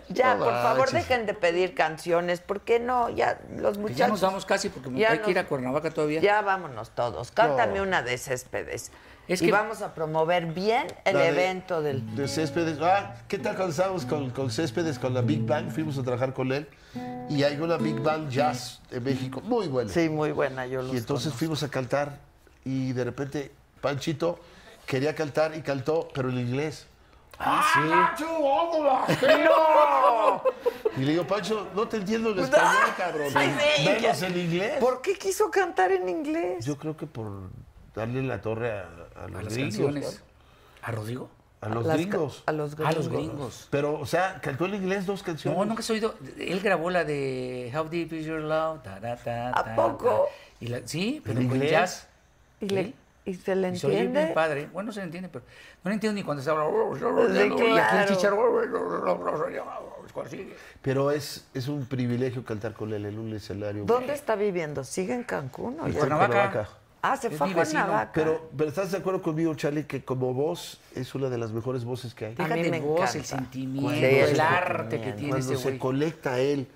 ya,
No
por favor,
manches.
dejen de pedir canciones, porque no? Ya, los muchachos.
Que Pues ya nos vamos casi porque me
Ya
hay
nos-
que ir a Cuernavaca todavía.
Ya vámonos todos. Cántame una de Céspedes.
Es
Y
que-
vamos a promover bien el
La de-
evento del.
De Céspedes. Ah, ¿qué tal cuando estábamos con, con Céspedes, con la Big Bang? Fuimos a trabajar con él. Y hay una Big Bang Jazz en México. Muy buena.
Sí, muy buena, yo lo
Y entonces fuimos a cantar. Y de repente, Panchito quería cantar y cantó, pero en inglés.
Ah, sí.
Y le digo, Pancho, no te entiendo en español, cabrón. Menos en inglés.
¿Por qué quiso cantar en inglés?
Yo creo que por darle la torre a, a los
A las
gringos,
canciones. ¿A Rodrigo?
¿no? A los
Las ca-
gringos.
A los
A
gringos.
los gringos.
Pero, o sea, cantó en inglés dos canciones.
No, nunca se ha oído. Él grabó la de How Deep Is Your Love. ta, ta, ta,
¿A
ta,
poco?
ta. Y la- sí, pero
¿En
con
inglés?
jazz.
¿Y, le- y se le
¿eh? Y se oye bien
entiende?
padre. Bueno, no se le entiende, pero no le entiendo ni cuando se habla. Y aquí el
claro.
chicharro. ¿Cuál sigue?
Pero es, es un privilegio cantar con él en un escenario.
¿Dónde está viviendo? ¿Sigue en Cancún o
En
ya?
Cuernavaca. Ah.
Ah, se
Es
fue a
mi vecino,
Cuernavaca.
Pero, pero ¿estás de acuerdo conmigo, Charlie, que como voz es una de las mejores voces que hay?
Ah,
Déjate
me
en voz,
encanta.
el sentimiento,
Sí,
el,
el
arte que tiene
Cuando
ese
se
güey.
conecta él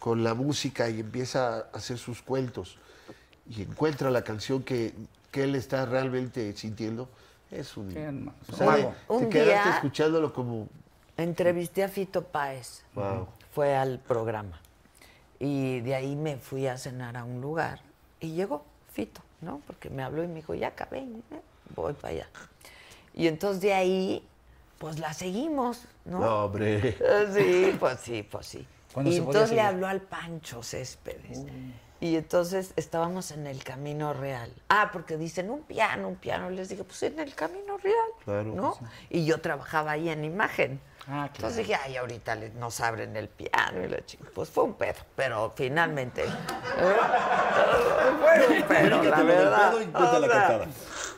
con la música y empieza a hacer sus cuentos y encuentra la canción que, que él está realmente sintiendo, es un...
Qué hermoso.
o sea, de-
Mago.
te
Un
quedaste
día-
escuchándolo como...
Entrevisté a Fito Páez.
Wow.
Fue al programa. Y de ahí me fui a cenar a un lugar. Y llegó Fito, ¿no? Porque me habló y me dijo, ya acabé, ¿eh? voy para allá. Y entonces de ahí, pues la seguimos, ¿no?
No, hombre.
Ah, Sí, pues sí, pues sí.
¿Cuándo
Y
se podía
entonces le
seguir?
habló al Pancho Céspedes. Y entonces estábamos en el camino real. Ah, porque dicen un piano, un piano. Les dije, pues en el camino real.
Claro,
¿no?
pues,
Y yo trabajaba ahí en imagen.
Ah, claro.
Entonces dije, ay, ahorita les- nos abren el piano. Y la chica, pues fue un pedo. Pero finalmente. fue un pedo, la
Ubícatelo del
verdad.
pedo y cuenta
O
la
sea,
cantada.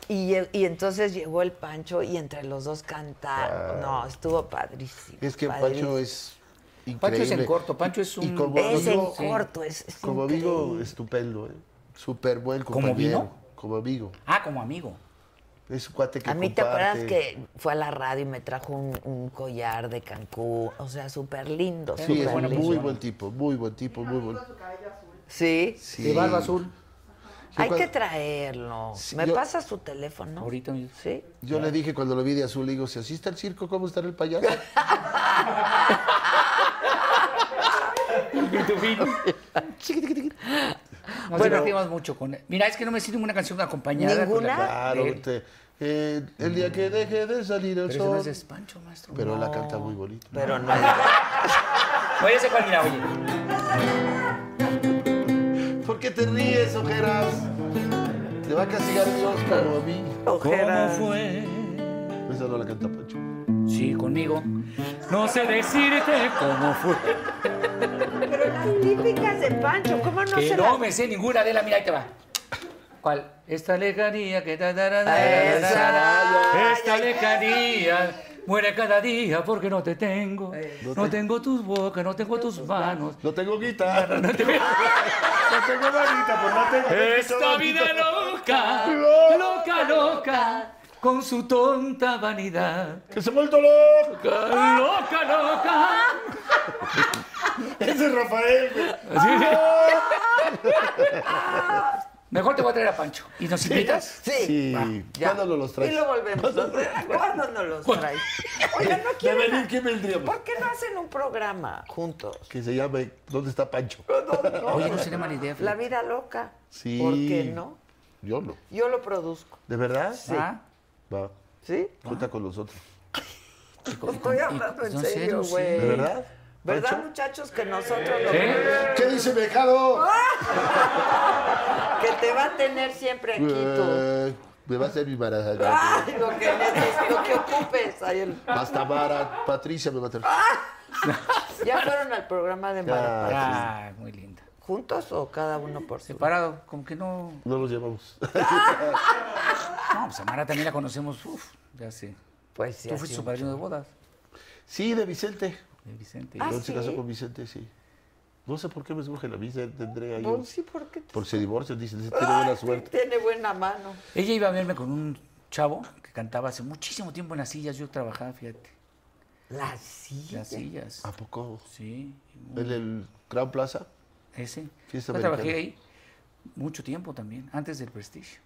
y, lle- y entonces llegó el Pancho y entre los dos cantaron. No, estuvo padrísimo.
Es que
padrísimo.
Pancho es increíble.
Pancho es en corto, Pancho es un-
Es en
amigo-
corto, es- es
Como amigo,
increíble.
estupendo. ¿eh? Súper buen
¿Como
compañero.
vino?
Como amigo.
Ah, como amigo.
Es un cuate que
A mí te
comparte.
acuerdas que fue a la radio y me trajo un, un collar de Cancún, o sea, súper lindo,
Sí,
súper
es
buena
muy
lindo.
persona.
buen tipo, muy buen tipo, muy buen.
Sí,
Sí.
De barba azul.
hay
cuando-
que traerlo.
Sí,
¿Me
yo-
pasa su teléfono?
Ahorita mismo.
Sí.
Yo le dije cuando lo vi de azul, le digo, si así está el circo, ¿cómo estará el payaso?
Nos divertimos mucho con él. Mira, es que no me sirve una canción acompañada. con la-
¿Ninguna?
Claro,
de él.
te- eh, el día que deje de salir el
Pero eso no
sol.
es de Pancho, maestro.
Pero la canta muy bonito.
Pero no.
Oye, ese cual, mira, oye.
¿Por qué te ríes, ojeras? Te va a castigar Dios como a mí.
¿Cómo fue?
Esa no la canta Pancho.
Sí, conmigo.
No sé decirte cómo fue.
Pero las típicas de Pancho, ¿cómo no
que
se
no
las-
me sé ninguna de la mira, ahí te va. ¿Cuál? Esta lejanía que... ta, ta, ta, ta, ta, ta,
Esa.
ta. Esta lejanía muere cada día porque no te tengo. No tengo tus bocas, no tengo tus manos.
No tengo guitarra. No tengo guitarra, pues no tengo.
Esta vida loca, loca, loca, con su tonta vanidad.
¡Que se ha vuelto loco!
Loca, loca.
¡Ese es Rafael! güey.
Ah. Mejor te voy a traer a Pancho. ¿Y nos invitas?
Sí.
Sí, ¿cuándo nos los traes?
Y lo volvemos a hacer. ¿Cuándo nos los traes? Oigan, no
¿De
quieren...
venir quién vendríamos?
¿Por qué no hacen un programa juntos?
Que se llame ¿Dónde está Pancho?
Oye, no sería mala idea.
La
fíjate.
vida loca.
Sí.
¿Por qué no?
Yo no.
Yo lo produzco,
¿De verdad?
¿Ah?
Va,
¿sí?
cuenta con nosotros.
Estoy hablando en
No, en
serio,
serio, sí.
güey.
¿De verdad?
¿Verdad,
Pancho?
muchachos, que nosotros lo
¿Eh?
¿Qué dice Mejado?
que te va a tener siempre en Quito?
Eh, me va a hacer mi marajada.
Ay, lo que neces- lo que ocupes. Ahí el-
Hasta Mara, Patricia me va a traer.
Ah. ¿Ya fueron al programa de Mara?
Ah,
Ah, muy linda.
¿Juntos o cada uno por su?
Separado, como que no.
no los llevamos.
No, pues a Mara también la conocemos. Uf, ya sé.
Pues sí.
Tú
así
fuiste su
un-
padrino de bodas
Sí, de Vicente.
de Vicente.
Ah,
Yo se
¿sí?
casó con Vicente, sí. No sé por qué me surge la visa, tendré ahí. un-
Pues sí, Ah, ¿por qué? te-
Porque se divorcian, dicen, "Ese tiene buena suerte.
Tiene buena mano.
Ella iba a verme con un chavo que cantaba hace muchísimo tiempo en las sillas. Yo trabajaba, fíjate.
La silla.
Las sillas.
¿A poco?
Sí.
¿En el Gran Plaza?
Ese.
Fiesta
Yo
americana.
trabajé ahí mucho tiempo también, antes del Prestige.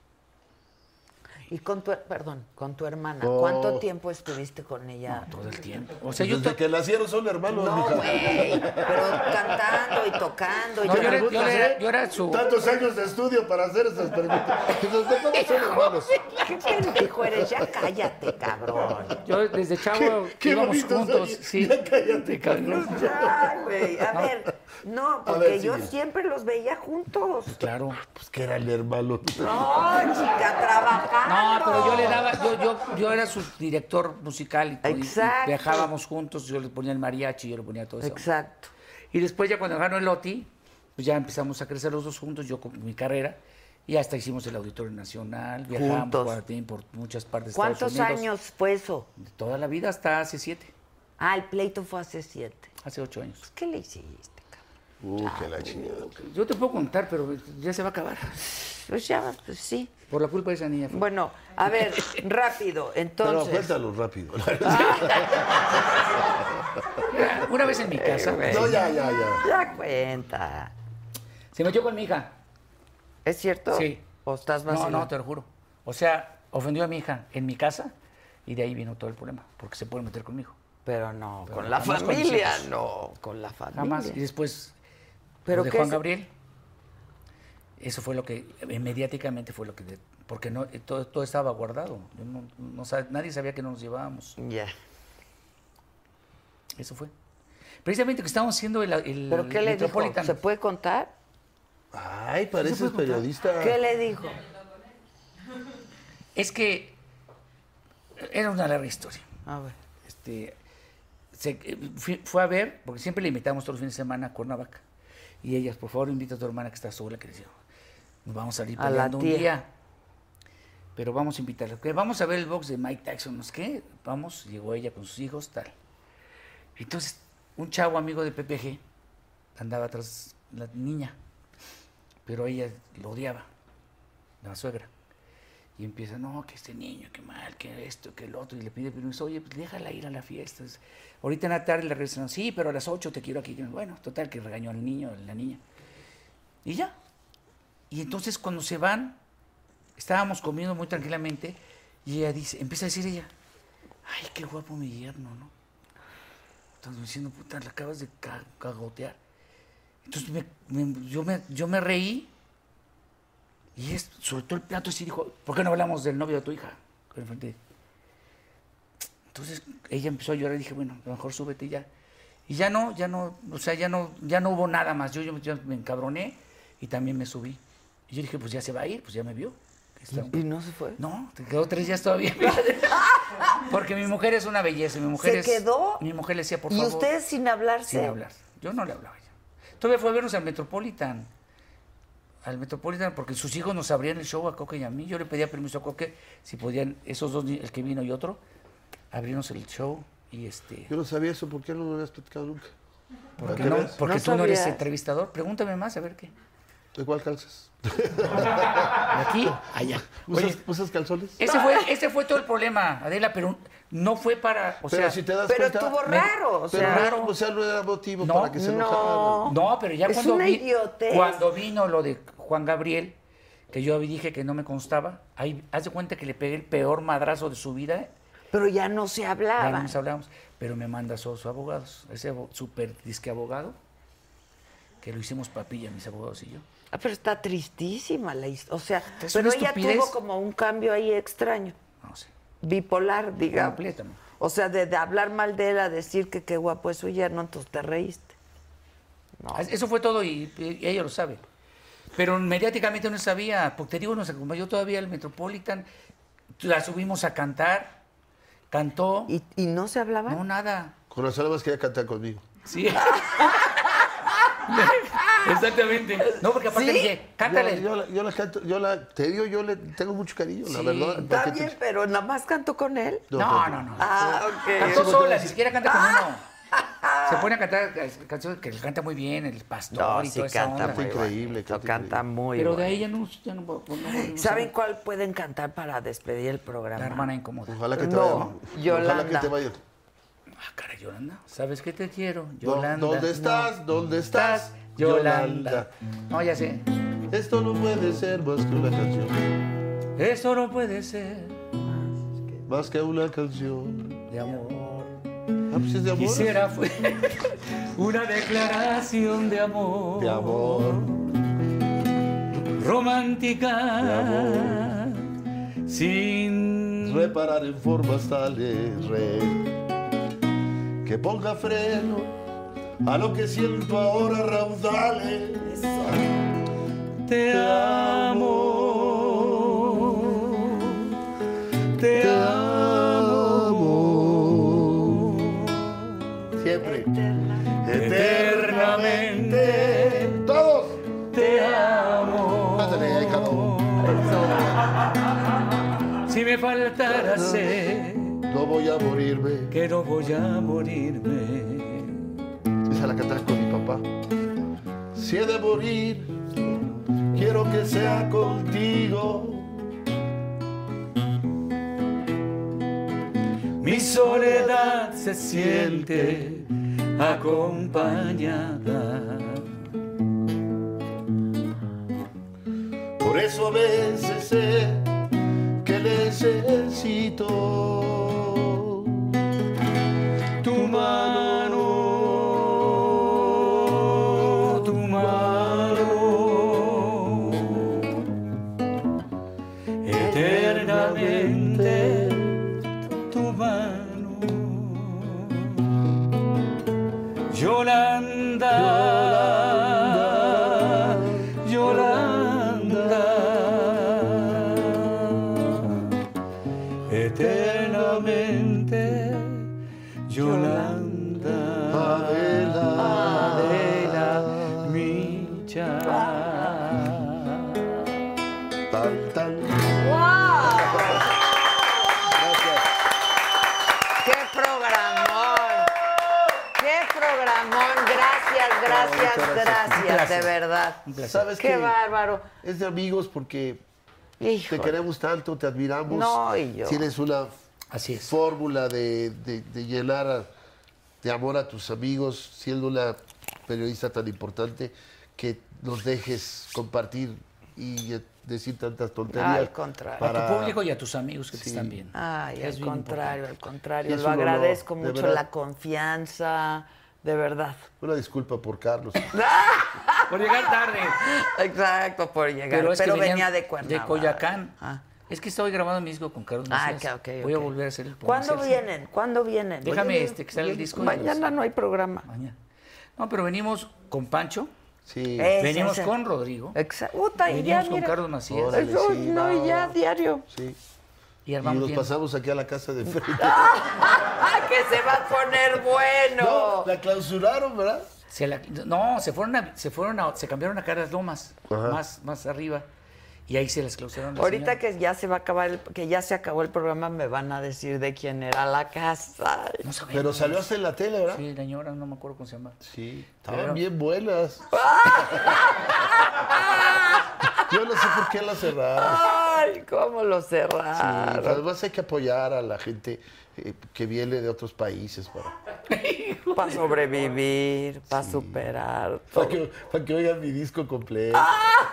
Y con tu, perdón, con tu hermana.
Oh.
¿Cuánto tiempo estuviste con ella?
Todo el tiempo. O sea, yo,
Desde
to-
que nacieron son hermanos,
No,
mija.
güey. Pero cantando y tocando. Y
No, yo era-
tocando.
yo era- yo era su-
Tantos años de estudio para hacer esas preguntas. Entonces, ¿cómo son hermanos?
¿Qué pendejo eres? Ya cállate, cabrón.
yo desde chavo
qué
íbamos
bonitos,
juntos.
oye.
Sí.
Ya cállate,
cabrón.
Ya, güey. A ver, no, porque
ver,
yo
sigue.
siempre los veía juntos.
Claro.
Pues que eran hermanos.
No, chica, trabajando.
No, pero yo le daba, yo, yo, yo era su director musical y todo, y- y
Exacto.
viajábamos juntos, yo le ponía el mariachi, yo le ponía todo eso.
Exacto.
Y después ya cuando ganó el OTI, pues ya empezamos a crecer los dos juntos, yo con mi carrera, y hasta hicimos el Auditorio Nacional, viajamos
Juntos.
por, por muchas partes de Estados
¿Cuántos
Unidos.
años fue eso?
De toda la vida hasta hace siete,
Ah, el pleito fue hace siete.
hace ocho años.
¿Qué le hiciste, cabrón?
Uh, que la chingada.
Yo te puedo contar, pero ya se va a acabar.
Pues ya, pues sí.
Por la culpa de esa niña. fue.
Bueno, a ver, rápido,
Pero
entonces.
cuéntalo rápido.
Una vez
Eh,
en mi casa,
No, ya, ya, ya.
Ya cuenta.
se metió con mi hija.
¿Es cierto?
Sí.
¿O estás más
No, no,
en-
te lo juro. O sea, ofendió a mi hija en mi casa y de ahí vino todo el problema, porque se puede meter conmigo.
Pero no,
Pero
con la
jamás con
familia,
sus hijos.
no, con la familia.
Jamás. Y después
Pero
lo de
¿qué
Juan
es?
Gabriel. Eso fue lo que eh, mediáticamente fue lo que de- porque no eh, todo, todo estaba guardado. Yo no- no sab- nadie sabía que no nos llevábamos.
Ya.
Eso fue. Precisamente que estábamos haciendo el, el
¿Pero qué le dijo?
Metropolitan.
¿Se puede contar?
Pues
Ay, pareces periodista.
¿Qué le dijo?
Es que era una larga historia.
A ver.
Este, se- eh, fui- fue a ver, porque siempre le invitamos todos los fines de semana a Cuernavaca. Y ellas, por favor, invita a tu hermana que está sola, que decía, nos vamos a salir
A la
peleando un
tía.
día. Pero vamos a invitarla. "Ok, Vamos a ver el box de Mike Tyson, ¿no es qué? Vamos, llegó ella con sus hijos, tal. Entonces, un chavo amigo de PPG andaba atrás de la niña, pero ella lo odiaba, la suegra. Y empieza, no, que este niño, que mal, que esto, que el otro. Y le pide permiso, oye, pues déjala ir a la fiesta. Es- Ahorita en la tarde le regresan, sí, pero a las 8 te quiero aquí. Bueno, total, que regañó al niño, a la niña. Y ya. Y entonces cuando se van, estábamos comiendo muy tranquilamente y ella dice, empieza a decir ella, ay, qué guapo mi yerno, ¿no? Entonces diciendo, puta, la acabas de ca- cagotear. Entonces me- me- yo, me, yo me reí y es, soltó el plato y dijo, ¿por qué no hablamos del novio de tu hija? Enfrente de- Entonces ella empezó a llorar y dije, bueno, a lo mejor súbete y ya. Y ya no, ya no, o sea, ya no, ya no hubo nada más. Yo, yo, yo me encabroné y también me subí. Y yo dije, pues ya se va a ir, pues ya me vio. Está-
¿Y no se fue?
no, te quedó tres días todavía. Porque mi mujer es una belleza. Mi mujer
¿Se
es-
quedó?
Mi mujer le decía, por
¿Y
favor.
ustedes sin hablarse?
Sin hablar. Yo no le hablaba ya. Todavía fue a vernos al Metropolitan. Al Metropolitan, porque sus hijos nos abrían el show a Coque y a mí. Yo le pedía permiso a Coque si podían, esos dos, ni- el que vino y otro, abrirnos el show. Y este.
Yo no sabía eso, ¿por qué no lo habías platicado nunca?
¿Por qué
¿Te
no?
ves?
Porque
No
tú no eres
sabía.
entrevistador. Pregúntame más, a ver qué.
¿De cuál calzas? Ah,
Aquí, allá. Oye,
¿Usas, usas calzones?
ese fue, ese fue todo el problema, Adela, pero no fue para. O
pero
sea,
si te das
pero
cuenta...
estuvo raro, o
pero
sea.
raro, o sea, no era motivo
No,
para que se
no.
enojaran.
No, pero ya
Es
cuando,
una
vi-
idiotez.
cuando vino lo de Juan Gabriel, que yo dije que no me constaba, ahí haz de cuenta que le pegué el peor madrazo de su vida, ¿eh?
Pero ya no se
ya no
hablaban.
nos hablamos, pero me manda a sus abogados, ese abo- super disque abogado, que lo hicimos papilla, mis abogados y yo.
Ah, pero está tristísima la historia. O sea,
Es
pero
una
ella
estupidez.
tuvo como un cambio ahí extraño.
No sé.
Bipolar, digamos.
Completamente.
O sea, de, de hablar mal de él a decir que qué guapo es su yerno, entonces te reíste.
Ah, Eso fue todo y, y ella lo sabe. Pero mediáticamente no sabía, porque te digo, nos acompañó todavía el Metropolitan, la subimos a cantar, cantó,
¿Y, y no se hablaban?
no nada.
Con las almas quería cantar conmigo.
Sí. Exactamente. No, porque aparte le dije, cántale.
Yo, yo la, yo la canto, yo la... Te digo, yo le tengo mucho cariño, la
Sí,
verdad.
Está
porque
bien,
te-
pero nada más cantó con él.
No,
no,
no,
no,
no.
no.
Ah,
Cantó
ok.
sola, ni siquiera canta con uno. Se pone a cantar eh, canciones que le canta muy bien, el pastor
Ah. No,
y
sí
toda esa
canta
onda.
muy
Increíble,
bonito,
canta
canta muy
Pero de
bonito.
ahí ya no, ya no, no- no-
¿Saben cuál pueden cantar para despedir el programa?
La hermana incómoda.
Ojalá que te
No,
vayan. Ojalá que
Yolanda.
te vayan.
Ah, cara, Yolanda. ¿Sabes qué te quiero?
No,
Yolanda.
¿Dónde estás? ¿Dónde estás?
Yolanda. No, ya sé.
Esto no puede ser más que una canción.
Eso no puede ser
Más que una canción.
de amor.
Ah, pues es de amor.
Quisiera fue una declaración de amor.
De amor.
romántica.
De amor.
Sin
Reparar en formas tales, rey. Que ponga freno a lo que siento ahora, raudales.
te amo. Te amo.
Siempre.
Eternamente.
Todos.
Te amo.
Ándale, ahí acabó.
Si me faltara sé
No voy a morirme.
que no voy a morirme.
Esa la cantaba con mi papá. Si he de morir, quiero que sea contigo.
Mi soledad se siente acompañada.
Por eso a veces sé que necesito
Tu
Ah.
escuchar.
Tan, tan.
¡Qué programón! ¡Qué programón! Gracias, gracias,
muchas gracias.
gracias,
Gracias.
de verdad.
¿Sabes
qué?
qué?
bárbaro.
Es de amigos porque
Hijo.
te queremos tanto, te admiramos.
No, y yo.
Tienes una
Así es.
fórmula de, de- de llenar a- de amor a tus amigos, siendo una periodista tan importante que nos dejes compartir y eh, decir tantas tonterías.
Al contrario.
A
para-
tu público y a tus amigos que te están viendo.
Ay,
Es
al
bien
contrario, al contrario.
Es
Lo
un honor,
agradezco
de
mucho
verdad.
la confianza, de verdad.
Una disculpa por Carlos.
Por llegar tarde.
Exacto, por llegar. Pero,
es que
venía
venían
de Cuernavaca.
De Coyacán.
Ah,
Es que estoy grabando mi disco con Carlos
Ah,
Macías.
que ok, ok.
Voy a volver a hacer el
¿Cuándo
comercial.
vienen? ¿Cuándo vienen?
Déjame
Oye,
este, que sale el disco y
Mañana
los-
no hay programa.
Mañana. No, pero venimos con Pancho.
Sí.
Eh, Ese,
venimos
ese.
con Rodrigo.
Exacto. Puta, y ya,
venimos con
mira.
Carlos Macías.
Órale.
Eso,
Sí,
no, y
no.
ya, diario.
sí.
Y
Y nos
armamos bien.
pasamos aquí a la casa de frente.
¡Ah, que se va a poner bueno!
No, la clausuraron, ¿verdad?
Se la- no, se fueron a, se fueron a- se cambiaron a Caras Lomas,
Ajá.
más, más arriba. Y ahí se las clausuraron. las
Ahorita
señoras.
que ya se va a acabar, el- que ya se acabó el programa, me van a decir de quién era la casa.
No sabemos.
Pero salió hasta en la tele, ¿verdad?
Sí, la señora, no me acuerdo cómo se llama.
Sí, estaban
Pero-
bien buenas. Yo no sé por qué la cerraron.
¡Ay, cómo lo cerraron!
Sí, además hay que apoyar a la gente eh, que viene de otros países para,
Para sobrevivir, para superar.
para,
todo.
que, para que oigan mi disco completo.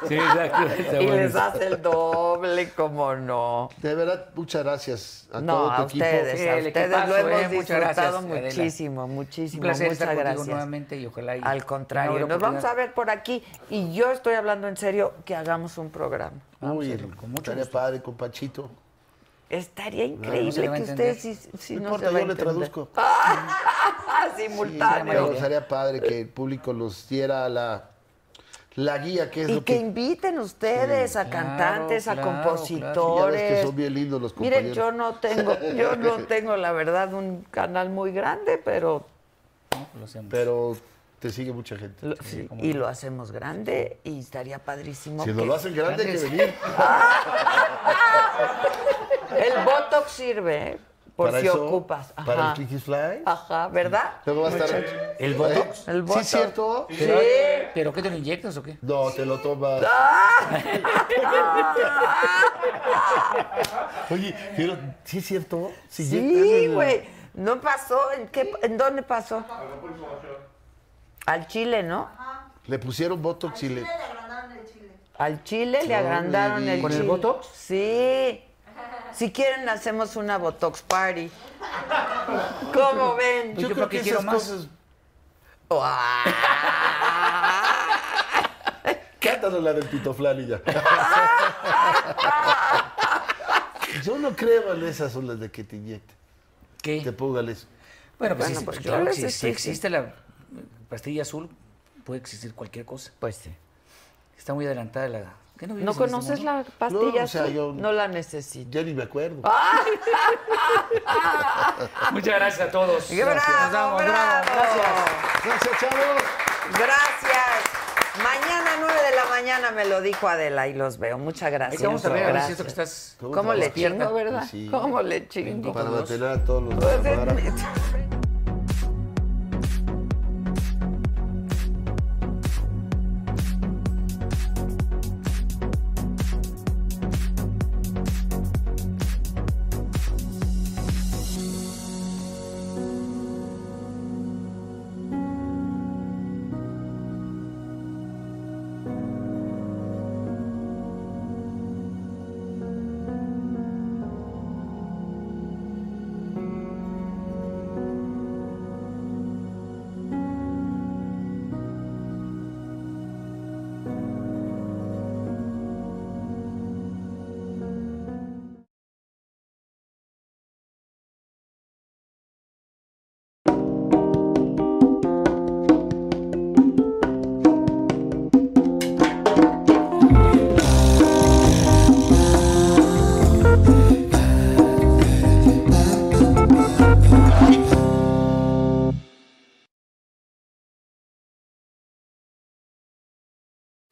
Sí, exacto.
Y les hace el doble, cómo no.
De verdad, muchas gracias a
No,
todo tu
a ustedes,
equipo.
Sí,
a
el
ustedes lo
equipazo,
hemos
eh, muchas
disfrutado
gracias, Adela.
muchísimo, muchísimo.
Un placer
muchas
estar contigo
gracias.
nuevamente y ojalá. y-
Al
una
contrario,
buena
nos vamos a
oportunidad.
ver por aquí y yo estoy hablando en serio que hagamos un programa.
Vamos a
Uy,
hacerlo, con mucho
estaría
gusto.
padre con Pachito.
Estaría
no se
increíble
le va a
que ustedes sí,
entender.
sí
no
no
importa,
se va a
yo le
entender.
traduzco.
Ah,
Pero
simultáneo.
estaría padre que el público nos diera la, la guía que es
y
lo
que
que...
inviten ustedes a
claro,
cantantes, a
claro,
Ya
compositores.
ves que son bien lindos los compañeros.
Miren, yo no tengo, yo no tengo la verdad un canal muy grande, pero
No, lo hacemos.
Pero te sigue mucha gente.
lo- y lo hacemos grande y estaría padrísimo.
Si
que-
nos lo hacen grande, hay que
Grandes.
venir.
El botox sirve, ¿eh? por
Para
si
eso,
ocupas. Ajá.
Para el Clicky Fly.
Ajá, ¿verdad?
Luego va a estar.
¿El Botox?
El
¿Sí
botox.
es cierto?
Pero- ¿Pero qué te lo inyectas o qué?
No, te lo tomas.
¡Ah!
Oye, pero, ¿sí es cierto? ¿Se inyectan
Sí,
el-
güey. ¿No pasó? ¿En, qué, ¿En dónde pasó? Al Chile, ¿no?
Le pusieron Botox y le.
Al Chile le
No
agrandaron
me
el
digas. ¿Con el
Chile.
Botox?
Sí. Si quieren, hacemos una Botox Party. ¿Cómo ven?
Pues
ah,
Yo creo que quiero más.
cosas.
¡Guau!
Cántanos la del Tito Flan y ya. Yo no creo en esas son las de que te inyecten.
¿Qué?
Te pongan eso.
Bueno, pues,
Bueno,
sí,
pues, yo
claro que
les
sí, si
existe.
existe la eh, pastilla azul, puede existir cualquier cosa.
Pues sí.
Está muy adelantada la... ¿Qué no, vives en
¿No
este
conoces
mundo?
la pastilla?
No, o sea,
azul?
yo-
no la necesito.
Ya ni me acuerdo.
¡Ah!
Muchas gracias a todos.
¡Bravo,
Nos vamos,
bravo!
Gracias.
Gracias, chavos.
Gracias. Mañana 9 de la mañana me lo dijo Adela y los veo. Muchas
Ahí
gracias.
te vamos a ver, a ver si
Gracias.
esto que estás...
¿Cómo
¿Cómo le
trabajas?
chingo, verdad?
Sí.
¿Cómo le chingo?
Para
Dios.
mantener a todos los
Pues,
Guadalajara.
es-